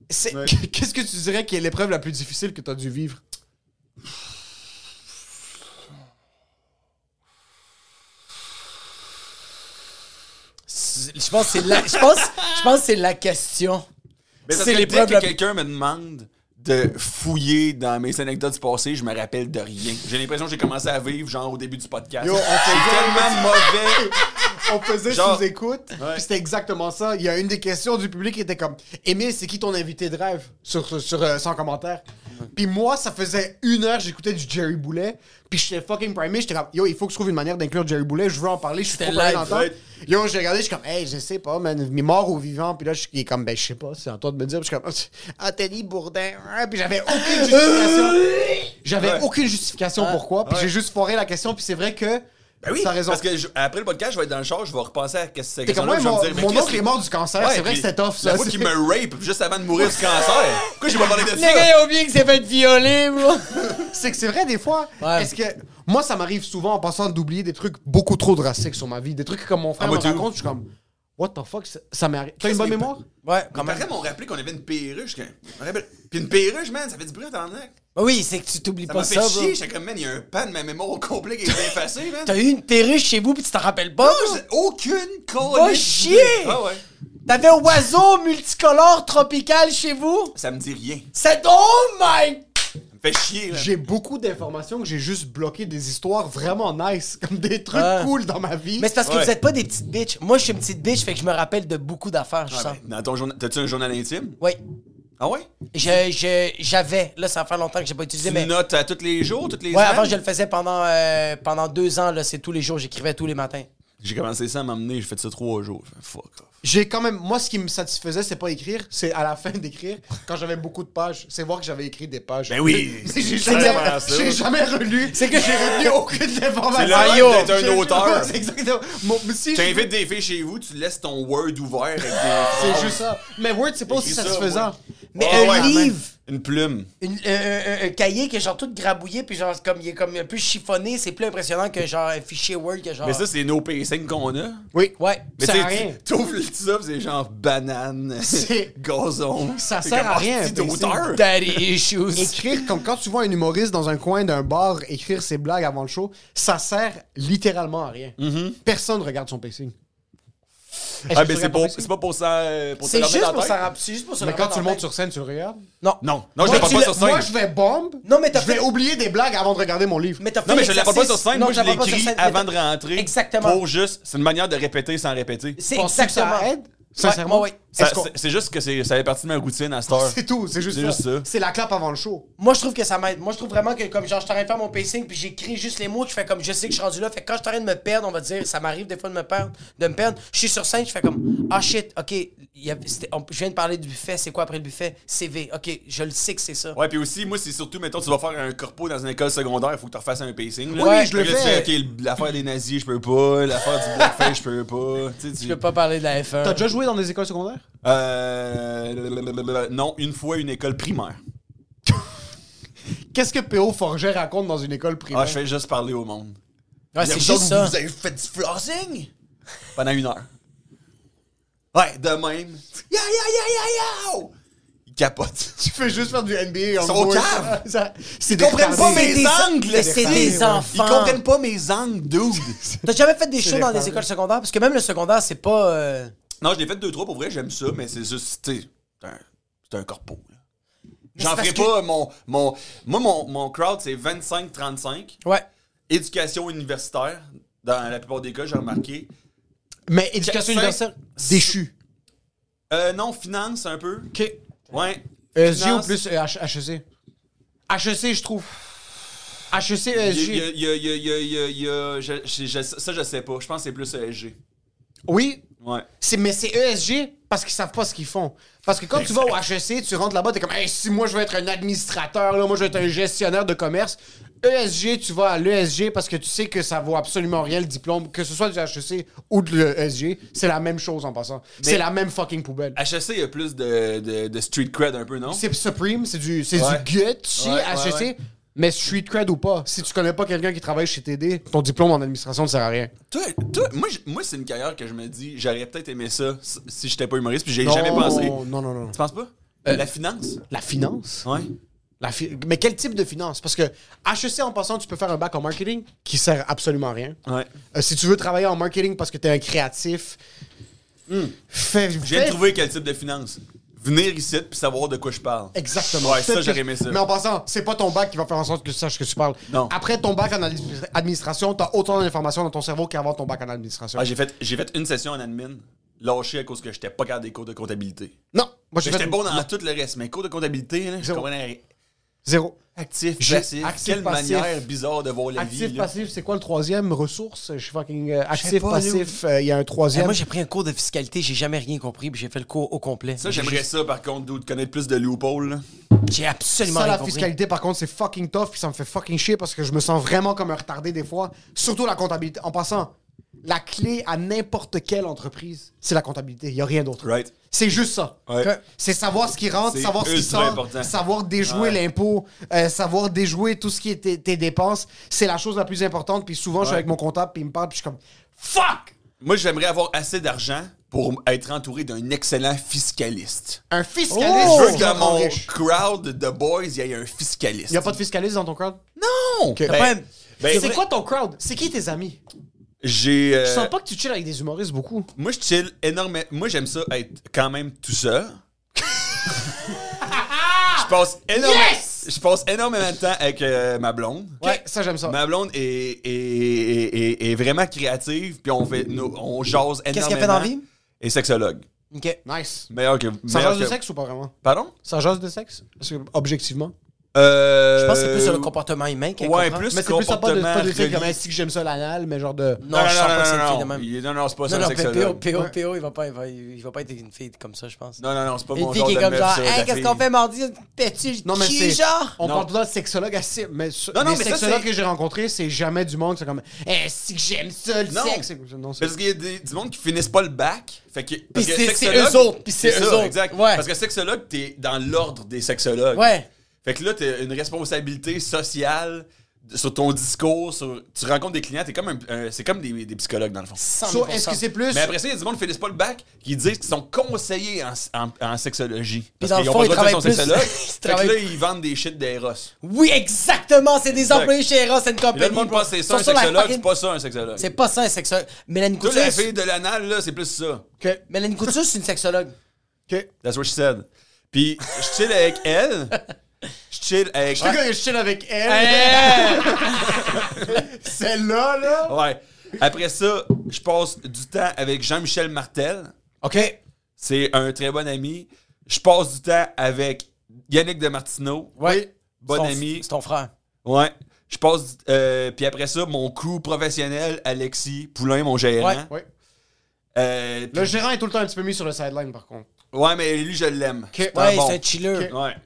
D: C'est- Qu'est-ce que tu dirais qui est l'épreuve la plus difficile que t'as dû vivre?
C: C'est- Je pense que c'est la, je pense, je pense que c'est la question.
E: Mais parce
C: C'est
E: que
C: les
E: dès
C: preuves
E: que
C: la-
E: quelqu'un me demande de fouiller dans mes anecdotes du passé, je me rappelle de rien. J'ai l'impression que j'ai commencé à vivre genre au début du podcast.
D: Yo, on fait
E: c'est tellement mauvais.
D: On faisait
E: Genre-
D: sous-écoute, puis c'était exactement ça. Il y a une des questions du public qui était comme Aimé, c'est qui ton invité de rêve sur, sur, sur, euh, sans commentaire Puis moi, ça faisait une heure, j'écoutais du Jerry Boulet, puis j'étais fucking primé, j'étais comme Yo, il faut que je trouve une manière d'inclure Jerry Boulet, je veux en parler, je suis trop
C: C'était
D: plein
C: live,
D: d'entendre.
E: right.
D: Yo, j'ai regardé, je suis comme Hey, je sais pas, man, mais mort ou vivant, puis là, je suis comme Ben, je sais pas, c'est à toi de me dire, puis je suis comme Anthony Bourdin, hein. puis j'avais aucune justification. J'avais
E: Ouais.
D: aucune justification pourquoi, puis j'ai juste foiré la question, puis c'est vrai que.
E: Ben oui,
D: T'as raison.
E: parce que je- après le podcast, je vais être dans le char, je vais repenser à ce que
D: T'es comme, ouais, mon, mon oncle est mort du cancer. c'est vrai que c'était tough, ça.
E: La fois qu'il me rape juste avant de mourir du cancer. Pourquoi j'ai pas parlé de
C: Les gars,
E: ça?
C: ils ont oublié que c'est fait violer, moi.
D: C'est que c'est vrai, des fois.
C: Ouais.
D: Est-ce que. Moi, ça m'arrive souvent en passant d'oublier des trucs beaucoup trop drastiques sur ma vie. Des trucs comme mon frère
E: Ah, moi,
D: me
E: too.
D: raconte, je suis comme. What the fuck, ça- ça m'est arrivé. T'as une
E: Qu'est-ce
D: bonne
E: que-
D: mémoire?
C: Ouais, quand
E: Quand
C: même.
E: après, m'ont rappelé qu'on avait une perruche. que- je me rappelle- Puis une perruche, man, ça fait du bruit, t'en as.
C: Bah Oui, c'est que tu t'oublies
E: Ça
C: pas
E: m'a fait
C: ça, bro.
E: chier. J'étais comme, man, il y a un pan de ma mémoire au complet qui a été effacé, man.
C: T'as eu une perruche chez vous puis tu t'en rappelles pas?
E: Oh, j'ai Aucune colline.
C: Va chier!
E: Ah ouais.
C: T'avais un oiseau multicolore tropical chez vous?
E: Ça me dit rien.
C: C'est... Oh my...
E: Ça me fait chier, man.
D: J'ai beaucoup d'informations que j'ai juste bloquées des histoires vraiment nice, comme des trucs
C: Ouais.
D: cool dans ma vie.
C: Mais c'est parce que
E: Ouais.
C: vous êtes pas des petites bitches. Moi, je suis une petite bitch, fait que je me rappelle de beaucoup d'affaires, je
E: Ah,
C: sens.
E: ben, Dans ton journal. T'as-tu un journal intime?
C: Oui.
E: Ah ouais?
C: Je- je- J'avais. Là, ça fait longtemps que j'ai pas utilisé,
E: Tu
C: mais...
E: notes à tous les jours, toutes les
C: Ouais,
E: semaines?
C: avant, je le faisais pendant, euh, pendant deux ans. là, C'est tous les jours. J'écrivais tous les matins.
E: J'ai commencé ça à m'emmener, j'ai fait ça trois jours. Fait, Fuck off.
D: J'ai quand même. Moi, ce qui me satisfaisait, c'est pas écrire, c'est à la fin d'écrire, quand j'avais beaucoup de pages, c'est voir que j'avais écrit des pages.
E: Ben oui!
D: Mais j'ai
E: C'est
D: jamais,
E: vraiment ça.
D: j'ai jamais relu. C'est que j'ai retenu aucune information.
E: C'est le rêve
D: Yo,
E: d'être un
D: j'ai-
E: auteur.
D: C'est exactement. Mon- si je-
E: T'invites des filles chez vous, tu laisses ton Word ouvert avec des.
D: C'est juste ça. Mais Word, c'est pas aussi
E: Écris ça,
D: satisfaisant.
E: Word.
C: Mais
E: Ah
C: un
E: ouais.
C: livre,
E: Une plume.
C: une- un- un- un- un cahier qui est genre tout grabouillé, puis genre, c'est comme, il est comme un peu chiffonné, c'est plus impressionnant que genre un fichier Word que genre.
E: Mais ça, c'est nos pacing qu'on a.
D: Oui.
C: ouais.
E: Mais
D: Ça sert
E: tu
D: à
E: sais,
D: rien.
E: tu- t'ouvres le- ça, c'est genre banane,
D: C'est-
E: gazon.
D: Ça
E: C'est
D: sert
E: comme
D: à rien,
E: hostie
D: mais c'est-
E: d'auteur.
C: Daddy issues.
D: Écrire, comme quand tu vois un humoriste dans un coin d'un bar écrire ses blagues avant le show, ça sert littéralement à rien. Personne regarde son pacing.
E: Mm-hmm. Ah, mais c'est pour- c'est pas pour ça. euh, pour te
C: C'est
E: le remettre
C: juste
E: en
C: pour
E: tête.
C: ça C'est juste pour ça
D: Mais quand tu le montes sur scène, tu le regardes.
C: Non.
E: Non, non,
D: Moi,
E: je ne parle
D: tu
E: pas
D: le-
E: sur scène.
D: Moi, je vais bombe.
C: Non, mais t'as
D: Je vais
C: fait-
D: oublier des blagues avant de regarder mon livre.
C: Mais t'as fait
E: Non, mais je ne la parle pas sur
C: l'exercice.
E: scène.
C: Non,
E: moi, je
C: t'as pas
E: l'écris
C: sur scène.
E: avant de rentrer.
C: Exactement.
E: Pour juste. C'est une manière de répéter sans répéter.
C: C'est
D: Penses-tu que ça
C: exactement.
D: aide? Sincèrement?
C: Ouais, ouais, ouais.
E: Ça-
D: Est-ce qu'on-
E: C'est c'est juste que c'est- ça fait partie de ma routine à cette heure.
D: C'est tout, c'est juste,
E: C'est juste
D: ça.
E: ça.
D: C'est la clap avant le show.
C: Moi, je trouve que ça m'aide. Moi, je trouve vraiment que, comme genre, je suis en train de faire mon pacing, puis j'écris juste les mots, que je fais comme je sais que je suis rendu là. Fait que quand je suis en train de me perdre, on va dire, ça m'arrive des fois de me perdre, de me perdre. Je suis sur scène, je fais comme ah shit, ok, il y a- c'était- on- je viens de parler du buffet, c'est quoi après le buffet CV, ok, je le sais que c'est ça.
E: Ouais, puis aussi, moi, c'est surtout, mettons, tu vas faire un corpo dans une école secondaire, il faut que tu refasses un pacing. là.
D: Oui,
E: Fait
D: je
E: que
D: le
E: là,
D: fais.
E: tu OK, l'affaire des nazis, je peux pas. L'affaire du blackface, je peux pas. Tu sais, tu-
C: Je peux pas parler de la F1.
D: T'as déjà joué dans des écoles secondaires?
E: Euh, non, une fois une école primaire.
D: Qu'est-ce que P.O. Forget raconte dans une école primaire?
E: Ah, je fais juste parler au monde.
C: Ouais,
E: Vous
C: c'est
E: autres,
C: juste ça.
E: Vous avez fait du flossing? Pendant une heure. Ouais, de même. Ya, ya, ya, ya, ya! Il capote.
D: Tu fais juste faire du NBA. en
E: Ils sont
D: gros.
E: au cave.
D: Ça- C'est
E: Ils comprennent pas
D: mais...
C: des-
E: mes angles!
C: c'est
E: esti.
C: des
E: Ils
C: enfants.
E: comprennent pas mes angles, dude!
C: T'as jamais fait des shows dans
D: dérangeant.
C: des écoles secondaires? Parce que même le secondaire, c'est pas. euh,
E: non, je l'ai fait deux, trois pour vrai, j'aime ça, mais c'est juste, tu sais, c'est un- c'est un corpo. là.
C: Mais
E: J'en
C: c'est
E: ferai
C: parce
E: pas mon, mon. Moi, mon, mon crowd, c'est 25-35.
C: Ouais.
E: Éducation universitaire, dans la plupart des cas, j'ai remarqué.
D: éducation
E: Cinq-
D: universelle, déchu.
E: Euh, non, finance un peu.
D: OK.
C: Eh,
E: Ouais.
D: ESG ou
E: Finance.
D: plus euh, H- HEC?
E: E
D: HEC, je trouve. HEC,
E: Il y a-
D: ESG.
E: il y a- il y a- il y a- il y a- il y a- euh, je- je- je- Ça, je sais pas. Je pense que c'est plus ESG.
D: Oui,
E: Ouais.
D: c'est, mais c'est ESG parce qu'ils savent pas ce qu'ils font. Parce que quand tu vas au HEC, tu rentres là-bas, t'es comme, hey, si moi je veux être un administrateur, là, moi je veux être un gestionnaire de commerce. ESG, tu vas à l'ESG parce que tu sais que ça vaut absolument rien le diplôme, que ce soit du HEC ou de l'ESG, c'est la même chose en passant. c'est la même fucking poubelle.
E: HEC, il y a plus de, de, de street cred un peu, non?
D: C'est Supreme, c'est du, c'est
E: Ouais.
D: du gut, chez
E: Ouais, ouais,
D: HEC.
E: ouais.
D: Mais street cred ou pas, si tu connais pas quelqu'un qui travaille chez TD, ton diplôme en administration ne sert à rien.
E: Toi, toi, moi, j- moi c'est une carrière que je me dis, j'aurais peut-être aimé ça si- si j'étais pas humoriste, puis j'ai
D: Non,
E: jamais pensé.
D: Non, Euh, non, non.
E: Tu penses pas? la finance?
D: La finance.
E: Ouais.
D: La fi- Mais quel type de finance? Parce que HEC, en passant, tu peux faire un bac en marketing qui sert absolument à rien.
E: Ouais.
D: Euh, si tu veux travailler en marketing parce que tu es un créatif, fais,
E: Hmm. Je viens de
D: fais-
E: trouver quel type de finance. Venir ici puis savoir de quoi je parle.
D: Exactement.
E: Ouais, ça,
D: Peut-être
E: j'aurais
D: que-
E: aimé ça.
D: Mais en passant, c'est pas ton bac qui va faire en sorte que tu saches que tu parles.
E: Non.
D: Après ton bac en admi- administration, t'as autant d'informations dans ton cerveau qu'avant ton bac en administration.
E: Ah, j'ai fait, j'ai fait une session en admin, lâchée à cause que j'étais pas capable des cours de comptabilité.
D: non, moi j'ai
E: J'étais
D: fait
E: bon dans tout le reste, mais cours de comptabilité, là, je
D: Zéro.
E: comprenais rien.
D: Zéro.
E: Actif,
D: J'ai-
E: passif.
D: actif,
E: Quelle
D: passif.
E: manière bizarre de voir la
D: Actif,
E: vie. là.
D: passif, c'est quoi le troisième ressource? Je suis fucking euh, actif,
C: pas,
D: passif, euh, il y a un
E: Eh,
D: troisième.
C: moi, j'ai pris un cours de fiscalité, j'ai jamais rien compris, puis j'ai fait le cours au complet.
E: Ça,
C: J'ai
E: j'aimerais
C: juste-
E: ça, par contre, de connaître plus de loopholes. là.
C: J'ai absolument
D: Ça,
C: rien
D: la
C: compris.
D: fiscalité, par contre, c'est fucking tough, puis ça me fait fucking chier parce que je me sens vraiment comme un retardé des fois. Surtout la comptabilité. En passant, la clé à n'importe quelle entreprise, c'est la comptabilité. Il n'y a rien d'autre.
E: Right.
D: C'est juste ça.
E: Ouais.
D: Que- C'est savoir ce qui rentre,
E: C'est
D: savoir ce qui
E: ultra
D: sort,
E: important.
D: savoir déjouer
E: Ouais.
D: l'impôt, euh, savoir déjouer tout ce qui est tes, tes dépenses. C'est la chose la plus importante. Puis souvent, je suis
E: Ouais.
D: avec mon comptable, puis il me parle, puis je suis comme
E: Fuck! Moi, j'aimerais avoir assez d'argent pour être entouré d'un excellent fiscaliste.
D: un fiscaliste.
E: Oh! Je veux
D: c'est
E: que dans
D: vraiment
E: mon
D: Oh! riche.
E: crowd de boys, il y ait un fiscaliste.
D: Il n'y a pas de fiscaliste dans ton crowd?
E: Non!
D: T'as pas un-
E: ben,
D: c'est quoi ton crowd? C'est qui tes amis?
E: J'ai. euh,
D: Je sens pas que tu chilles avec des humoristes beaucoup.
E: Moi, je chill énormément. Moi, j'aime ça être quand même tout seul. je passe énormément. Je passe énormément de temps avec euh, ma blonde.
D: Ouais, ça j'aime ça.
E: Ma blonde est, est- est- est- est vraiment créative, puis on fait, nos- on jase énormément.
C: qu'elle fait dans la vie?
E: Et sexologue.
C: Ok.
D: Nice.
E: Meilleur que.
D: Ça
E: meilleur
D: jase de
E: que-
D: sexe ou pas vraiment?
E: Pardon?
D: Ça jase de sexe? Parce que, objectivement.
E: Euh,
C: Je pense que c'est plus sur le comportement humain qu'elle
E: Ouais,
C: comprend.
E: plus
D: Mais c'est plus ça, pas de, pas de trucs
E: religieux.
D: comme si que j'aime ça l'anal, mais genre de.
C: Non, je sens pas que c'est une fille
E: non,
C: de
E: non,
C: même.
E: Il- non, non, c'est pas ça,
C: Non,
E: un
C: non, PO,
E: sexologue.
C: PO, PO, il va pas, il va, il va pas être une fille comme ça, je pense.
E: Non, non, non, c'est pas mon
C: Une fille
E: genre
C: qui est
E: de
C: comme
E: meuf,
C: genre,
E: ça, la
C: hey, qu'est-ce
E: fille.
C: qu'on fait mardi? Petit,
D: Non, mais
C: qui,
D: c'est.
C: genre?
D: On
E: Non.
D: parle tout le temps de sexologue assez. Mais ce-
E: Non, non,
D: les
E: mais ça,
D: sexologues
E: c'est-
D: que j'ai rencontrés, c'est jamais du monde. C'est comme. Eh, si que j'aime ça, le
E: Non.
D: sexe. Non, c'est-
E: Parce qu'il y a des, du monde qui finissent pas le bac. Fait que, parce que
C: c'est- c'est
E: sexologue,
C: eux autres, puis c'est eux
E: ça,
C: autres.
E: Exact.
C: Ouais.
E: Parce que sexologue, t'es dans l'ordre des sexologues.
C: Ouais.
E: Fait que là, t'as une responsabilité sociale sur ton discours. Sur, tu rencontres des clients, t'es comme un- un- c'est comme des, des psychologues dans le fond.
D: So, est-ce que c'est plus.
E: Mais après ça, il y a du monde qui finissent pas le bac qui disent qu'ils sont conseillers en, en, en sexologie. Parce
C: dans le
E: qu'ils ont
C: fond,
E: pas
C: ils
E: le droit de dire qu'ils sont
C: travaillent plus-
E: sexologues.
C: ils
E: fait que là,
C: travaillent-
E: ils vendent des shit d'Eros.
C: Oui, exactement, c'est des employés chez Eros and Company.
E: Puis là, le monde
C: bro.
E: pense que c'est
C: Ils
E: ça un
C: sont sur la
E: sexologue,
C: fucking-
E: c'est pas ça un sexologue.
C: C'est pas ça un sexologue. Mélanie
E: Toute
C: Couture.
E: la fille de l'anal, là, c'est plus ça.
C: c'est- Mélanie Couture, c'est une sexologue.
D: Ok.
E: That's what she said. Puis je chill avec elle. Je chill avec.
D: Tu sais, quand je chill avec elle, celle-là, là.
E: Ouais. Après ça, je passe du temps avec Jean-Michel Martel.
C: OK.
E: C'est un très bon ami. Je passe du temps avec Yannick Demartino.
C: Ouais.
E: Bon
C: Son-
E: ami.
C: C'est ton frère.
E: Ouais. Je passe. du- euh, puis après ça, mon crew professionnel, Alexis Poulain, mon gérant.
C: Ouais.
D: Ouais.
E: Euh,
D: Le gérant est tout le temps un petit peu mis sur le sideline, par contre.
E: ouais, mais lui, je l'aime.
D: Ok.
E: un
C: Ouais,
E: bon.
C: c'est un chiller.
E: Ouais.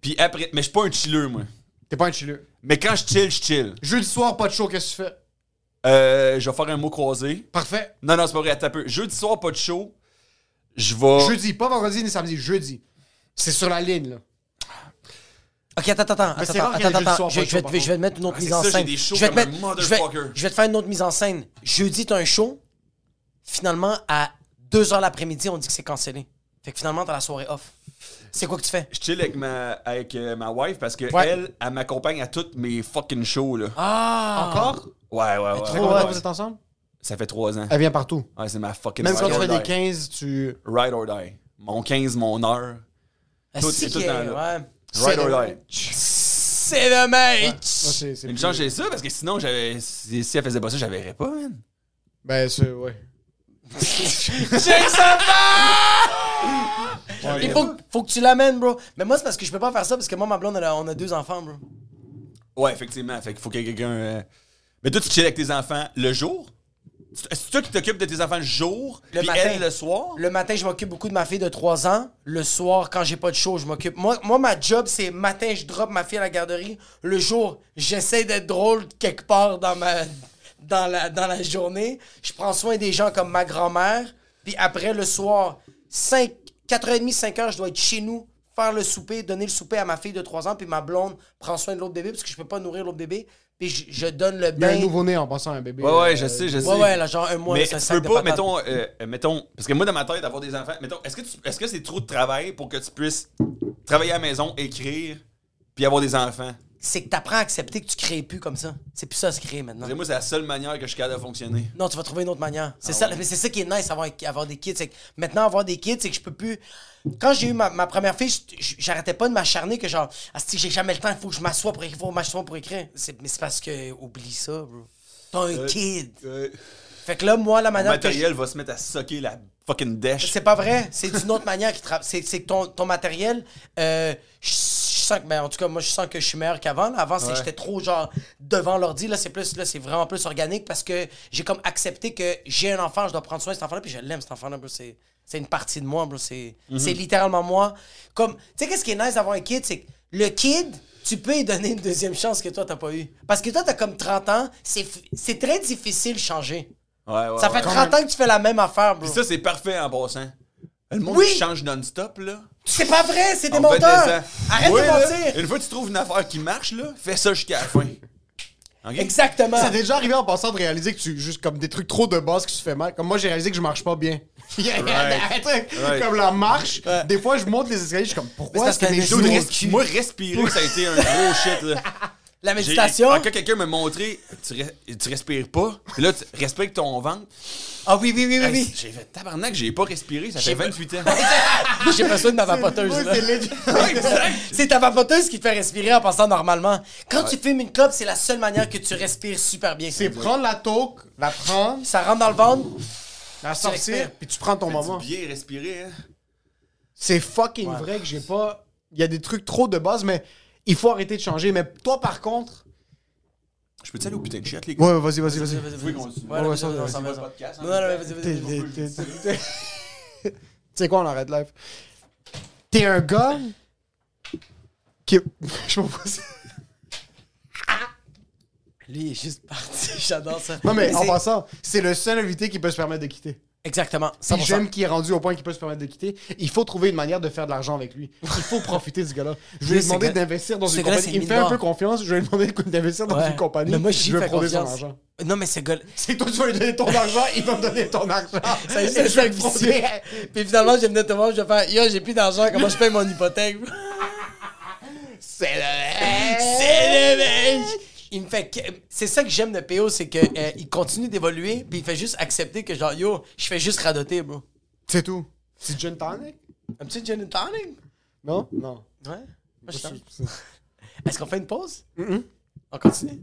E: Puis après. Mais je suis pas un chilleux, moi.
D: T'es pas un chilleux.
E: Mais quand je chill, je chill.
D: Jeudi soir, pas de show, qu'est-ce que tu fais?
E: Euh, je vais faire un mot croisé.
D: Parfait.
E: Non, non, c'est pas vrai. Attends un peu. Jeudi soir, pas de show. Je vais.
D: Jeudi, pas vendredi ni samedi, jeudi. C'est sur la ligne, là.
C: Ok, attends, attends, attends,
D: Mais c'est
C: attends,
D: rare qu'il y
C: attends,
D: ait des jeux de
C: attends.
D: soir,
C: Je, je
D: pas de
C: vais,
D: show,
C: te-
D: par
C: je vais te mettre une autre
E: Ah,
C: mise
E: c'est
C: en
E: ça, j'ai
C: scène.
E: des shows
C: je vais te
E: comme un
C: mettre, je vais,
E: motherfucker.
C: je vais te faire une autre mise en scène. Jeudi, t'as un show. Finalement, à 2 heures l'après-midi, on dit que c'est cancellé. Fait que finalement, t'as la soirée off. C'est quoi que tu fais?
E: Je chill avec ma, avec, euh, ma wife parce que
D: Ouais.
E: elle, elle m'accompagne à toutes mes fucking shows, là.
C: Ah!
D: Encore?
E: Ouais, ouais, ouais.
D: Ça
E: ouais,
D: fait combien de temps
E: ouais.
D: que vous êtes ensemble?
E: Ça fait trois ans.
D: Elle vient partout.
E: Ouais, c'est ma fucking
D: Même
E: ride
D: quand tu
E: or
D: fais
E: die.
D: des 15, tu.
E: Ride or die. Mon 15, mon heure.
C: Ah,
E: Tout-
C: si
E: c'est tout
C: qu'il y a-
E: dans là.
C: ouais.
E: Ride or die.
C: C'est le
D: Moi,
C: match!
D: c'est- c'est
E: Une
D: plus-
E: chance, j'ai ça parce que sinon, j'avais si, si elle faisait pas ça, j'avais verrais pas, man.
D: Ben, c'est. Ouais.
C: Il faut, faut que tu l'amènes, bro. Mais moi, c'est parce que je peux pas faire ça parce que moi, ma blonde, elle a- on a deux enfants, bro.
E: Ouais, effectivement. Fait qu'il faut que quelqu'un. euh, Mais toi, tu chill avec tes enfants le jour? C'est c'est toi qui t'occupes de tes enfants le jour,
C: Le
E: puis
C: matin.
E: elle le soir?
C: Le matin, je m'occupe beaucoup de ma fille de 3 ans. Le soir, quand j'ai pas de show, je m'occupe. Moi, moi, ma job, c'est matin, je drop ma fille à la garderie. Le jour, j'essaie d'être drôle quelque part dans ma dans la, dans la journée. Je prends soin des gens comme ma grand-mère. Puis après, le soir, 5, 4h30, 5h, je dois être chez nous, faire le souper, donner le souper à ma fille de 3 ans. Puis ma blonde prend soin de l'autre bébé parce que je peux pas nourrir l'autre bébé. Puis je, je donne le
D: Il y a un
C: bain.
D: nouveau-né en passant un bébé.
E: Ben- Ouais, ouais, je
D: euh,
E: sais, je sais.
C: Ouais, ouais, là, genre un mois,
E: mais
C: c'est un
E: tu
C: sac
E: peux
C: de
E: pas,
C: patates.
E: mettons, euh, euh, mettons, parce que moi, dans ma tête, d'avoir des enfants, mettons, est-ce que tu- est-ce que c'est trop de travail pour que tu puisses travailler à la maison, écrire, puis avoir des enfants?
C: C'est que t'apprends à accepter que tu crées plus comme ça. C'est plus ça se créer maintenant.
E: Parce que Moi, c'est la seule manière que je suis capable de fonctionner.
C: Non, tu vas trouver une autre manière. C'est ça, mais c'est ça qui est nice avoir, avoir des kids. C'est que maintenant, avoir des kids, c'est que je peux plus. Quand j'ai eu ma, ma première fille, je- je- j'arrêtais pas de m'acharner que genre, ah, si j'ai jamais le temps, il faut que je m'assoie pour écrire, faut que je m'assoie pour écrire. C'est- Mais c'est parce que, oublie ça, bro. T'as un kid. Fait que là, moi, la
E: Le
C: manière. que je-
E: matériel va se mettre à socker la fucking dèche.
C: C'est pas vrai. C'est d'une autre manière qui travaille. C'est c'est que ton, ton matériel, euh, je je sens que, ben, en tout cas, moi, je sens que je suis meilleur qu'avant. là. Avant, c'est j'étais trop, genre, devant l'ordi. Là, c'est plus, là, c'est vraiment plus organique parce que j'ai comme accepté que j'ai un enfant, je dois prendre soin de cet enfant-là, puis je l'aime, cet enfant-là, bro. C'est, c'est une partie de moi, bro. C'est,
E: Mm-hmm.
C: c'est littéralement moi. Comme, tu sais, qu'est-ce qui est nice d'avoir un kid, c'est que le kid, tu peux lui donner une deuxième chance que toi, t'as pas eu. Parce que toi, t'as comme 30 ans, c'est, f- c'est très difficile de changer.
E: Ouais, ouais,
C: Ça fait
E: Ah ouais.
C: 30 ans que tu fais la même affaire, bro.
E: Puis ça, c'est parfait en passant. Le monde
C: Oui.
E: qui change non-stop, là.
C: C'est pas vrai, c'est des
E: on va
C: menteurs.
E: descendre.
C: Arrête
E: Oui,
C: de
E: là,
C: mentir.
E: Une fois que tu trouves une affaire qui marche, là, fais ça jusqu'à la fin. Ok?
C: Exactement.
D: Ça t'est déjà arrivé en passant de réaliser que tu juste comme des trucs trop de base qui se fait mal. Comme moi, j'ai réalisé que je marche pas bien. Arrête,
E: Right.
D: Comme la marche, des fois, je monte les escaliers, je suis comme pourquoi
C: Mais
D: est-ce
C: c'est
D: que
C: parce
D: les
C: que
D: gens
E: Dude,
C: les
D: nous-
E: res- moi, respirer, ça a été un gros shit, là.
C: La
E: J'ai-
C: méditation.
D: Ah,
E: Quand quelqu'un me montrait, tu, re- tu respires pas, puis là, tu respectes ton ventre.
C: Ah oui, oui, oui, oui.
E: Hey,
C: oui.
E: J'ai fait tabarnak, j'ai pas respiré, ça
C: J'ai
E: fait 28 ans.
C: J'ai pas besoin de ma
D: Moi,
C: vapoteuse. là.
D: c'est legit.
E: Exact.
C: C'est ta vapoteuse qui te fait respirer en passant normalement. Quand tu fumes une clope, c'est la seule manière que tu respires super bien.
D: C'est prendre la taupe, la prendre,
C: Ça rentre dans le ventre.
D: la
C: l'expires.
D: sortir, puis tu prends ton
E: Tu
D: moment.
E: bien respirer, hein.
D: C'est fucking vrai que j'ai pas. Il y a des trucs trop de base, mais il faut arrêter de changer. Mais toi, par contre.
E: Je peux-tu aller au putain de shit, les gars?
D: Ouais, vas-y, vas-y, vas-y.
E: pouvez continuer.
C: Ouais,
E: Ouais,
C: vas-y,
D: ça,
C: vas-y,
D: c'est
C: on s'en
E: pas
C: va,
E: le
C: ça.
E: podcast, hein.
C: Non, non, vas-y, vas-y,
D: T'es-
C: vas-y.
D: t'es- t'es- t'es- Tu sais quoi, on arrête live. T'es un gars qui. Je sais pas pourquoi c'est-
C: Lui, il est juste parti. J'adore ça.
D: Non, mais en
C: c'est-
D: passant, c'est le seul invité qui peut se permettre de quitter.
C: Exactement.
D: Si
C: 100%.
D: j'aime qui est rendu au point qu'il peut se permettre de quitter, il faut trouver une manière de faire de l'argent avec lui. Il faut profiter de ce gars-là. Je vais
C: Oui,
D: lui
C: ce
D: demander
C: gars-
D: d'investir dans
C: ce
D: une
C: gars-là,
D: compagnie.
C: c'est
D: Il me fait un
C: Milbar.
D: peu confiance. Je vais lui demander d'investir dans
C: Ouais.
D: une compagnie.
C: Mais moi, j'y
D: je vais
C: fais
D: prendre son
C: confiance.
D: argent.
C: Non, mais ce gars-là.
D: C'est toi, tu vas lui donner ton argent, il va me donner ton argent.
C: Ça,
D: Et
C: c'est
D: je vais le
C: vicieux.
D: fonder.
C: Puis finalement, je venais te voir, je vais faire Yo, j'ai plus d'argent, comment je paye mon hypothèque C'est le C'est le mec Il me fait. que- C'est ça que j'aime de PO, c'est qu'il continue d'évoluer, puis il fait juste accepter que genre Yo, je fais juste radoter, bro.
D: C'est tout. C'est John Tonic?
C: Un petit gin and tonic
D: Non? Non.
C: Ouais. Moi, je t'aime. Est-ce qu'on fait une pause On continue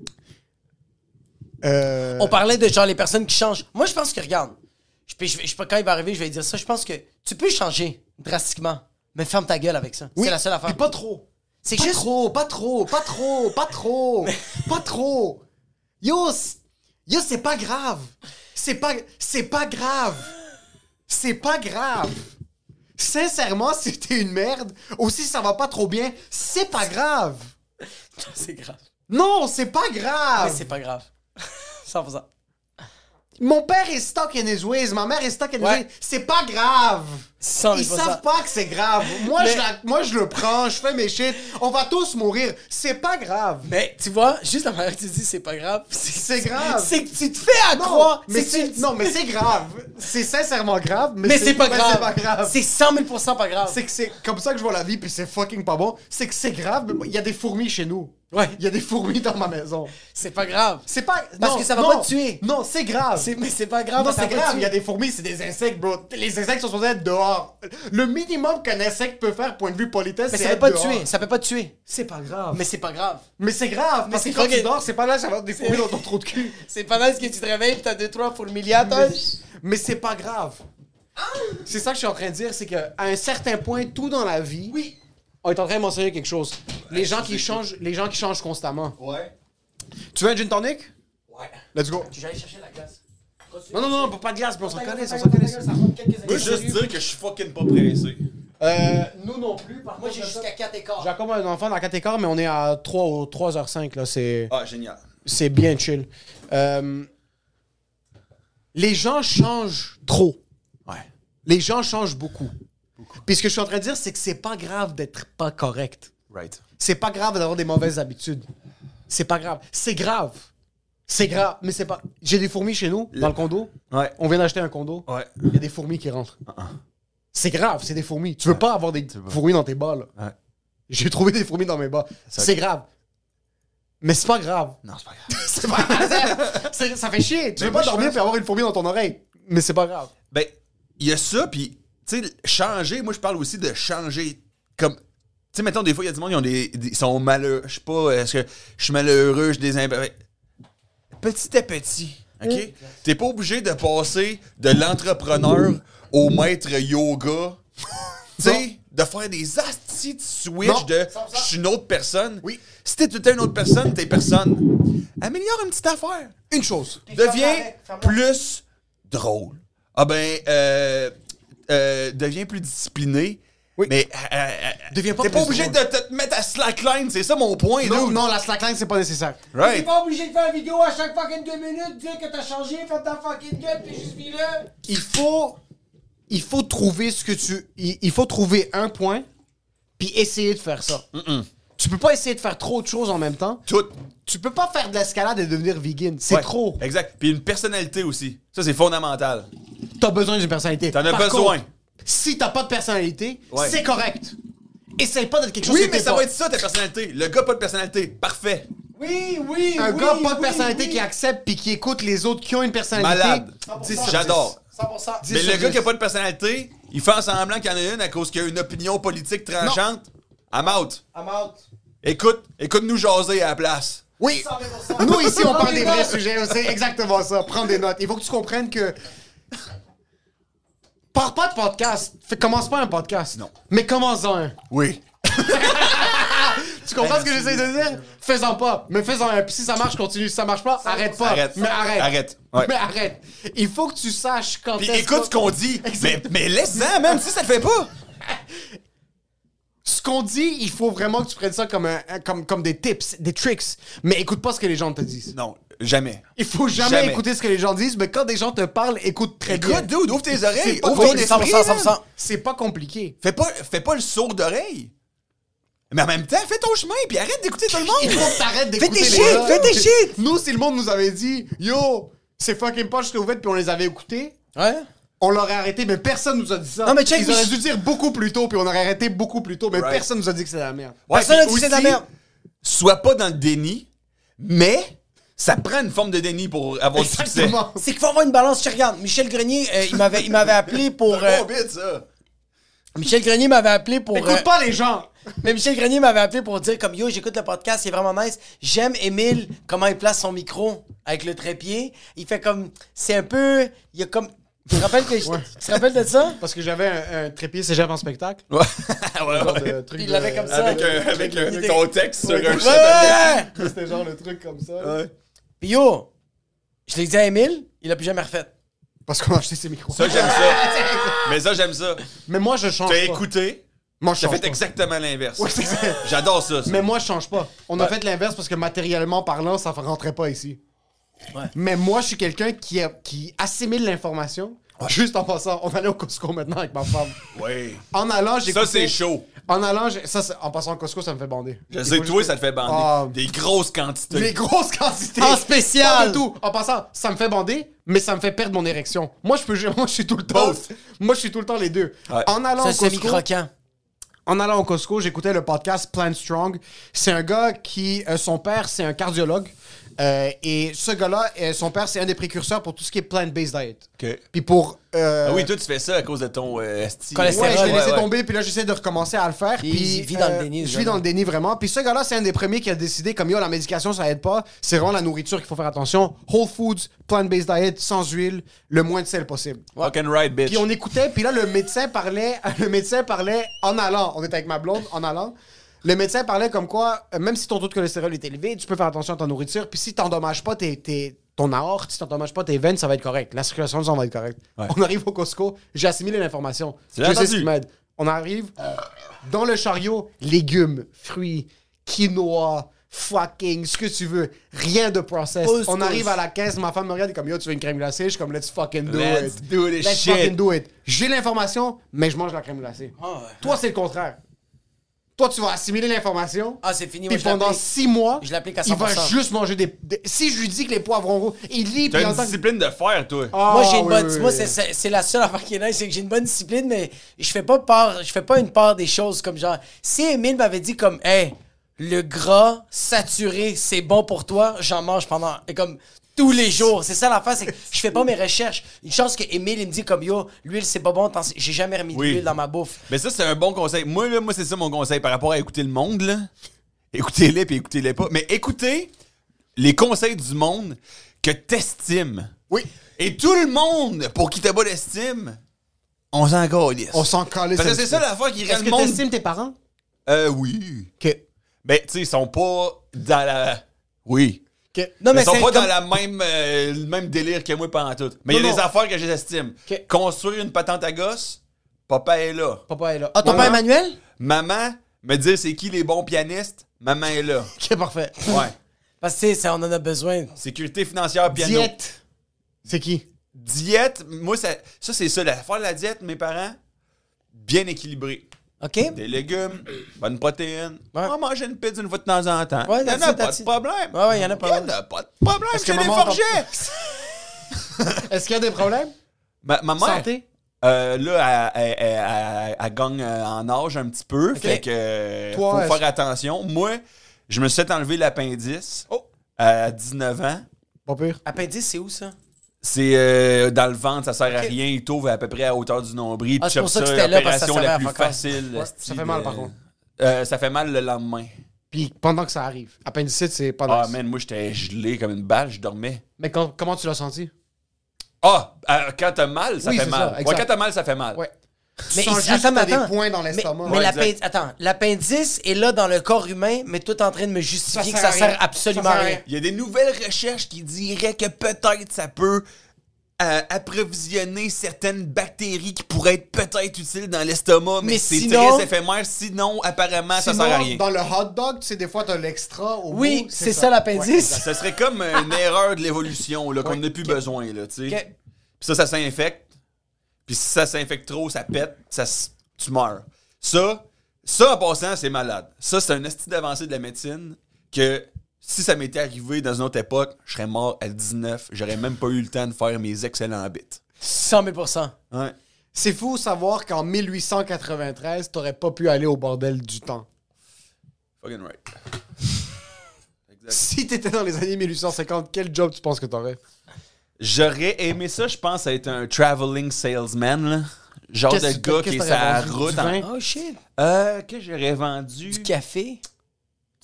D: Euh...
C: On parlait de genre les personnes qui changent. Moi, je pense que, regarde, je, peux- je, je- quand il va arriver, je vais dire ça. Je pense que tu peux changer drastiquement, mais ferme ta gueule avec ça.
D: Oui,
C: C'est la seule affaire.
D: Mais pas trop.
C: C'est
D: Pas
C: juste.
D: trop, pas trop, pas trop, pas trop, pas trop. Yo, c- yo, c'est pas grave. C'est pas, c'est pas grave. C'est pas grave. Sincèrement, si t'es une merde ou si ça va pas trop bien, c'est pas grave.
C: C'est grave.
D: Non, c'est pas
C: Mais
D: grave.
C: c'est pas grave. 100%.
D: Mon père est stuck in his ways, ma mère est stuck in his
C: Ouais.
D: ways. C'est pas grave.
C: Cent mille
D: Ils
C: pour cent.
D: savent pas que c'est grave. Moi,
C: Mais-
D: je la- moi, je le prends, je fais mes shit. On va tous mourir. C'est pas grave.
C: Mais tu vois, juste la manière que tu dis c'est pas grave, c'est
D: C'est grave.
C: c'est que tu te fais à
D: Non,
C: croire.
D: mais
C: c'est que tu
D: c'est
C: le dis.
D: non, mais c'est grave. C'est sincèrement grave, mais,
C: Mais c'est pas,
D: mais
C: grave.
D: C'est pas grave.
C: C'est 100 000 pas grave.
D: C'est que c'est comme ça que je vois la vie, puis c'est fucking pas bon. C'est que c'est grave, mais il y a des fourmis chez nous.
C: Ouais.
D: Il y a des fourmis dans ma maison.
C: C'est pas grave.
D: C'est pas.
C: Parce
D: non,
C: que ça va
D: non,
C: pas te tuer.
D: Non, c'est grave.
C: C'est- Mais c'est pas grave.
D: non,
C: ça
D: c'est
C: va
D: grave,
C: tuer.
D: il y a des fourmis, c'est des insectes, bro. Les insectes sont supposés être dehors. Le minimum qu'un insecte peut faire, point de vue politesse,
C: Mais
D: c'est
C: ça peut
D: être
C: pas te
D: dehors.
C: tuer. Ça peut pas te tuer.
D: C'est pas grave.
C: Mais c'est pas grave.
D: Mais c'est grave, parce
C: c'est
D: que quand
C: fucking-
D: tu dors, c'est pas là, ça va avoir des fourmis dans ton trou de cul.
C: C'est pas mal ce que tu te réveilles pis t'as deux, trois pour le milliard. toi.
D: Mais c'est pas grave. C'est ça que je suis en train de dire, c'est qu'à un certain point, tout dans la vie,
C: Oui.
D: on est en train de mentionner quelque chose. Les gens qui changent, les gens qui changent constamment.
E: Ouais.
D: Tu veux un gin tonic?
C: Ouais.
D: Let's go.
C: J'allais chercher la glace.
D: Non, non, non, pas de glace, bro, on s'en connaît, on
C: ça
D: s'en connaît.
E: Moi, juste dire que je suis fucking pas pressé.
D: Euh, nous non plus, par
C: Moi j'ai jusqu'à 4 écarts.
D: Jacob a un enfant dans 4 écarts, mais on est à 3 ou 3h05, là, c'est...
E: Ah, génial.
D: c'est bien chill. Euh, les gens changent trop.
E: Ouais.
D: Les gens changent beaucoup. Puis ce que je suis en train de dire, c'est que c'est pas grave d'être pas correct.
E: Right.
D: C'est pas grave d'avoir des mauvaises habitudes. C'est pas grave. C'est grave. C'est grave, mais c'est pas. J'ai des fourmis chez nous, dans le condo.
E: Ouais.
D: On vient d'acheter un condo.
E: Ouais.
D: Il y a des fourmis qui rentrent. C'est grave, c'est des fourmis. Tu veux pas avoir des fourmis dans tes bas, là.
E: Ouais.
D: J'ai trouvé des fourmis dans mes bas. C'est grave. Mais c'est pas grave.
E: Non, c'est pas grave.
D: C'est pas grave. C'est- Ça fait chier. Tu
E: Mais
D: veux pas
E: moi, je
D: dormir
E: pense-
D: puis avoir une fourmi dans ton oreille. Mais c'est pas grave.
E: ben, il y a ça, puis, tu sais, changer, moi, je parle aussi de changer. Comme, tu sais, mettons, des fois, il y a du monde, ils ont des, des- ils sont malheureux. Je sais pas, est-ce que je suis malheureux, je désimp... Petit à petit, OK? T'es pas obligé de passer de l'entrepreneur au maître yoga. tu sais, de faire des astis de switch
D: Non,
E: de
D: 100%.
E: je suis une autre personne.
D: Oui.
E: Si t'es tout le temps une autre personne, t'es personne. Améliore une petite affaire.
D: Une chose.
E: Deviens plus drôle. Ah ben, euh, euh, deviens plus discipliné.
D: Oui.
E: Mais euh, euh,
D: Deviens pas
E: t'es pas
D: plus
E: obligé
D: drôle.
E: de te mettre à slackline, c'est ça mon point.
D: Non,
E: dude.
D: non, la slackline, c'est pas nécessaire.
C: T'es
E: Right.
C: pas obligé de faire une vidéo à chaque fucking deux minutes, dire que t'as changé, faire ta fucking gueule, puis juste vis là.
D: Il faut, il faut trouver ce que tu, il, il faut trouver un point, puis essayer de faire ça. Tu peux pas essayer de faire trop de choses en même temps.
E: Tout.
D: Tu peux pas faire de l'escalade et devenir vegan. C'est
E: Ouais,
D: trop.
E: Exact. Puis une personnalité aussi. Ça, c'est fondamental.
D: T'as besoin d'une personnalité.
E: T'en as
D: Par
E: besoin.
D: contre, si t'as pas de personnalité,
E: Ouais.
D: c'est correct. Essaye pas d'être quelque chose
E: Oui,
D: que
E: mais
D: t'es
E: ça
D: pas.
E: va être ça, ta personnalité. Le gars, pas de personnalité. Parfait.
C: Oui, oui,
D: un
C: oui,
D: gars pas de
C: oui,
D: personnalité
C: oui.
D: qui accepte puis qui écoute les autres qui ont une personnalité.
E: Malade.
C: 100%.
E: 10 sur 10. J'adore.
C: 100%.
E: Mais
D: sur
E: le gars
D: 10.
E: qui a pas de personnalité, il fait en semblant qu'il y en a une à cause qu'il a une opinion politique tranchante. I'm out.
C: I'm out.
E: Écoute, écoute-nous jaser à la place.
D: Oui.
C: 100%.
D: Nous ici, on parle des vrais
C: notes.
D: sujets. C'est exactement ça. Prends des notes. Il faut que tu comprennes que. Pars pas de podcast. Fait- commence pas un podcast.
E: Non.
D: Mais commence-en un.
E: Oui.
D: Tu comprends ce que j'essaie de dire? Fais-en pas. Mais fais-en un. Puis si ça marche, continue. Si ça marche pas, arrête pas.
E: Arrête.
D: Mais arrête.
E: Arrête. Ouais.
D: Mais arrête. Il faut que tu saches quand
E: Puis
D: est-ce
E: écoute ce
D: qu'on-
E: qu'on dit. Mais,
D: Exact.
E: mais laisse-en, même si ça le fait pas.
D: ce qu'on dit, il faut vraiment que tu prennes ça comme, un- un- comme, comme des tips, des tricks. Mais écoute pas ce que les gens te disent.
E: Non, jamais.
D: Il faut jamais,
E: Jamais.
D: écouter ce que les gens disent, mais quand des gens te parlent, écoute très bien.
E: Écoute, dude, ouvre tes oreilles.
D: C'est pas
E: Ouvre ton
D: compliqué.
E: esprit.
C: 100%,
E: man.
C: 100%.
D: C'est pas compliqué.
E: Fais pas, fais pas le sourd d'oreille. Mais en même temps, fais ton chemin, puis arrête d'écouter tout le monde.
D: Il faut que t'arrêtes d'écouter
E: tes
D: les
E: shit,
D: gens.
E: fais tes shit.
D: Nous, si le monde nous avait dit, yo, c'est fucking punch que vous faites, puis on les avait écoutés,
C: Ouais.
D: on l'aurait arrêté, mais personne nous a dit ça.
C: Non, mais check,
D: Ils
C: mais
D: auraient
C: je-
D: dû dire beaucoup plus tôt, puis on aurait arrêté beaucoup plus tôt, mais
E: Right.
D: personne nous a dit que c'est la merde.
E: Ouais,
C: Personne n'a
E: puis
C: dit que c'est de la
E: aussi,
C: merde.
E: Sois pas dans le déni, mais ça prend une forme de déni pour avoir du succès.
D: Exactement.
C: C'est qu'il faut avoir une balance. Tu regardes, Michel Grenier, euh, il m'avait il m'avait appelé pour. euh,
E: Bon bit, ça.
C: Michel Grenier m'avait appelé pour. euh,
D: Écoute pas les gens.
C: Mais Michel Grenier m'avait appelé pour dire comme yo, j'écoute le podcast, c'est vraiment nice. J'aime Émile comment il place son micro avec le trépied. Il fait comme c'est un peu il y a comme tu te rappelles que je- tu te rappelles de ça
D: Parce que j'avais un, un trépied cégep en spectacle.
E: Ouais, Ah, ouais, ouais.
D: de truc
C: Il
D: de-
C: l'avait comme ça.
E: Avec, un, avec un- ton texte sur un
C: Ouais,
E: cheval.
C: ouais, ouais.
D: C'était genre le truc comme ça. là.
C: Puis yo, je l'ai dit à Émile, il l'a plus jamais refait.
D: Parce qu'on a acheté ses micros.
E: Ça, j'aime ça. mais ça, j'aime ça.
D: Mais moi, je change
E: T'as
D: pas.
E: écouté,
D: Moi, je
E: t'as
D: change
E: fait
D: pas.
E: exactement l'inverse.
D: Ouais, c'est ça.
E: J'adore ça. ça.
D: Mais moi, je change pas. On a fait l'inverse parce que matériellement parlant, ça rentrait pas ici.
C: Ouais.
D: Mais moi, je suis quelqu'un qui, a- qui assimile l'information. Juste en passant, on allait au Costco maintenant avec ma femme.
E: Ouais.
D: En allant, j'ai
E: Ça, c'est chaud.
D: En allant, j'ai- ça, c'est- en passant au Costco, ça me fait bander.
E: Je sais, toi, ça te fait bander.
D: Ah.
E: Des grosses quantités.
D: Les grosses quantités.
C: En spécial.
D: Pas du tout. En passant, ça me fait bander, mais ça me fait perdre mon érection. Moi, je peux, moi, je suis tout le temps.
E: Both.
D: Moi, je suis tout le temps les deux.
E: Ouais.
D: En allant
C: C'est
D: au
C: un semi
D: Costco,
C: croquant.
D: En allant au Costco, j'écoutais le podcast Plan Strong. C'est un gars qui, euh, son père, c'est un cardiologue. Euh, et ce gars-là, euh, son père, c'est un des précurseurs pour tout ce qui est plant-based diet.
E: Ok.
D: Puis pour. euh,
E: Ah oui, toi, tu fais ça à cause de ton euh,
D: Ouais,
E: esti.
C: Cholestérol.
D: je l'ai
C: Ouais,
D: laissé
C: ouais.
D: tomber, puis là, j'essaie de recommencer à le faire.
C: Puis
D: Puis, euh,
C: il vit dans le déni, ce
D: Je vis
C: gars-là.
D: dans le déni, vraiment. Puis ce gars-là, c'est un des premiers qui a décidé, comme yo, la médication, ça aide pas. C'est vraiment la nourriture qu'il faut faire attention. Whole foods, plant-based diet, sans huile, le moins de sel possible.
E: Fucking right, bitch.
D: Puis on écoutait, puis là, le médecin parlait, le médecin parlait en allant. On était avec ma blonde, en allant. Le médecin parlait comme quoi, euh, même si ton taux de cholestérol est élevé, tu peux faire attention à ta nourriture, puis si t'endommages pas tes, tes- ton aorte, si t'endommages pas tes veines, ça va être correct. La circulation du sang va être correcte.
E: Ouais.
D: On arrive au Costco, j'ai assimilé l'information. Je
E: Tu l'as
D: sais ce
E: entendu.
D: qui m'aide. On arrive dans le chariot, légumes, fruits, quinoa, fucking, ce que tu veux. Rien de process.
C: Pousse,
D: On
C: pousse.
D: arrive à la caisse, ma femme me regarde, elle est comme, yo, tu veux une crème glacée? Je suis comme, let's fucking do
E: Let's
D: it.
E: do this
D: Let's
E: shit.
D: fucking do it. J'ai l'information, mais je mange la crème glacée.
C: Ah ouais.
D: Toi, c'est le contraire. Toi, tu vas assimiler l'information.
C: Ah, c'est fini, moi,
D: Puis
C: je
D: pendant
C: l'applique.
D: six mois,
C: Je l'applique à
D: il va
C: 100%.
D: juste manger des, des- Si je lui dis que les poivrons rouges, il lit.
E: T'as
D: puis
E: une
D: en tant que-
E: discipline de faire, toi.
D: Ah,
C: moi j'ai une
D: oui,
C: bonne
D: oui,
C: moi
D: oui.
C: c'est- c'est c'est la seule affaire qui est nice, c'est que j'ai une bonne discipline mais je fais pas part je fais pas une part des choses comme genre si Émile m'avait dit comme hey le gras saturé c'est bon pour toi j'en mange pendant et comme tous les jours c'est ça l'affaire c'est que je fais pas mes recherches une chance que Émile il me dit comme yo l'huile c'est pas bon t'en sais- j'ai jamais remis
E: Oui.
C: de l'huile dans ma bouffe
E: Mais ça, c'est un bon conseil. Moi, là, moi c'est ça mon conseil par rapport à écouter le monde. là. Écoutez-les puis écoutez-les pas. Mais écoutez les conseils du monde que t'estimes.
D: Oui.
E: Et tout le monde pour qui t'as pas d'estime, on s'en calisse.
D: On s'en calait.
E: Parce que c'est ça l'affaire qui rend
D: Est-ce
E: le
D: que
E: monde.
D: t'estimes tes parents?
E: Euh, oui.
D: OK.
E: Ben, tu sais, ils sont pas dans la. Oui.
D: OK.
C: Non,
E: Mais
C: mais
E: ils sont
C: c'est
E: pas dans
C: comme-
E: la même, euh, le même délire que moi pendant tout. Mais il y a
D: Non,
E: des
D: non.
E: affaires que j'estime.
D: OK.
E: Construire une patente à gosse, papa est là.
D: Papa est là.
C: Ah, ton
D: Maman?
C: père Emmanuel?
E: Maman, me dire c'est qui les bons pianistes, maman est là.
D: OK, parfait.
E: Ouais.
C: Parce que, tu sais, ça, on en a besoin.
E: Sécurité financière, piano.
D: Diète. C'est qui?
E: Diète, moi, ça, ça c'est ça. L'affaire de la diète, mes parents, bien équilibré.
C: OK?
E: Des légumes, bonne protéine. On va manger une pizza une fois de temps en temps.
C: Ouais,
E: il n'y en
C: that's
E: a
C: it,
E: pas
C: that's
E: de
C: it.
E: problème.
C: Ouais, ouais, y en a pas.
E: Il n'y en a pas de problème.
D: Est-ce
E: J'ai
D: que
E: des
D: maman-
E: forgets.
D: Est-ce qu'il y a des problèmes?
E: Ma, ma mère,
D: Santé?
E: euh, là, elle, elle- elle- elle- elle gagne euh, en âge un petit peu. Fait que euh,
D: Toi,
E: faut
D: est-ce-
E: faire attention. Moi, je me suis fait enlever l'appendice
C: Oh!
E: à 19 ans.
D: Pas pire.
C: Appendice, c'est où, ça?
E: C'est euh, dans le ventre, ça sert à rien. Il t'ouvre à peu près à hauteur du nombril.
C: Ah,
E: puis
C: c'est pour
E: chop
C: ça que c'était là, parce que ça
E: l'opération
C: servait à
E: la plus
C: faire comme-
E: facile.
D: Ouais,
E: esti,
D: ça fait mal, par
E: euh,
D: contre.
E: euh, ça fait mal le lendemain.
D: Puis pendant que ça arrive. Appendicite, c'est pas
E: Ah,
D: nice.
E: man, moi, j'étais gelé comme une balle, je dormais.
D: Mais quand- comment tu l'as senti?
E: Ah, euh, quand t'as mal, ça
D: Oui,
E: fait
D: c'est
E: mal.
D: ça,
E: Ouais,
D: exact.
E: quand t'as mal, ça fait
C: Ah,
E: mal.
D: Ouais.
C: Mais il-
D: sens juste
C: attends,
D: que t'as des
C: attends.
D: points dans l'estomac.
C: Mais, mais
D: Ouais,
C: l'appendice, attends, l'appendice est là dans le corps humain, mais toi, t'es en train de me justifier que ça
D: sert à
C: sert
D: rien.
C: absolument
D: Ça
C: à
D: sert à
C: rien.
D: rien.
E: Il y a des nouvelles recherches qui diraient que peut-être ça peut euh, approvisionner certaines bactéries qui pourraient être peut-être utiles dans l'estomac, mais,
C: Mais
E: c'est
C: sinon-
E: très éphémère. Sinon, apparemment, ça
D: Sinon,
E: sert à rien.
D: Dans le hot dog, tu sais, des fois, t'as l'extra au
C: Oui,
D: bout,
C: c'est ça, l'appendice.
D: Ouais, exact.
E: Ça serait comme une erreur de l'évolution, là, qu'on n'a plus besoin, là, tu sais.
C: Ok.
E: Puis ça, ça s'infecte. Puis si ça s'infecte trop, ça pète, ça, s- tu meurs. Ça, ça, en passant, c'est malade. Ça, c'est un esti d'avancée de la médecine que si ça m'était arrivé dans une autre époque, je serais mort à 19. J'aurais même pas eu le temps de faire mes excellents bits.
C: 100 000
E: Ouais.
D: C'est fou savoir qu'en 1893, t'aurais pas pu aller au bordel du temps.
E: Fucking right.
D: Si t'étais dans les années 1850, quel job tu penses que t'aurais?
E: J'aurais aimé ça, je pense, être un traveling salesman, là. Genre de
D: Qu'est-ce que-
E: gars
D: qu'est-ce
E: qui est
D: que
E: sur
D: t'aurais
E: la
D: vendu? Du
E: route. en-
D: vin?
C: Oh shit!
E: Euh, que j'aurais vendu.
C: Du café, tu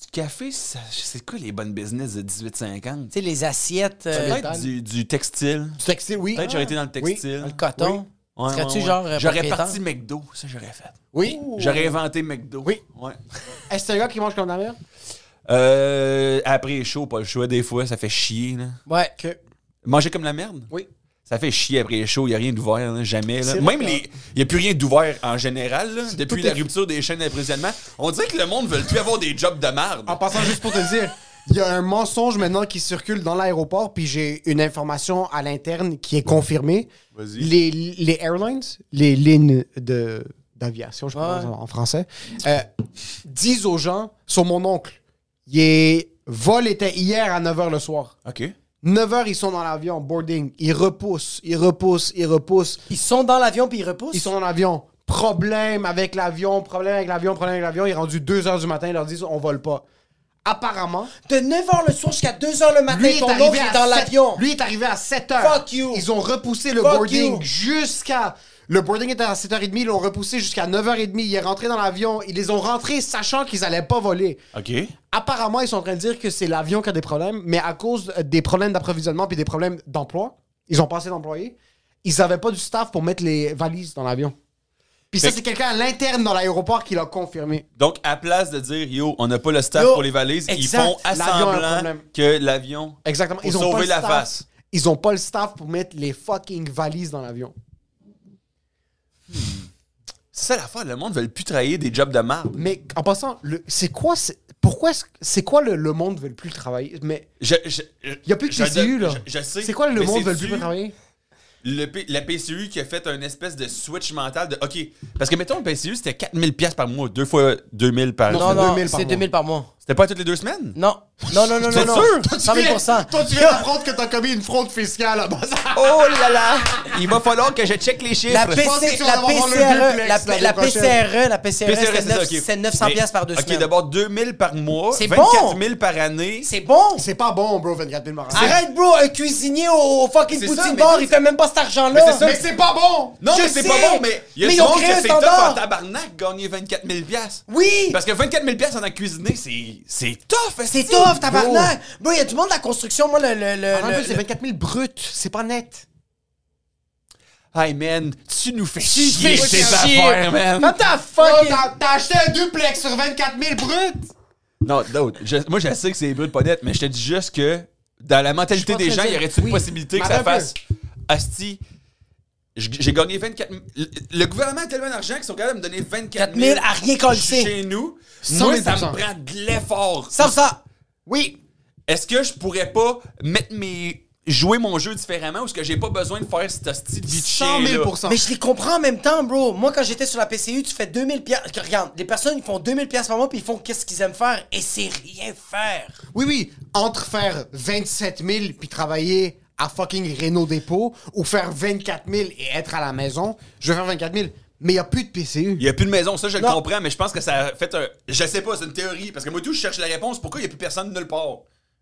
E: Du café, ça- c'est quoi les bonnes business de 18-50?
C: sais, les assiettes, euh,
E: Peut-être du, du textile.
D: Du textile, Ah, oui.
E: Peut-être j'aurais été dans le textile.
C: le coton.
E: Ouais, ouais,
C: Serais-tu
E: ouais.
C: genre, euh,
E: J'aurais
C: propriétaire?
E: parti McDo, ça j'aurais fait.
D: Oui.
E: J'aurais inventé McDo.
D: Oh. Oui.
E: Ouais.
D: Est-ce que c'est un gars qui mange comme la merde?
E: Euh, après chaud, pas le choix des fois, ça fait chier. Là.
C: Ouais.
E: Manger comme la merde?
D: Oui.
E: Ça fait chier après chaud, il n'y a rien d'ouvert, là, jamais. Là.
D: C'est
E: Même
D: vrai.
E: les. Il n'y a plus rien d'ouvert en général, là, depuis
D: est-
E: la rupture des chaînes d'emprisonnement. On dirait que le monde ne veut plus avoir des jobs de merde.
D: En passant juste pour te dire, il y a un mensonge maintenant qui circule dans l'aéroport, puis j'ai une information à l'interne qui est confirmée.
E: Vas-y.
D: Les, les airlines, les lignes de d'aviation, je pense en français, euh, disent aux gens, sur mon oncle, il est, vol était hier à 9h le soir.
E: OK.
D: 9h, ils sont dans l'avion, boarding. Ils repoussent, ils repoussent, ils repoussent.
C: Ils sont dans l'avion puis ils repoussent?
D: Ils sont dans l'avion. Problème avec l'avion, problème avec l'avion, problème avec l'avion. Il est rendu 2h du matin, ils leur disent on vole pas. Apparemment,
C: De 9h le soir jusqu'à 2h le matin,
D: lui est,
C: ton oncle
D: arrivé
C: est
D: à
C: dans
D: sept-
C: l'avion.
D: lui est arrivé à 7h.
C: Fuck you.
D: Ils ont repoussé le
C: Fuck
D: boarding
C: you.
D: jusqu'à. Le boarding était à 7h30, ils l'ont repoussé jusqu'à 9h30. Il est rentré dans l'avion. Ils les ont rentrés sachant qu'ils allaient pas voler.
E: OK.
D: Apparemment, ils sont en train de dire que c'est l'avion qui a des problèmes, mais à cause euh, des problèmes d'approvisionnement puis des problèmes d'emploi, ils ont passé d'employés. Ils n'avaient pas du staff pour mettre les valises dans l'avion. Puis ça,
E: Fait que-
D: c'est quelqu'un à l'interne dans l'aéroport qui l'a confirmé.
E: Donc, à place de dire, yo, on n'a pas le staff
D: Yo,
E: pour les valises,
D: exact,
E: ils font
D: l'avion a un
E: assemblant
D: problème.
E: que l'avion.
D: Exactement.
E: Pour
D: Ils ont pas
E: sauver
D: le
E: la
D: staff.
E: face.
D: Ils ont pas le staff pour mettre les fucking valises dans l'avion.
E: C'est ça l'affaire, le monde ne veut plus travailler des jobs de merde.
D: Mais en passant, le- c'est quoi, c'est- pourquoi, est-ce que- c'est quoi le, le monde veut le plus travailler Mais
E: Je, je,
D: il y a plus que
E: je-
D: PCU là.
E: Je, je sais.
D: C'est quoi le
E: mais
D: monde veut le
E: c'est-tu
D: plus travailler
E: le P- la PCU qui a fait un espèce de switch mental de OK. Parce que mettons, le PCU, c'était 4000$ piastres par mois, deux fois 2000$ par
C: Non,
D: C'est
E: semaine.
C: non,
D: 2000 par
C: c'est
D: mois.
C: 2000 par mois.
E: C'était pas toutes les deux semaines?
C: Non, non, non, non,
E: Vous
C: non.
E: êtes
C: non.
E: sûr?
D: Toi, tu
C: 100 000
D: viens- Toi, tu viens d'apprendre que t'as commis une fraude fiscale à base.
E: Oh là là! Il va falloir que je check les chiffres.
C: La,
D: pense que
C: PC,
D: tu vas
C: la,
D: avoir
C: PCRE,
D: le duplex
C: E, la,
D: l'année
C: la
E: E,
D: prochaine.
C: PCRE, E, la PCRE,
E: PCRE,
C: c'est
E: E, ça,
C: neuf-
E: ok.
C: c'est 900
E: Mais-
C: piastres par deux
E: OK,
C: semaines.
E: d'abord 2000 par mois,
C: C'est
E: 24
C: bon!
E: 000 par année.
C: C'est bon!
D: C'est pas bon, bro, 24 000 morales.
C: Arrête, bro, un cuisinier au, au fucking
E: C'est
C: poutine
E: ça, mais
C: bar,
E: c'est-
C: il fait même pas cet
E: Mais
C: argent-là.
E: c'est ça.
D: Mais c'est pas bon!
E: Non,
C: Je
E: mais c'est
C: sais,
E: pas bon, mais il y a
C: mais
E: du
C: ils ont
E: monde
C: créé
E: que
C: un
E: c'est top
C: standard.
E: en tabarnak gagner 24 000 piastres.
C: Oui!
E: Parce que 24 000 piastres en a cuisiné, c'est c'est tough.
C: C'est
E: esti.
C: tough, tabarnak! Bro, il y a
E: Oh,
C: du monde de la construction, moi, le. le, le-
D: En
C: le-
D: plus, c'est 24 000 bruts, c'est pas net.
E: Hey man, tu nous fais
C: Tu fais
E: chier ces
C: chier.
E: affaires, man!
C: What the
D: Oh,
C: fuck?
D: t'as- T'as acheté un duplex sur 24 000 bruts!
E: Non, d'autres. Je- moi, je sais que c'est brut pas net, mais je te dis juste que dans la mentalité
D: Je suis
E: des
D: pas
E: gens,
D: très
E: y aurait-tu une
D: oui.
E: possibilité que
D: Mais
E: ça
D: attends un
E: fasse Asti, j- j'ai gagné 24 000. Le, le gouvernement a tellement d'argent qu'ils sont capables de me donner 24 000
C: 000 à rien coller.
E: chez nous.
D: 100
E: Moi,
D: 000
E: ça me prend de l'effort.
C: Sauf ça.
D: Oui!
E: Est-ce que je pourrais pas mettre mes. jouer mon jeu différemment ou est-ce que j'ai pas besoin de faire cette hostie de vie de
D: 100 000
E: chien-là?
C: Mais je les comprends en même temps, bro. Moi, quand j'étais sur la PCU, tu fais 2000 piastres. Regarde, les personnes, ils font 2000 piastres par mois, puis ils font qu'est-ce qu'ils aiment faire, et c'est rien faire.
D: Oui, oui, entre faire 27 000 puis travailler à fucking Renault Dépôt ou faire 24 000 et être à la maison, je vais faire 24 000, mais il n'y a plus de PCU.
E: Il y a plus de maison, ça je le
C: Non.
E: comprends, mais je pense que ça a fait un. Je sais pas, c'est une théorie, parce que moi tout, je cherche la réponse. Pourquoi il y a plus personne nulle part?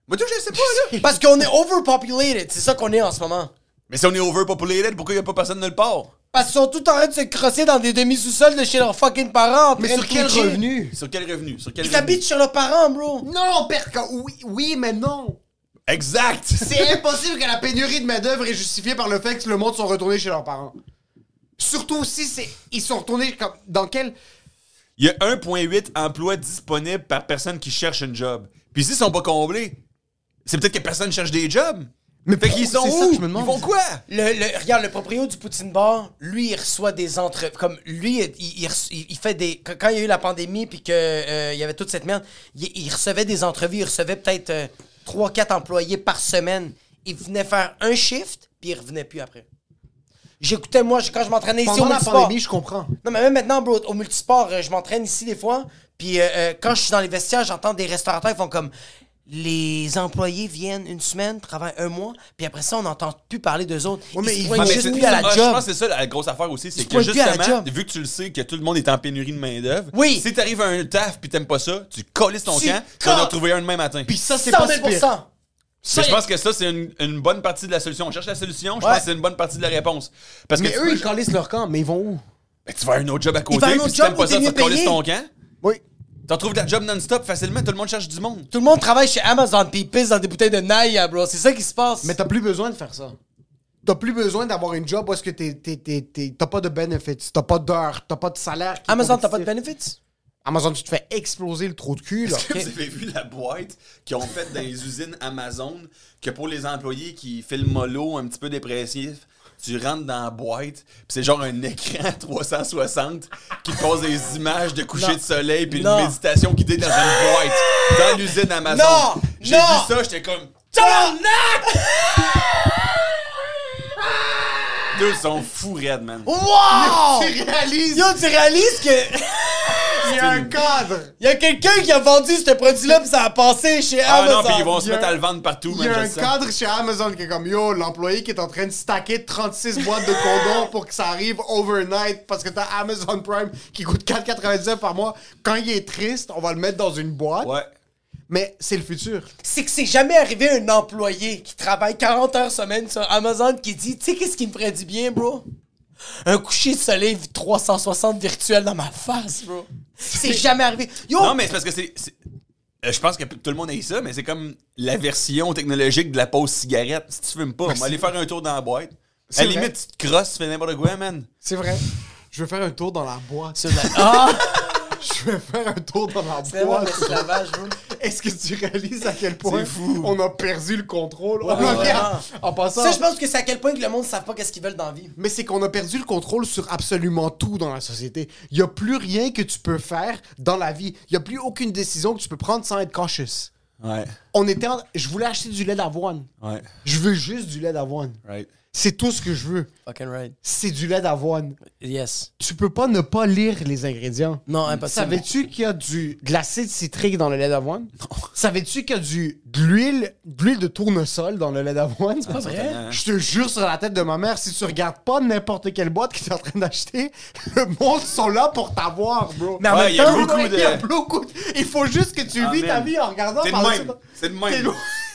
E: Moi tout, je sais pas, là!
C: Parce qu'on est overpopulated, c'est ça qu'on est en ce moment.
E: Mais si on est overpopulated, pourquoi il n'y a pas personne nulle part?
C: Parce qu'ils sont tout en train de se crosser dans des demi-sous-sols de chez leurs fucking parents. en
D: Mais
C: train
D: sur
C: de
D: quel
C: twitcher.
D: revenu?
E: Sur quel revenu? Sur quel
C: Ils
E: revenu?
C: habitent chez leurs parents, bro.
D: Non, Perca, oui, oui, mais non!
E: Exact!
D: C'est impossible que la pénurie de main-d'œuvre est justifiée par le fait que le monde sont retournés chez leurs parents. Surtout si c'est. Ils sont retournés comme. Dans quel.
E: Il y a 1,8 emplois disponibles par personne qui cherche un job. Puis s'ils sont pas comblés, c'est peut-être que personne cherche des jobs. Mais fait qu'ils sont
D: c'est ça
E: où?
D: que je me demande.
E: Ils font quoi?
C: Le, le- regarde, le proprio du Poutine Bar, lui, il reçoit des entre... Comme lui, il, il- il reç- il- il fait des... Quand quand il y a eu la pandémie, puis qu'il y avait toute cette merde, il, il recevait des entrevues, il recevait peut-être 3-4 employés par semaine. Il venait faire un shift, puis il revenait plus après. J'écoutais, moi, je- quand je m'entraînais ici au
D: Pendant la
C: multisport.
D: pandémie, je comprends.
C: Non, mais même maintenant, bro, au multisport, euh, je m'entraîne ici des fois. Puis euh, euh, quand je suis dans les vestiaires, j'entends des restaurateurs, ils font comme les employés viennent une semaine, travaillent un mois, puis après ça, on n'entend plus parler d'eux autres.
D: Ouais, mais
C: ils se
D: ils-
C: pointent
D: Ouais, mais
C: juste
E: c'est-
C: plus à la
E: Ah, Je
C: job.
E: pense que c'est ça la grosse affaire aussi, c'est
C: Tu
E: que
C: pointes plus à la
E: justement,
C: job.
E: vu que tu le sais que tout le monde est en pénurie de main-d'œuvre,
C: Oui.
E: si t'arrives à un taf puis t'aimes pas ça, tu colles ton
C: Tu
E: camp, tu vas en
C: colles.
E: trouver un demain matin.
D: Puis ça, c'est pas
C: 100
D: si
C: 000
D: pire.
E: Mais je pense que ça, c'est une, une bonne partie de la solution. On cherche la solution, je
C: Ouais.
E: pense que c'est une bonne partie de la réponse. Parce que
D: Mais
E: tu
D: eux,
E: peux-
D: ils calissent leur camp, mais ils vont où?
E: Ben, tu vas à un autre job à côté,
C: va à un autre
E: puis si
C: job
E: t'aimes pas
C: où
E: ça,
C: t'es
E: tu
C: mieux
E: te coller
C: payé.
E: ton camp.
D: Oui.
E: T'en trouves de la job non-stop facilement, tout le monde cherche du monde.
C: Tout le monde travaille chez Amazon, puis ils pissent dans des bouteilles de Naya, bro. C'est ça qui se passe.
D: Mais t'as plus besoin de faire ça. T'as plus besoin d'avoir une job parce que t'es- t'es- t'es- t'es- t'as pas de benefits, t'as pas d'heures, t'as pas de salaire. qui est
C: Amazon, t'as pas de
D: compétitif.
C: benefits?
D: Amazon, tu te fais exploser le trou de cul, là.
E: Est-ce que vous avez vu la boîte qu'ils ont faite dans les usines Amazon que pour les employés qui filent mollo, un petit peu dépressif, tu rentres dans la boîte, puis c'est genre un écran 360 qui te pose des images de coucher
C: Non.
E: de soleil puis une
C: Non.
E: méditation guidée dans une boîte dans l'usine Amazon.
C: Non.
E: J'ai
C: Non.
E: vu ça, j'étais comme deux sont fous raides, man.
C: Wow!
D: Tu réalises,
C: Yo, tu réalises que
D: il y a un cadre.
C: y a quelqu'un qui a vendu ce produit-là, puis ça a passé chez
E: Ah
C: Amazon.
E: non, puis ils vont se
D: il y a-
E: mettre à le vendre partout,
D: Il
E: man,
D: y a
E: je
D: un
E: le sens.
D: cadre chez Amazon qui est comme Yo, l'employé qui est en train de stacker 36 boîtes de condoms pour que ça arrive overnight parce que t'as Amazon Prime qui coûte 4,99 par mois. Quand il est triste, on va le mettre dans une boîte.
E: Ouais.
D: Mais c'est le futur.
C: c'est que c'est jamais arrivé un employé qui travaille 40 heures semaine sur Amazon qui dit, tu sais qu'est-ce qui me ferait du bien, bro? Un coucher de soleil 360 virtuel dans ma face, bro. C'est jamais arrivé. Yo,
E: Non, mais c'est parce que c'est. c'est- euh, Je pense que tout le monde a ça, mais c'est comme la version technologique de la pause cigarette. Si tu fumes pas, on va aller faire un tour dans la boîte. À la
D: vrai.
E: limite, tu te crosses, tu fais n'importe quoi, man.
D: C'est vrai. Je vais faire un tour dans la boîte.
C: Ah!
D: Je vais faire un tour dans la
C: C'est vraiment de
D: boîte.
C: l'esclavage, bro.
D: Est-ce que tu réalises à quel point
E: C'est fou.
D: on a perdu le contrôle? On
C: ouais.
D: a perdu- En passant.
C: Ça, je pense que c'est à quel point que le monde ne savent pas qu'est-ce qu'ils veulent dans la vie.
D: Mais c'est qu'on a perdu le contrôle sur absolument tout dans la société. Il n'y a plus rien que tu peux faire dans la vie. Il n'y a plus aucune décision que tu peux prendre sans être cautious.
E: Ouais.
D: On était en- Je voulais acheter du lait d'avoine.
E: Ouais.
D: Je veux juste du lait d'avoine.
E: Right.
D: C'est tout ce que je veux.
C: Fucking right.
D: C'est du lait d'avoine.
C: Yes.
D: Tu peux pas ne pas lire les ingrédients.
C: Non, impossible.
D: Savais-tu qu'il y a du de l'acide citrique dans le lait d'avoine? Savais-tu qu'il y a du, de l'huile de l'huile de tournesol dans le lait d'avoine? C'est pas
E: vrai?
D: Je te jure sur la tête de ma mère, si tu regardes pas n'importe quelle boîte que tu es en train d'acheter, le monde sont là pour t'avoir, bro.
C: Mais en
E: Ouais,
C: même
E: il y a
C: temps,
E: beaucoup
D: Il y a
E: de.
D: beaucoup de- Il faut juste que tu
E: Ah,
D: vis ta
E: man.
D: vie en regardant
E: T'es de
D: par-dessus
E: même.
D: ton-
E: C'est de
D: T'es
E: même.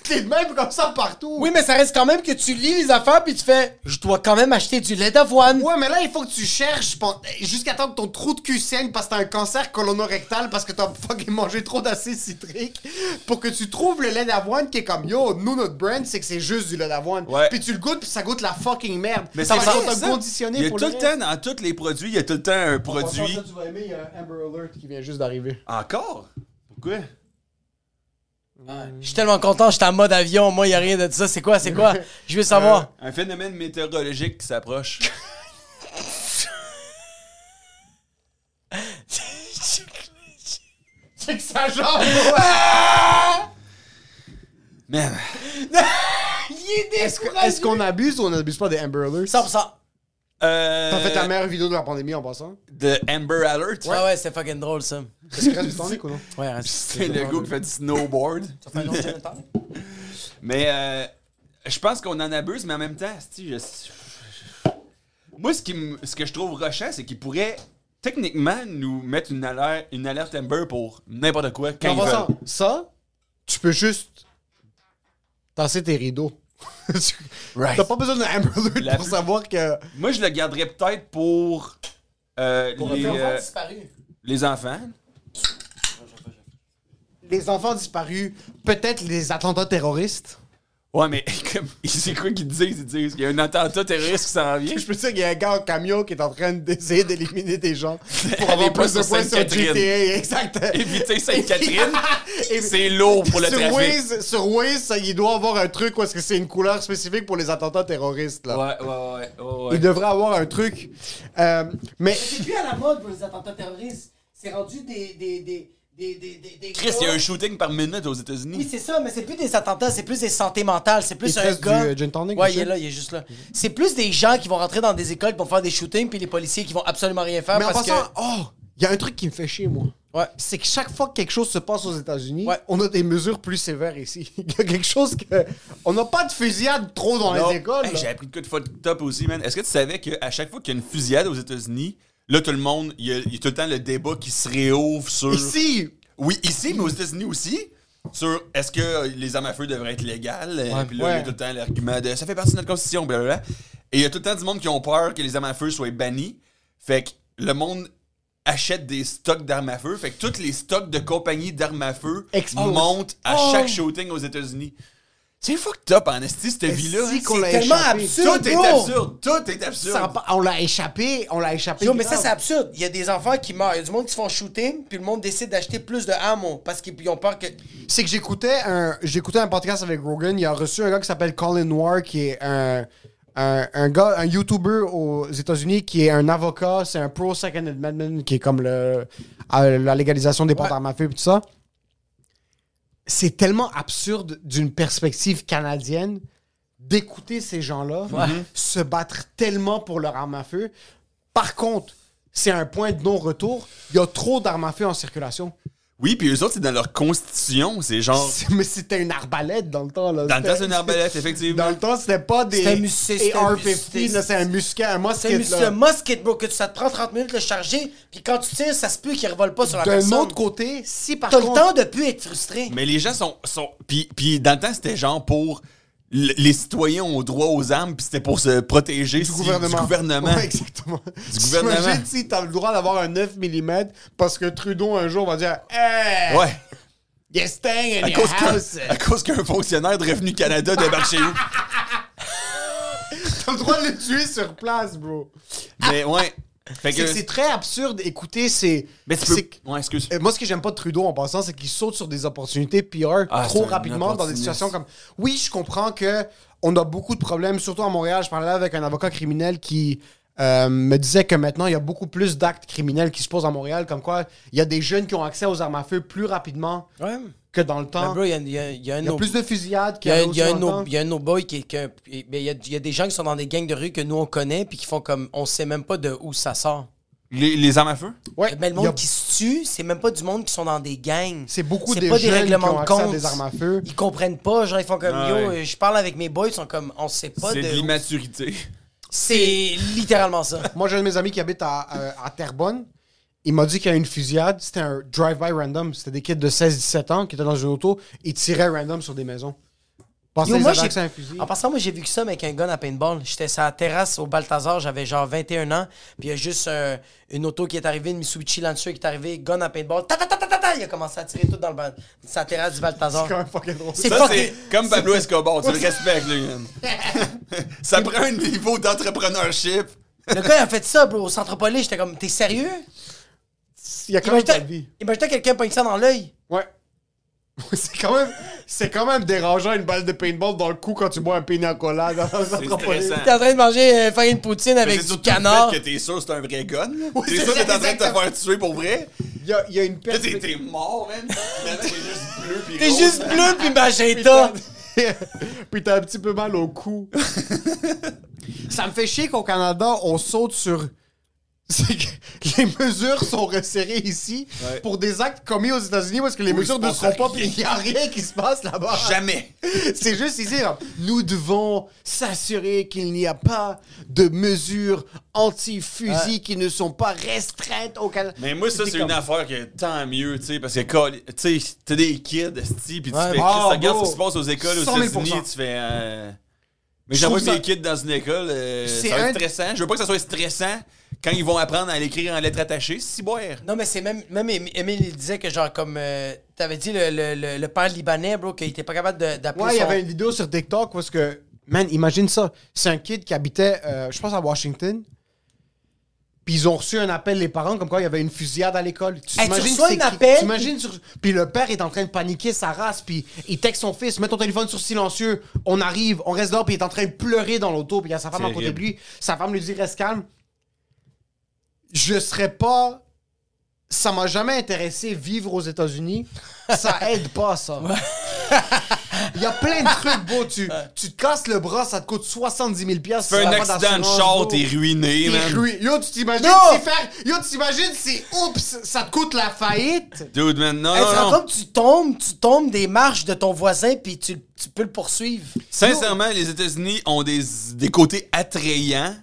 D: t'es de même comme ça partout.
C: Oui, mais ça reste quand même que tu lis les affaires puis tu fais je dois quand même acheter du lait d'avoine.
D: Ouais, mais là, il faut que tu cherches pen- jusqu'à temps que ton trou de cul saigne parce que t'as un cancer colonorectal parce que t'as fucking mangé trop d'acide citrique pour que tu trouves le lait d'avoine qui est comme yo, nous, notre brand, c'est que c'est juste du lait d'avoine.
E: Ouais.
D: Puis tu le goûtes, puis ça goûte la fucking merde.
E: Mais
D: ça
E: c'est
D: va
E: vrai,
D: te
E: ça.
D: conditionner
E: Il y a
D: pour
E: tout le
D: le
E: temps, dans tous les produits, il y a tout le temps un produit.
D: tu vas aimer, il y a un Amber Alert qui vient juste d'arriver.
E: Encore? Pourquoi?
C: Je suis tellement content, j'étais en mode avion, moi, il a rien de ça. C'est quoi, c'est quoi? Je veux savoir.
E: Un phénomène météorologique qui s'approche.
D: C'est que ça genre.
E: Man,
D: Est-ce que- est-ce qu'on abuse ou on abuse pas des Amber Alerts?
C: 100%.
E: euh,
D: T'as fait ta meilleure vidéo de la pandémie en passant.
E: de Amber Alert.
C: Ouais, Ah ouais, c'est fucking drôle, ça.
D: Est-ce que reste du temps, Nick, ou non?
C: Ouais, reste.
E: C'est le gars qui fait du snowboard. Mais euh, je pense qu'on en abuse, mais en même temps, asti, je- moi, ce, qui me- ce que je trouve rochant, c'est qu'ils pourraient techniquement nous mettre une alerte, une alerte Amber pour n'importe quoi quand
D: En
E: ils
D: passant,
E: veulent.
D: ça, tu peux juste tasser tes rideaux. Tu-
E: Right.
D: T'as pas besoin d'un Amber Alert
E: La
D: pour
E: plus-
D: savoir que.
E: Moi, je le garderais peut-être pour, euh, les, euh, les enfants.
D: Les enfants disparus, peut-être les attentats terroristes.
E: Ouais, mais comme, c'est quoi qu'ils disent? Ils disent qu'il y a un attentat terroriste qui s'en vient.
D: Je peux te dire qu'il y a un gars en camion qui est en train d'essayer d'éliminer des gens pour
E: Allez
D: avoir
E: pas
D: plus de
E: sur
D: points sur
E: Sainte-Catherine.
D: GTA. Exact.
E: Éviter Sainte-Catherine,
D: Et-
E: c'est lourd pour le
D: sur
E: trafic.
D: Waze, sur Waze, ça, il doit avoir un truc où est-ce que c'est une couleur spécifique pour les attentats terroristes. Là.
E: Ouais, ouais, ouais. ouais, ouais.
D: Il devrait avoir un truc. Euh, mais
C: C'est plus à la mode pour les attentats terroristes. C'est rendu des. des, des, des, des, des, des
E: Chris, il y a un
C: gars-
E: shooting par minute aux États-Unis.
C: Oui, c'est ça, mais c'est plus des attentats, c'est plus des santé mentale, c'est plus
D: Il te
C: un
D: reste
C: gars.
D: du, euh, gin tonic,
C: ouais, il
D: monsieur?
C: est là, il est juste là. C'est plus des gens qui vont rentrer dans des écoles pour faire des shootings, puis les policiers qui vont absolument rien faire
D: Mais en
C: parce
D: passant, oh, il y a un truc qui me fait chier, moi.
C: que. Ouais.
D: C'est que chaque fois que quelque chose se passe aux États-Unis,
C: Ouais.
D: on a des mesures plus sévères ici. Il y a quelque chose que. On n'a pas de fusillade trop dans
E: Non.
D: les écoles.
E: Hey,
D: là.
E: J'ai appris de quoi de fucked top aussi, man. Est-ce que tu savais qu'à chaque fois qu'il y a une fusillade aux États-Unis, là, tout le monde, il y, a- il y a tout le temps le débat qui se réouvre sur.
D: Ici,
E: Oui, ici, mais aux États-Unis aussi. Sur est-ce que euh, les armes à feu devraient être légales. Et puis là, il y a
D: ouais.
E: tout le temps l'argument de ça fait partie de notre constitution, blablabla. Et il y a tout le temps du monde qui ont peur que les armes à feu soient bannies. Fait que le monde achète des stocks d'armes à feu. Fait que tous les stocks de compagnies d'armes à feu
D: Explosent.
E: montent à
D: Oh.
E: chaque shooting aux États-Unis. C'est fucked up en esti, cette vie-là.
D: si
E: hein.
D: qu'on l'a
C: c'est tellement
D: échappé.
C: absurde.
E: Tout est
C: Bro!
E: absurde. Tout est
D: Ça a
E: absurde.
D: pas- on l'a échappé, on l'a échappé.
C: Yo, mais ça,
D: grave.
C: c'est absurde. Il y a des enfants qui meurent. Il y a du monde qui se font shooter, puis le monde décide d'acheter plus de ammo parce qu'ils ont peur que.
D: c'est que j'écoutais un j'écoutais un podcast avec Rogan. Il a reçu un gars qui s'appelle Colin Noir, qui est un, un, un gars, un YouTuber aux États-Unis, qui est un avocat. C'est un pro Second Amendment, qui est comme le, à la légalisation des portes d'armes à feu et tout ça. C'est tellement absurde d'une perspective canadienne d'écouter ces gens-là Mhm. se battre tellement pour leur arme à feu. Par contre, c'est un point de non-retour. Il y a trop d'armes à feu en circulation.
E: Oui, puis eux autres, c'est dans leur constitution. C'est genre.
D: C'est- Mais c'était une arbalète dans le temps. Là.
E: Dans le temps, c'est une
D: C'était-
E: arbalète, effectivement.
D: Dans le temps, c'était pas des
C: C'était un mus- c'était un
D: AR-15,
C: mus-
D: là, c'est un musquet, un
C: C'est
D: musket.
C: le
D: là.
C: musket, bro, que ça te prend 30 minutes de le charger, puis quand tu tires, ça se peut qu'il revole pas sur la personne.
D: D'un autre côté, si par
C: T'as
D: contre...
C: le temps de plus être frustré.
E: Mais les gens sont. sont puis, puis dans le temps, c'était genre pour. l- Les citoyens ont droit aux armes, puis c'était pour se protéger si-
D: Du gouvernement.
E: Du gouvernement.
D: Ouais, exactement. Du
E: gouvernement.
D: si t'as le droit d'avoir un 9 mm parce que Trudeau, un jour, va dire Eh, « Hey,
E: Ouais.
D: you staying in
E: À
D: your
E: cause
D: house.
E: qu'un- à cause qu'un fonctionnaire de Revenu Canada débarque chez vous.
D: T'as le droit de le tuer sur place, bro.
E: Mais ouais. Fait
D: C'est
E: que.
D: c'est très absurde. Écoutez, c'est...
E: Mais tu peux-
D: c'est-
E: Ouais, excuse.
D: Euh, Moi, ce que j'aime pas de Trudeau en passant, c'est qu'il saute sur des opportunités PR
E: Ah, c'est
D: trop
E: un
D: rapidement dans des
E: opportuniste.
D: situations comme. Oui, je comprends que on a beaucoup de problèmes, surtout à Montréal. Je parlais avec un avocat criminel qui euh, me disait que maintenant, il y a beaucoup plus d'actes criminels qui se posent à Montréal, comme quoi il y a des jeunes qui ont accès aux armes à feu plus rapidement
C: Ouais. Ben,
D: que dans le temps.
C: bro, il y a, il y a- il y a un
D: il y a
C: no-
D: plus de
C: il
D: fusillades
C: y
D: qu'il y
C: a,
D: a,
C: il y a un
D: aussi
C: no-
D: longtemps.
C: il y a un no-boy qui est. qui est- qui est- mais Il y, a, il y a des gens qui sont dans des gangs de rue que nous on connaît, puis qui font comme. On sait même pas de où ça sort.
E: Les, les armes à feu?
D: Ouais,
C: Mais le
D: il y
C: monde
D: a-
C: qui se tue, c'est même pas du monde qui sont dans des gangs.
D: C'est beaucoup
C: C'est
D: des
C: pas
D: jeunes qui
C: règlements
D: ont
C: de
D: accès à
C: compte.
D: des armes à feu.
C: Ils comprennent pas, genre ils font comme
E: Ah
C: yo, euh,
E: ouais.
C: je parle avec mes boys, ils sont comme on sait pas
E: C'est de
C: de. où-
E: l'immaturité.
C: C'est littéralement ça.
D: Moi, j'ai un de mes amis qui habite à, à- à Terrebonne. Il m'a dit qu'il y a eu une fusillade. C'était un drive-by random. C'était des kids de 16-17 ans qui étaient dans une auto. Ils tiraient random sur des maisons. Pensez
C: Yo,
D: les
C: moi,
D: attaques,
C: j'ai- Ah,
D: c'est un fusil.
C: En passant, moi, j'ai vu que ça mais avec un gun à paintball. J'étais sur la terrasse au Balthazar, j'avais genre 21 ans. Puis il y a juste un- une auto qui est arrivée, une Mitsubishi Lancer qui est arrivée, gun à paintball. Ta, ta, ta, ta, ta, ta, il a commencé à tirer tout dans le bal... sa terrasse du Balthazar. C'est
E: Ça,
C: fucking-
E: c'est comme Pablo Escobar, tu le respectes, lui. man. ça prend un niveau d'entrepreneurship.
C: Le gars, il a fait ça, bro. Au centre-police, j'étais comme, t'es sérieux?
D: Il y a quand même pas de
C: Imagine-toi
D: vie.
C: imagine-toi quelqu'un pogne ça dans l'œil.
D: Ouais. c'est quand même, c'est quand même dérangeant une balle de paintball dans le cou quand tu bois un pina colada.
E: C'est stressant.
C: T'es en train de manger euh, faire une poutine
E: Mais
C: avec
E: c'est
C: du
E: surtout le
C: canard.
E: fait que t'es sûr que c'est un vrai gun. là.
D: Oui,
E: t'es
D: c'est
E: sûr que t'es en train de te
D: exactement.
E: faire tuer pour vrai.
D: Il y a, il y a une
E: Là, t'es
D: perspective.
E: t'es mort, man. Finalement, T'es juste bleu pis
C: T'es
E: rose.
C: juste bleu puis magenta.
D: Puis t'as un petit peu mal au cou. Ça me fait chier qu'au Canada, on saute sur. C'est que les mesures sont resserrées ici
E: Ouais.
D: pour des actes commis aux États-Unis parce que les
E: Où il
D: mesures
E: se
D: ne
E: passe
D: seront pas,
E: rien.
D: puis il n'y a rien qui se passe là-bas.
E: Jamais.
D: C'est juste ici, genre, nous devons s'assurer qu'il n'y a pas de mesures anti-fusils qui ne sont pas restreintes au Canada.
E: Mais moi, ça,
D: T'es
E: c'est
D: comme-
E: une affaire que tant mieux, tu sais, parce que, call- tu sais, t'as des kids, esti, pis tu
C: Ouais,
E: fais, Chris,
D: ah,
E: ça regarde
D: bro.
E: ce qui se passe aux écoles aux
D: 100 000
E: États-Unis, tu fais. euh, Mais
D: Je
E: j'envoie
D: trouve ça-
E: mes kids dans une école, euh,
D: C'est
E: ça va
D: un-
E: être stressant. Je veux pas que ça soit stressant quand ils vont apprendre à l'écrire en lettres attachées, si boire.
C: Non, mais c'est même. Même Émi- Émile, il disait que, genre, comme. euh, T'avais dit le, le, le, le père libanais, bro, qu'il était pas capable de- d'appeler
D: Ouais, il y
C: son-
D: avait une vidéo sur TikTok parce que, man, imagine ça. C'est un kid qui habitait, euh, je pense, à Washington. Puis ils ont reçu un appel, les parents, comme quoi il y avait une fusillade à l'école. Tu
C: Hey, tu
D: t'imagines
C: reçois
D: c'est
C: un
D: qui-
C: appel,
D: t'imagines sur- Puis le père est en train de paniquer sa race, puis il texte son fils, mets ton téléphone sur silencieux, on arrive, on reste dehors, puis il est en train de pleurer dans l'auto, puis il y a sa femme à côté de
E: Terrible.
D: lui. Sa femme lui dit, reste calme. Je serais pas ça m'a jamais intéressé vivre aux États-Unis. Ça aide pas, ça. Il y a plein de trucs, beaux. Tu, tu te casses le bras, ça te coûte 70 000 piastres.
E: Tu fais un
D: t'as pas
E: accident de
D: d'assurance,
E: char,
D: bro.
E: t'es ruiné,
D: T'es
E: man.
D: ruiné. Yo, tu t'imagines
C: Non!
D: si faire... Yo, tu t'imagines si... Oups, ça te coûte la faillite.
E: Dude, man, non,
C: Hey, tu te
E: non,
C: rends
E: non.
C: compte, tu tombes, tu tombes des marches de ton voisin, puis tu, tu peux le poursuivre.
E: Sincèrement, les États-Unis ont des, des côtés attrayants,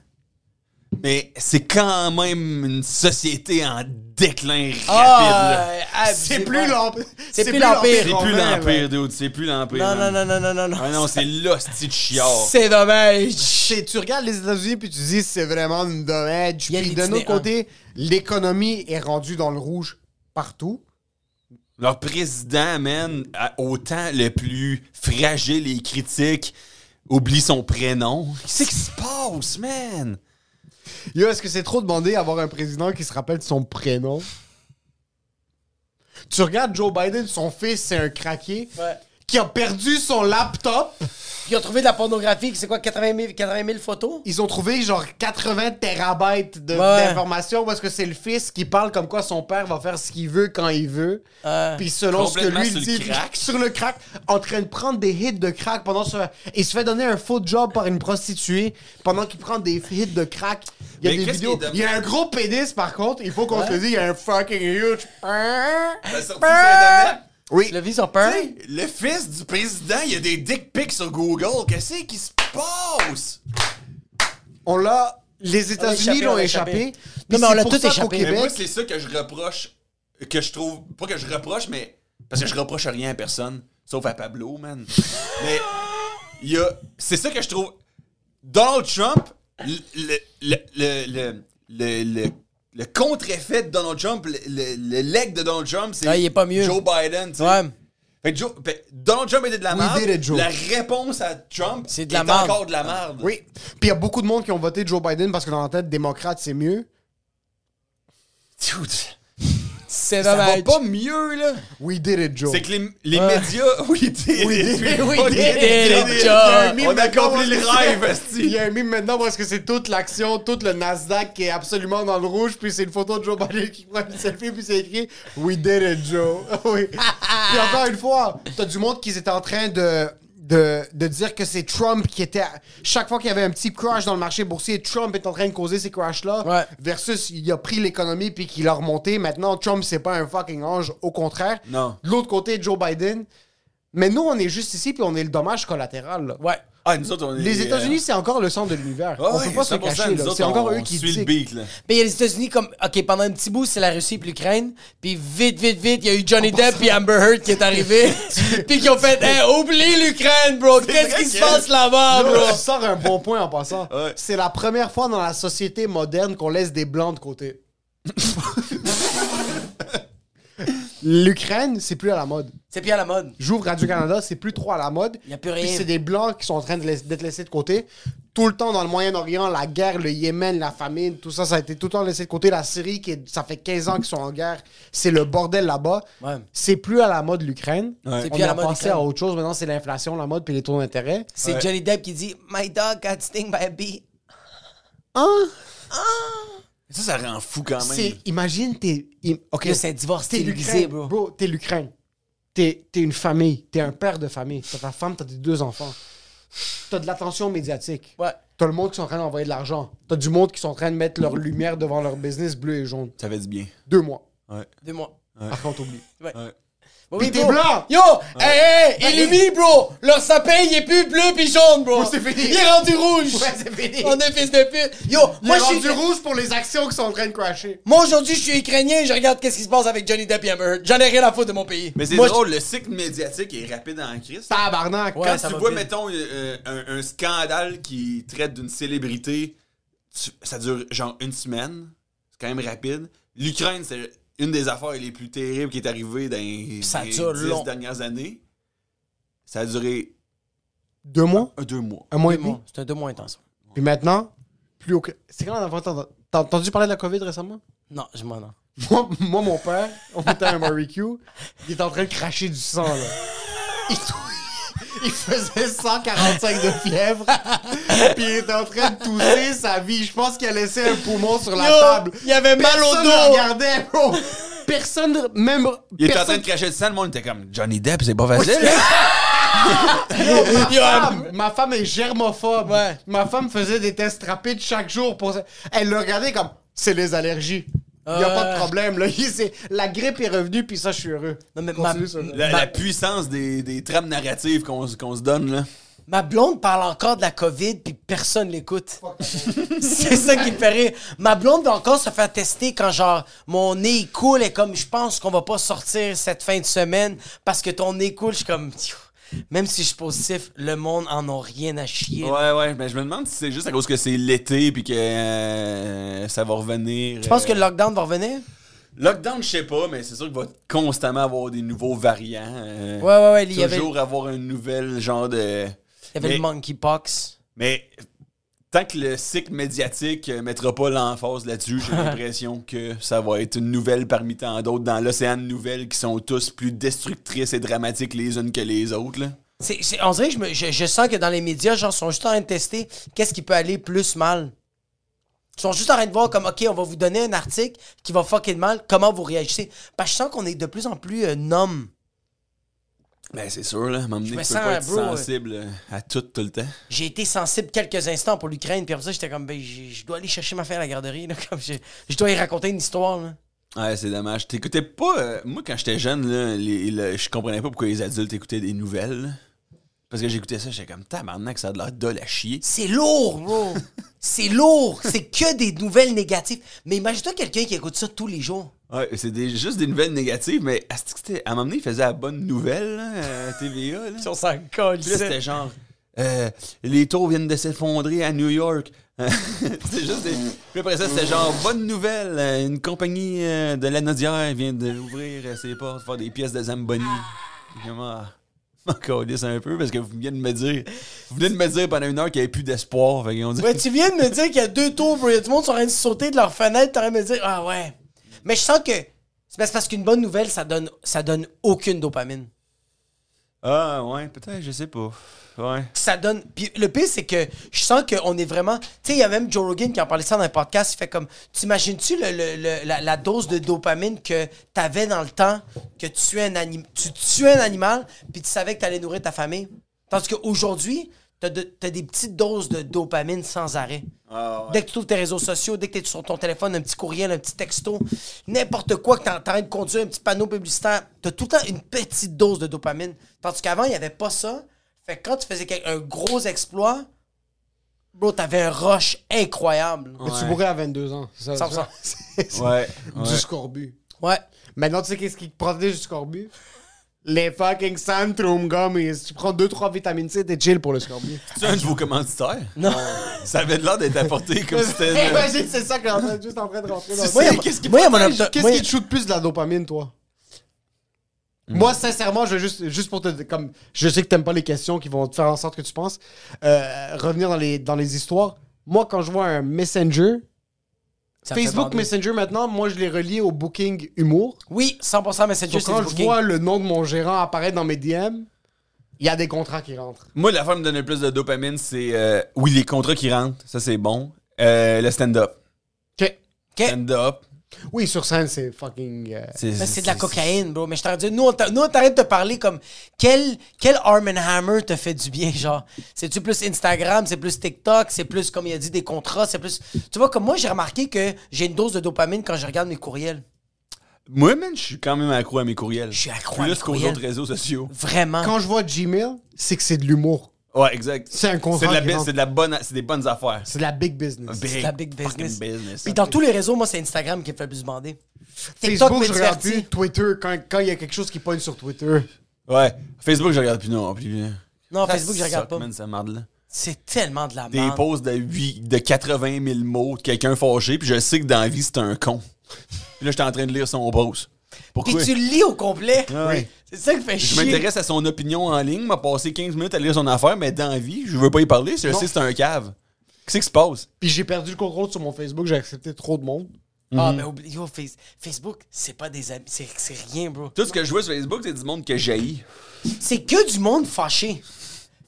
E: mais c'est quand même une société en déclin rapide. là.
C: euh, ah,
D: C'est plus l'empire.
C: C'est plus l'empire.
E: C'est
D: romain,
E: plus
D: ouais.
E: l'Empire, dude. C'est plus l'Empire.
C: Non, non,
E: man.
C: non, non, non, non, non.
E: Ah non, c'est l'hostie de chiard.
C: C'est dommage.
D: C'est- tu regardes les États-Unis puis tu dis c'est vraiment une dommage.
C: Il y a
D: Puis
C: l'itinéraire.
D: d'un autre côté, l'économie est rendue dans le rouge partout.
E: Leur président, man, a- autant le plus fragile et critique, oublie son prénom. Qu'est-ce qui se passe, man?
D: Yo, est-ce que c'est trop demandé d'avoir un président qui se rappelle de son prénom? Tu regardes Joe Biden, son fils, c'est un craqué
C: Ouais.
D: qui a perdu son laptop.
C: Ils ont trouvé de la pornographie, c'est quoi, 80 000, 80 000 photos?
D: Ils ont trouvé genre 80 terabytes de-
C: Ouais.
D: d'informations parce que c'est le fils qui parle comme quoi son père va faire ce qu'il veut quand il veut.
C: Ouais.
D: Puis selon ce que
E: Complètement
D: lui
E: sur le
D: dit,
E: crack.
D: sur le crack, en train de prendre des hits de crack pendant ce. Il se fait donner un faux job par une prostituée pendant qu'il prend des hits de crack. Il y a
E: Mais
D: des
E: qu'est-ce qui
D: vidéos.
E: est dommage-
D: Il y a un gros pénis par contre, il faut qu'on se le dise, il y a un fucking huge.
E: La sortie sur Internet,
D: Oui.
C: Le vis en peur.
E: Le fils du président, il y a des dick pics sur Google. Qu'est-ce qui se passe?
D: On l'a. Les États-Unis
C: on
D: l'ont
C: l'a
D: échappé.
C: échappé.
D: Puis
C: Non, mais on
D: c'est
C: l'a
D: pour
C: tout
D: ça qu'au
C: échappé. Mais
E: Mais moi,
D: Québec,
E: c'est ça que je reproche, que je trouve, pas que je reproche, mais parce que je reproche rien à personne, sauf à Pablo, man. mais il y a, c'est ça que je trouve. Donald Trump, le, le, le, le, le, le- le- le contre-effet de Donald Trump, le, le, le leg de Donald Trump, c'est
C: Ouais, Ah, il est pas mieux.
E: Joe Biden. tu sais.
C: Ouais.
E: Fait que Joe- fait- Donald Trump était de la
D: We
E: merde.
D: did it, Joe.
E: La réponse à Trump
C: C'est de la
E: est
C: merde.
E: encore de la merde.
D: Oui. Puis il y a beaucoup de monde qui ont voté Joe Biden parce que dans la tête démocrate, c'est mieux.
E: Dude,
C: C'est
E: ça va
C: dommage.
E: pas mieux, là.
D: We did it, Joe.
E: C'est que les, les médias, oui, t'es.
D: We did it.
C: Oui,
D: We
C: did
D: did
C: it, Joe.
D: it. Il y a un meme
E: On a
D: maintenant
E: compris le
D: parce que-
E: rêve,
D: Il y
E: esti.
D: a un mime maintenant parce que c'est toute l'action, tout le Nasdaq qui est absolument dans le rouge, puis c'est une photo de Joe Biden qui prend une selfie, puis c'est écrit We did it, Joe. oui. Puis encore une fois, t'as du monde qui étaient en train de. De, de dire que c'est Trump qui était. à- Chaque fois qu'il y avait un petit crash dans le marché boursier, Trump est en train de causer ces crashs-là.
C: Ouais.
D: Versus, il a pris l'économie puis qu'il l'a remonté. Maintenant, Trump, c'est pas un fucking ange. Au contraire.
E: Non.
D: De l'autre côté, Joe Biden. Mais nous, on est juste ici puis on est le dommage collatéral. là.
C: Ouais.
E: Ah, nous autres, on est.
D: Les
E: euh,
D: États-Unis, c'est encore le centre de l'univers.
E: ah
D: on
E: ouais,
D: peut pas se
E: 100%,
D: cacher.
E: nous
D: là.
E: autres,
D: C'est encore
E: on
D: eux qui
E: suit le
D: dictent.
E: beat, là.
C: Puis les États-Unis, comme, OK, pendant un petit bout, c'est la Russie puis l'Ukraine. Puis vite, vite, vite, il y a eu Johnny Depp puis Amber Heard qui est arrivé. puis qui ont fait, hey, oublie l'Ukraine, bro. Qu'est-ce
E: vrai
C: qui se
E: que-
C: passe là-bas,
D: Yo,
C: bro?
D: tu sors un bon point en passant.
E: Ouais.
D: C'est la première fois dans la société moderne qu'on laisse des blancs de côté. L'Ukraine, c'est plus à la mode.
C: C'est bien à la mode.
D: J'ouvre Radio-Canada, c'est plus trop à la mode.
C: Y a plus
D: Puis
C: rien.
D: C'est des blancs qui sont en train de laiss- d'être laissés de côté. Tout le temps dans le Moyen-Orient, la guerre, le Yémen, la famine, tout ça, ça a été tout le temps laissé de côté. La Syrie, qui est- ça fait 15 ans qu'ils sont en guerre, c'est le bordel là-bas.
C: Ouais.
D: C'est plus à la mode l'Ukraine.
C: C'est
D: On
C: plus à
D: a
C: la mode
D: passé
C: l'Ukraine.
D: à autre chose. Maintenant, c'est l'inflation, la mode, puis les taux d'intérêt.
C: C'est Johnny Depp qui dit, My dog got stung by a bee.
D: Hein?
E: Ça, ça rend fou quand même.
D: Ah, C'est, imagine, t'es. im- ok,
C: Là, c'est un divorce
D: t'es
C: télévisé,
D: l'Ukraine,
C: bro.
D: Bro, t'es l'Ukraine. T'es, t'es une famille. T'es un père de famille. T'as ta femme, t'as tes deux enfants. T'as de l'attention médiatique.
C: Ouais.
D: T'as le monde qui sont en train d'envoyer de l'argent. T'as du monde qui sont en train de mettre leur lumière devant leur business bleu et jaune.
E: Ça fait du bien.
D: Deux mois.
E: Ouais.
C: Deux mois.
D: Après, on t'oublie.
C: Oui,
D: Puis
C: oui,
D: t'es
C: bro.
D: blanc!
C: Yo, hey, hey, illumine, bro. Leur sapin, il est plus bleu puis jaune, bro.
D: c'est fini.
C: Il est rendu rouge.
D: Ouais, c'est fini.
C: On est fils de pute. Yo, moi,
D: Moi,
C: je suis...
D: rouge pour les actions qui sont en train de crasher.
C: Moi, aujourd'hui, je suis ukrainien je regarde qu'est-ce qui se passe avec Johnny Depp et Amber Heard. J'en ai rien à foutre de mon pays.
E: Mais c'est
C: Moi,
E: drôle, le cycle médiatique est rapide en crise.
D: Tabarnak!
C: Ouais.
E: Quand
C: ça
E: tu
C: va
E: vois,
C: vite.
E: mettons, euh, un, un scandale qui traite d'une célébrité, tu- ça dure genre une semaine. C'est quand même rapide. L'Ukraine, c'est une des affaires les plus terribles qui est arrivée dans les
C: Ça
E: dans les
C: dure long.
E: dernières années. Ça a duré
D: Deux mois?
E: un, deux mois.
D: Un mois et
C: Deux
D: demi?
C: mois. C'est un deux mois intense.
D: Puis maintenant, plus aucun. C'est quand la dernière fois que t'as- t'as entendu parler de la COVID récemment?
C: Non, je m'en ai.
D: Moi, moi, mon père, on était à un barbecue, il était en train de cracher du sang, là. Il, il faisait 145 de fièvre, puis il était en train de tousser sa vie. Je pense qu'il a laissé un poumon sur la
C: Yo,
D: table.
C: il avait mal au
D: Personne
C: dos.
D: le regardait, bro. Personne, même...
E: Il était en train
D: personne...
E: de cracher le sang, le monde était comme Johnny Depp, c'est pas facile. hein?
C: Yo,
D: Ma
C: Am-
D: femme- ma femme est germophobe.
C: Ouais.
D: Ma femme faisait des tests rapides chaque jour pour. Elle le regardait comme c'est les allergies. Il n'y a
C: Euh.
D: pas de problème. Là. Il- c'est- La grippe est revenue, puis ça, je suis heureux.
C: Non, mais
D: Continue
C: ma-
D: sur-
E: La, la puissance des, des trames narratives qu'on se- qu'on se donne, là.
C: ma blonde parle encore de la COVID puis personne l'écoute. C'est ça qui me fait rire. Ma blonde va encore se faire tester quand genre mon nez coule et comme je pense qu'on va pas sortir cette fin de semaine parce que ton nez coule, je suis comme Pfiou. même si je suis positif, le monde en a rien à chier.
E: Ouais, ouais, mais je me demande si c'est juste à cause que c'est l'été puis que euh, ça va revenir. euh.
C: Je pense que le lockdown va revenir.
E: Lockdown, je sais pas, mais c'est sûr qu'il va constamment avoir des nouveaux variants. euh,
C: Ouais, ouais, ouais, il y avait-
E: toujours avoir un nouvel genre de.
C: Il y avait
E: mais,
C: le monkeypox.
E: mais tant que le cycle médiatique euh, mettra pas l'emphase là-dessus, j'ai l'impression que ça va être une nouvelle parmi tant d'autres dans l'océan de nouvelles qui sont tous plus destructrices et dramatiques les unes que les autres. là.
C: C'est, c'est- on dirait que je, me- je, je sens que dans les médias, genre, ils sont juste en train de tester qu'est-ce qui peut aller plus mal. Ils sont juste en train de voir comme, OK, on va vous donner un article qui va fucking mal, comment vous réagissez. Parce que je sens qu'on est de plus en plus euh, numb.
E: Ben, c'est sûr, là. M'emmener,
C: Je
E: tu
C: me
E: peux
C: sens,
E: pas être
C: bro, ouais.
E: sensible euh, à tout, tout le temps.
C: J'ai été sensible quelques instants pour l'Ukraine, puis après ça, j'étais comme, ben, j'ai- je dois aller chercher ma fille à la garderie, là, comme je, je dois y raconter une histoire, là.
E: Ouais, c'est dommage. T'écoutais pas. euh, moi, quand j'étais jeune, là, les- le- je comprenais pas pourquoi les adultes écoutaient des nouvelles. là. Parce que j'écoutais ça, j'étais comme tabarnak, ça a de l'air dole à chier.
C: C'est lourd, bro. C'est lourd. C'est que des nouvelles négatives. Mais imagine-toi quelqu'un qui écoute ça tous les jours.
E: Ouais, c'est des- juste des nouvelles négatives, mais asti que c'était- à un moment donné, ils faisaient la bonne nouvelle là, à TVA. Là.
C: On s'en colle.
E: Puis là, c'était genre. euh, les tours viennent de s'effondrer à New York. c'était juste des. Puis après ça, c'était genre bonne nouvelle. euh, Une compagnie euh, de la Nodière vient d'ouvrir euh, ses portes, faire des pièces de Zamboni. Vraiment. M'en calisse un peu parce que vous venez de me dire. Vous venez de me dire pendant une heure qu'il n'y avait plus d'espoir. Fait qu'on dit.
C: Ouais, tu viens de me dire qu'il y a deux tours, bro. Il y a du monde qui sont en train de sauter de leur fenêtre. T'aurais me dire, ah ouais. Mais je sens que. C'est parce- parce qu'une bonne nouvelle, ça donne, ça donne aucune dopamine.
E: Ah ouais, peut-être, je sais pas. Ouais.
C: Ça donne. Puis le pire, c'est que je sens qu'on est vraiment. Tu sais, il y a même Joe Rogan qui en parlait ça dans un podcast. Il fait comme. T'imagines-tu le- le- le- la, la dose de dopamine que t'avais dans le temps que tu tuais un, anim- tu tuais un animal, puis tu savais que t'allais nourrir ta famille? Tandis qu'aujourd'hui, t'as de- t'as des petites doses de dopamine sans arrêt. Dès que tu trouves tes réseaux sociaux, dès que tu es sur ton téléphone, un petit courriel, un petit texto, n'importe quoi que tu es en train de conduire, un petit panneau publicitaire, tu as tout le temps une petite dose de dopamine. Tandis qu'avant, il n'y avait pas ça. Fait que quand tu faisais quel- un gros exploit, bro, t'avais un rush incroyable.
D: Mais tu mourrais à 22 ans. C'est ça,
C: 100%.
D: c'est ça.
E: Ouais.
D: Du scorbut.
C: Ouais.
D: Maintenant, tu sais qu'est-ce qui te protège du scorbut? Les fucking Santrum gummies. Tu prends 2-3 vitamines C, t'es chill pour le scorbut.
E: C'est un de vos commanditaires?
C: Non.
E: Ça avait l'air d'être apporté comme si c'était. une-
D: Imagine, c'est ça que t'es en train- juste en train de rentrer dans le cerveau.
E: Moi, il y a- qu'est-ce qui
C: moi, il y a mon
E: protège?
C: abdo-
D: Qu'est-ce
C: moi,
D: qui te shoot plus de la dopamine, toi?
C: Hmm.
D: Moi, sincèrement, je veux juste, juste pour te. Comme, je sais que t'aimes pas les questions qui vont te faire en sorte que tu penses. euh, revenir dans les, dans les histoires. Moi, quand je vois un Messenger,
C: ça me fait
D: Facebook
C: bander.
D: Messenger maintenant, moi, je les relie au Booking Humour.
C: Oui, 100% Messenger,
D: Donc,
C: c'est
D: quand
C: du
D: je
C: booking.
D: vois le nom de mon gérant apparaître dans mes DM, il y a des contrats qui rentrent.
E: Moi, la forme qui me donne le plus de dopamine, c'est. euh, oui, les contrats qui rentrent, ça c'est bon. Euh, le stand-up.
D: OK.
C: Ok.
E: Stand-up.
D: Oui, sur scène, c'est fucking. euh,
C: Mais Ben, c'est de la cocaïne, bro. Mais je t'en dis, nous, on t'a- nous, on t'arrête de te parler comme quel, quel Arm Hammer te fait du bien, genre. C'est-tu plus Instagram, c'est plus TikTok, c'est plus, comme il a dit, des contrats, c'est plus. Tu vois, comme moi, j'ai remarqué que j'ai une dose de dopamine quand je regarde mes courriels.
E: Moi, man, je suis quand même accro à mes courriels.
C: Je suis accro à
E: Plus
C: mes
E: qu'aux
C: courriels.
E: autres réseaux sociaux.
C: Vraiment.
D: Quand je vois Gmail, c'est que c'est de l'humour.
E: Ouais, exact.
D: C'est un contrat
E: C'est de la,
D: qui
E: bi-
D: rentre.
E: c'est de la bonne, c'est des bonnes affaires.
D: C'est de la big business.
C: C'est de la big business.
E: fucking business. hein.
C: Puis dans tous les réseaux, moi, c'est Instagram qui me fait le plus bander. TikTok
D: Facebook,
C: me
D: je regarde
C: divertit.
D: plus. Twitter, quand quand il y a quelque chose qui pogne sur Twitter.
E: Ouais. Facebook, je regarde plus non plus.
C: Non, Ah, Facebook, je regarde
E: Suck,
C: pas. Ah.
E: man, ça marde, là.
C: C'est tellement de la
E: Des
C: merde.
E: posts de, huit- de 80 000 mots de quelqu'un fâché, puis je sais que dans la vie, c'est un con. Puis là, j'étais en train de lire son post.
C: Puis
E: Pourquoi?
C: tu le lis au complet.
E: Ah ouais.
C: C'est ça qui fait
E: Je
C: chier.
E: m'intéresse à son opinion en ligne, m'a passé 15 minutes à lire son affaire, mais dans la vie, je veux pas y parler, je sais que c'est un cave. Qu'est-ce qui se passe?
D: Puis j'ai perdu le contrôle sur mon Facebook, j'ai accepté trop de monde.
C: Ah,
E: Mm-hmm.
C: mais oublie, yo, Face- Facebook, c'est pas des amis. C'est c'est rien, bro.
E: Tout ce que je vois sur Facebook, c'est du monde que jaillit.
C: C'est que du monde fâché.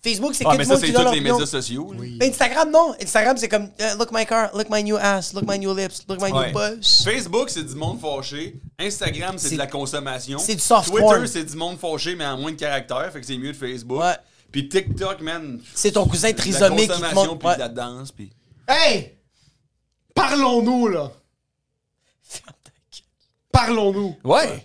C: Facebook, c'est
E: Ah,
C: que
E: mais
C: du
E: ça,
C: monde
E: c'est
C: qui donne
E: tous
C: leur
E: les
C: opinion.
E: médias sociaux. là.
C: Mais Instagram, non. Instagram, c'est comme euh, Look my car, look my new ass, look my new lips, look my
E: Ouais.
C: new bus.
E: Facebook, c'est du monde fâché. Instagram, c'est
C: C'est-
E: de la consommation.
C: c'est du soft
E: Twitter,
C: porn.
E: c'est du monde fâché, mais en moins de caractère. Fait que c'est mieux de Facebook.
C: Ouais.
E: Puis TikTok, man.
C: C'est ton cousin
E: de la
C: trisomique qui te
E: consommation,
C: montre.
E: puis de
C: Ouais.
E: la danse. Puis...
D: Hey! Parlons-nous, là! Parlons-nous!
E: Ouais.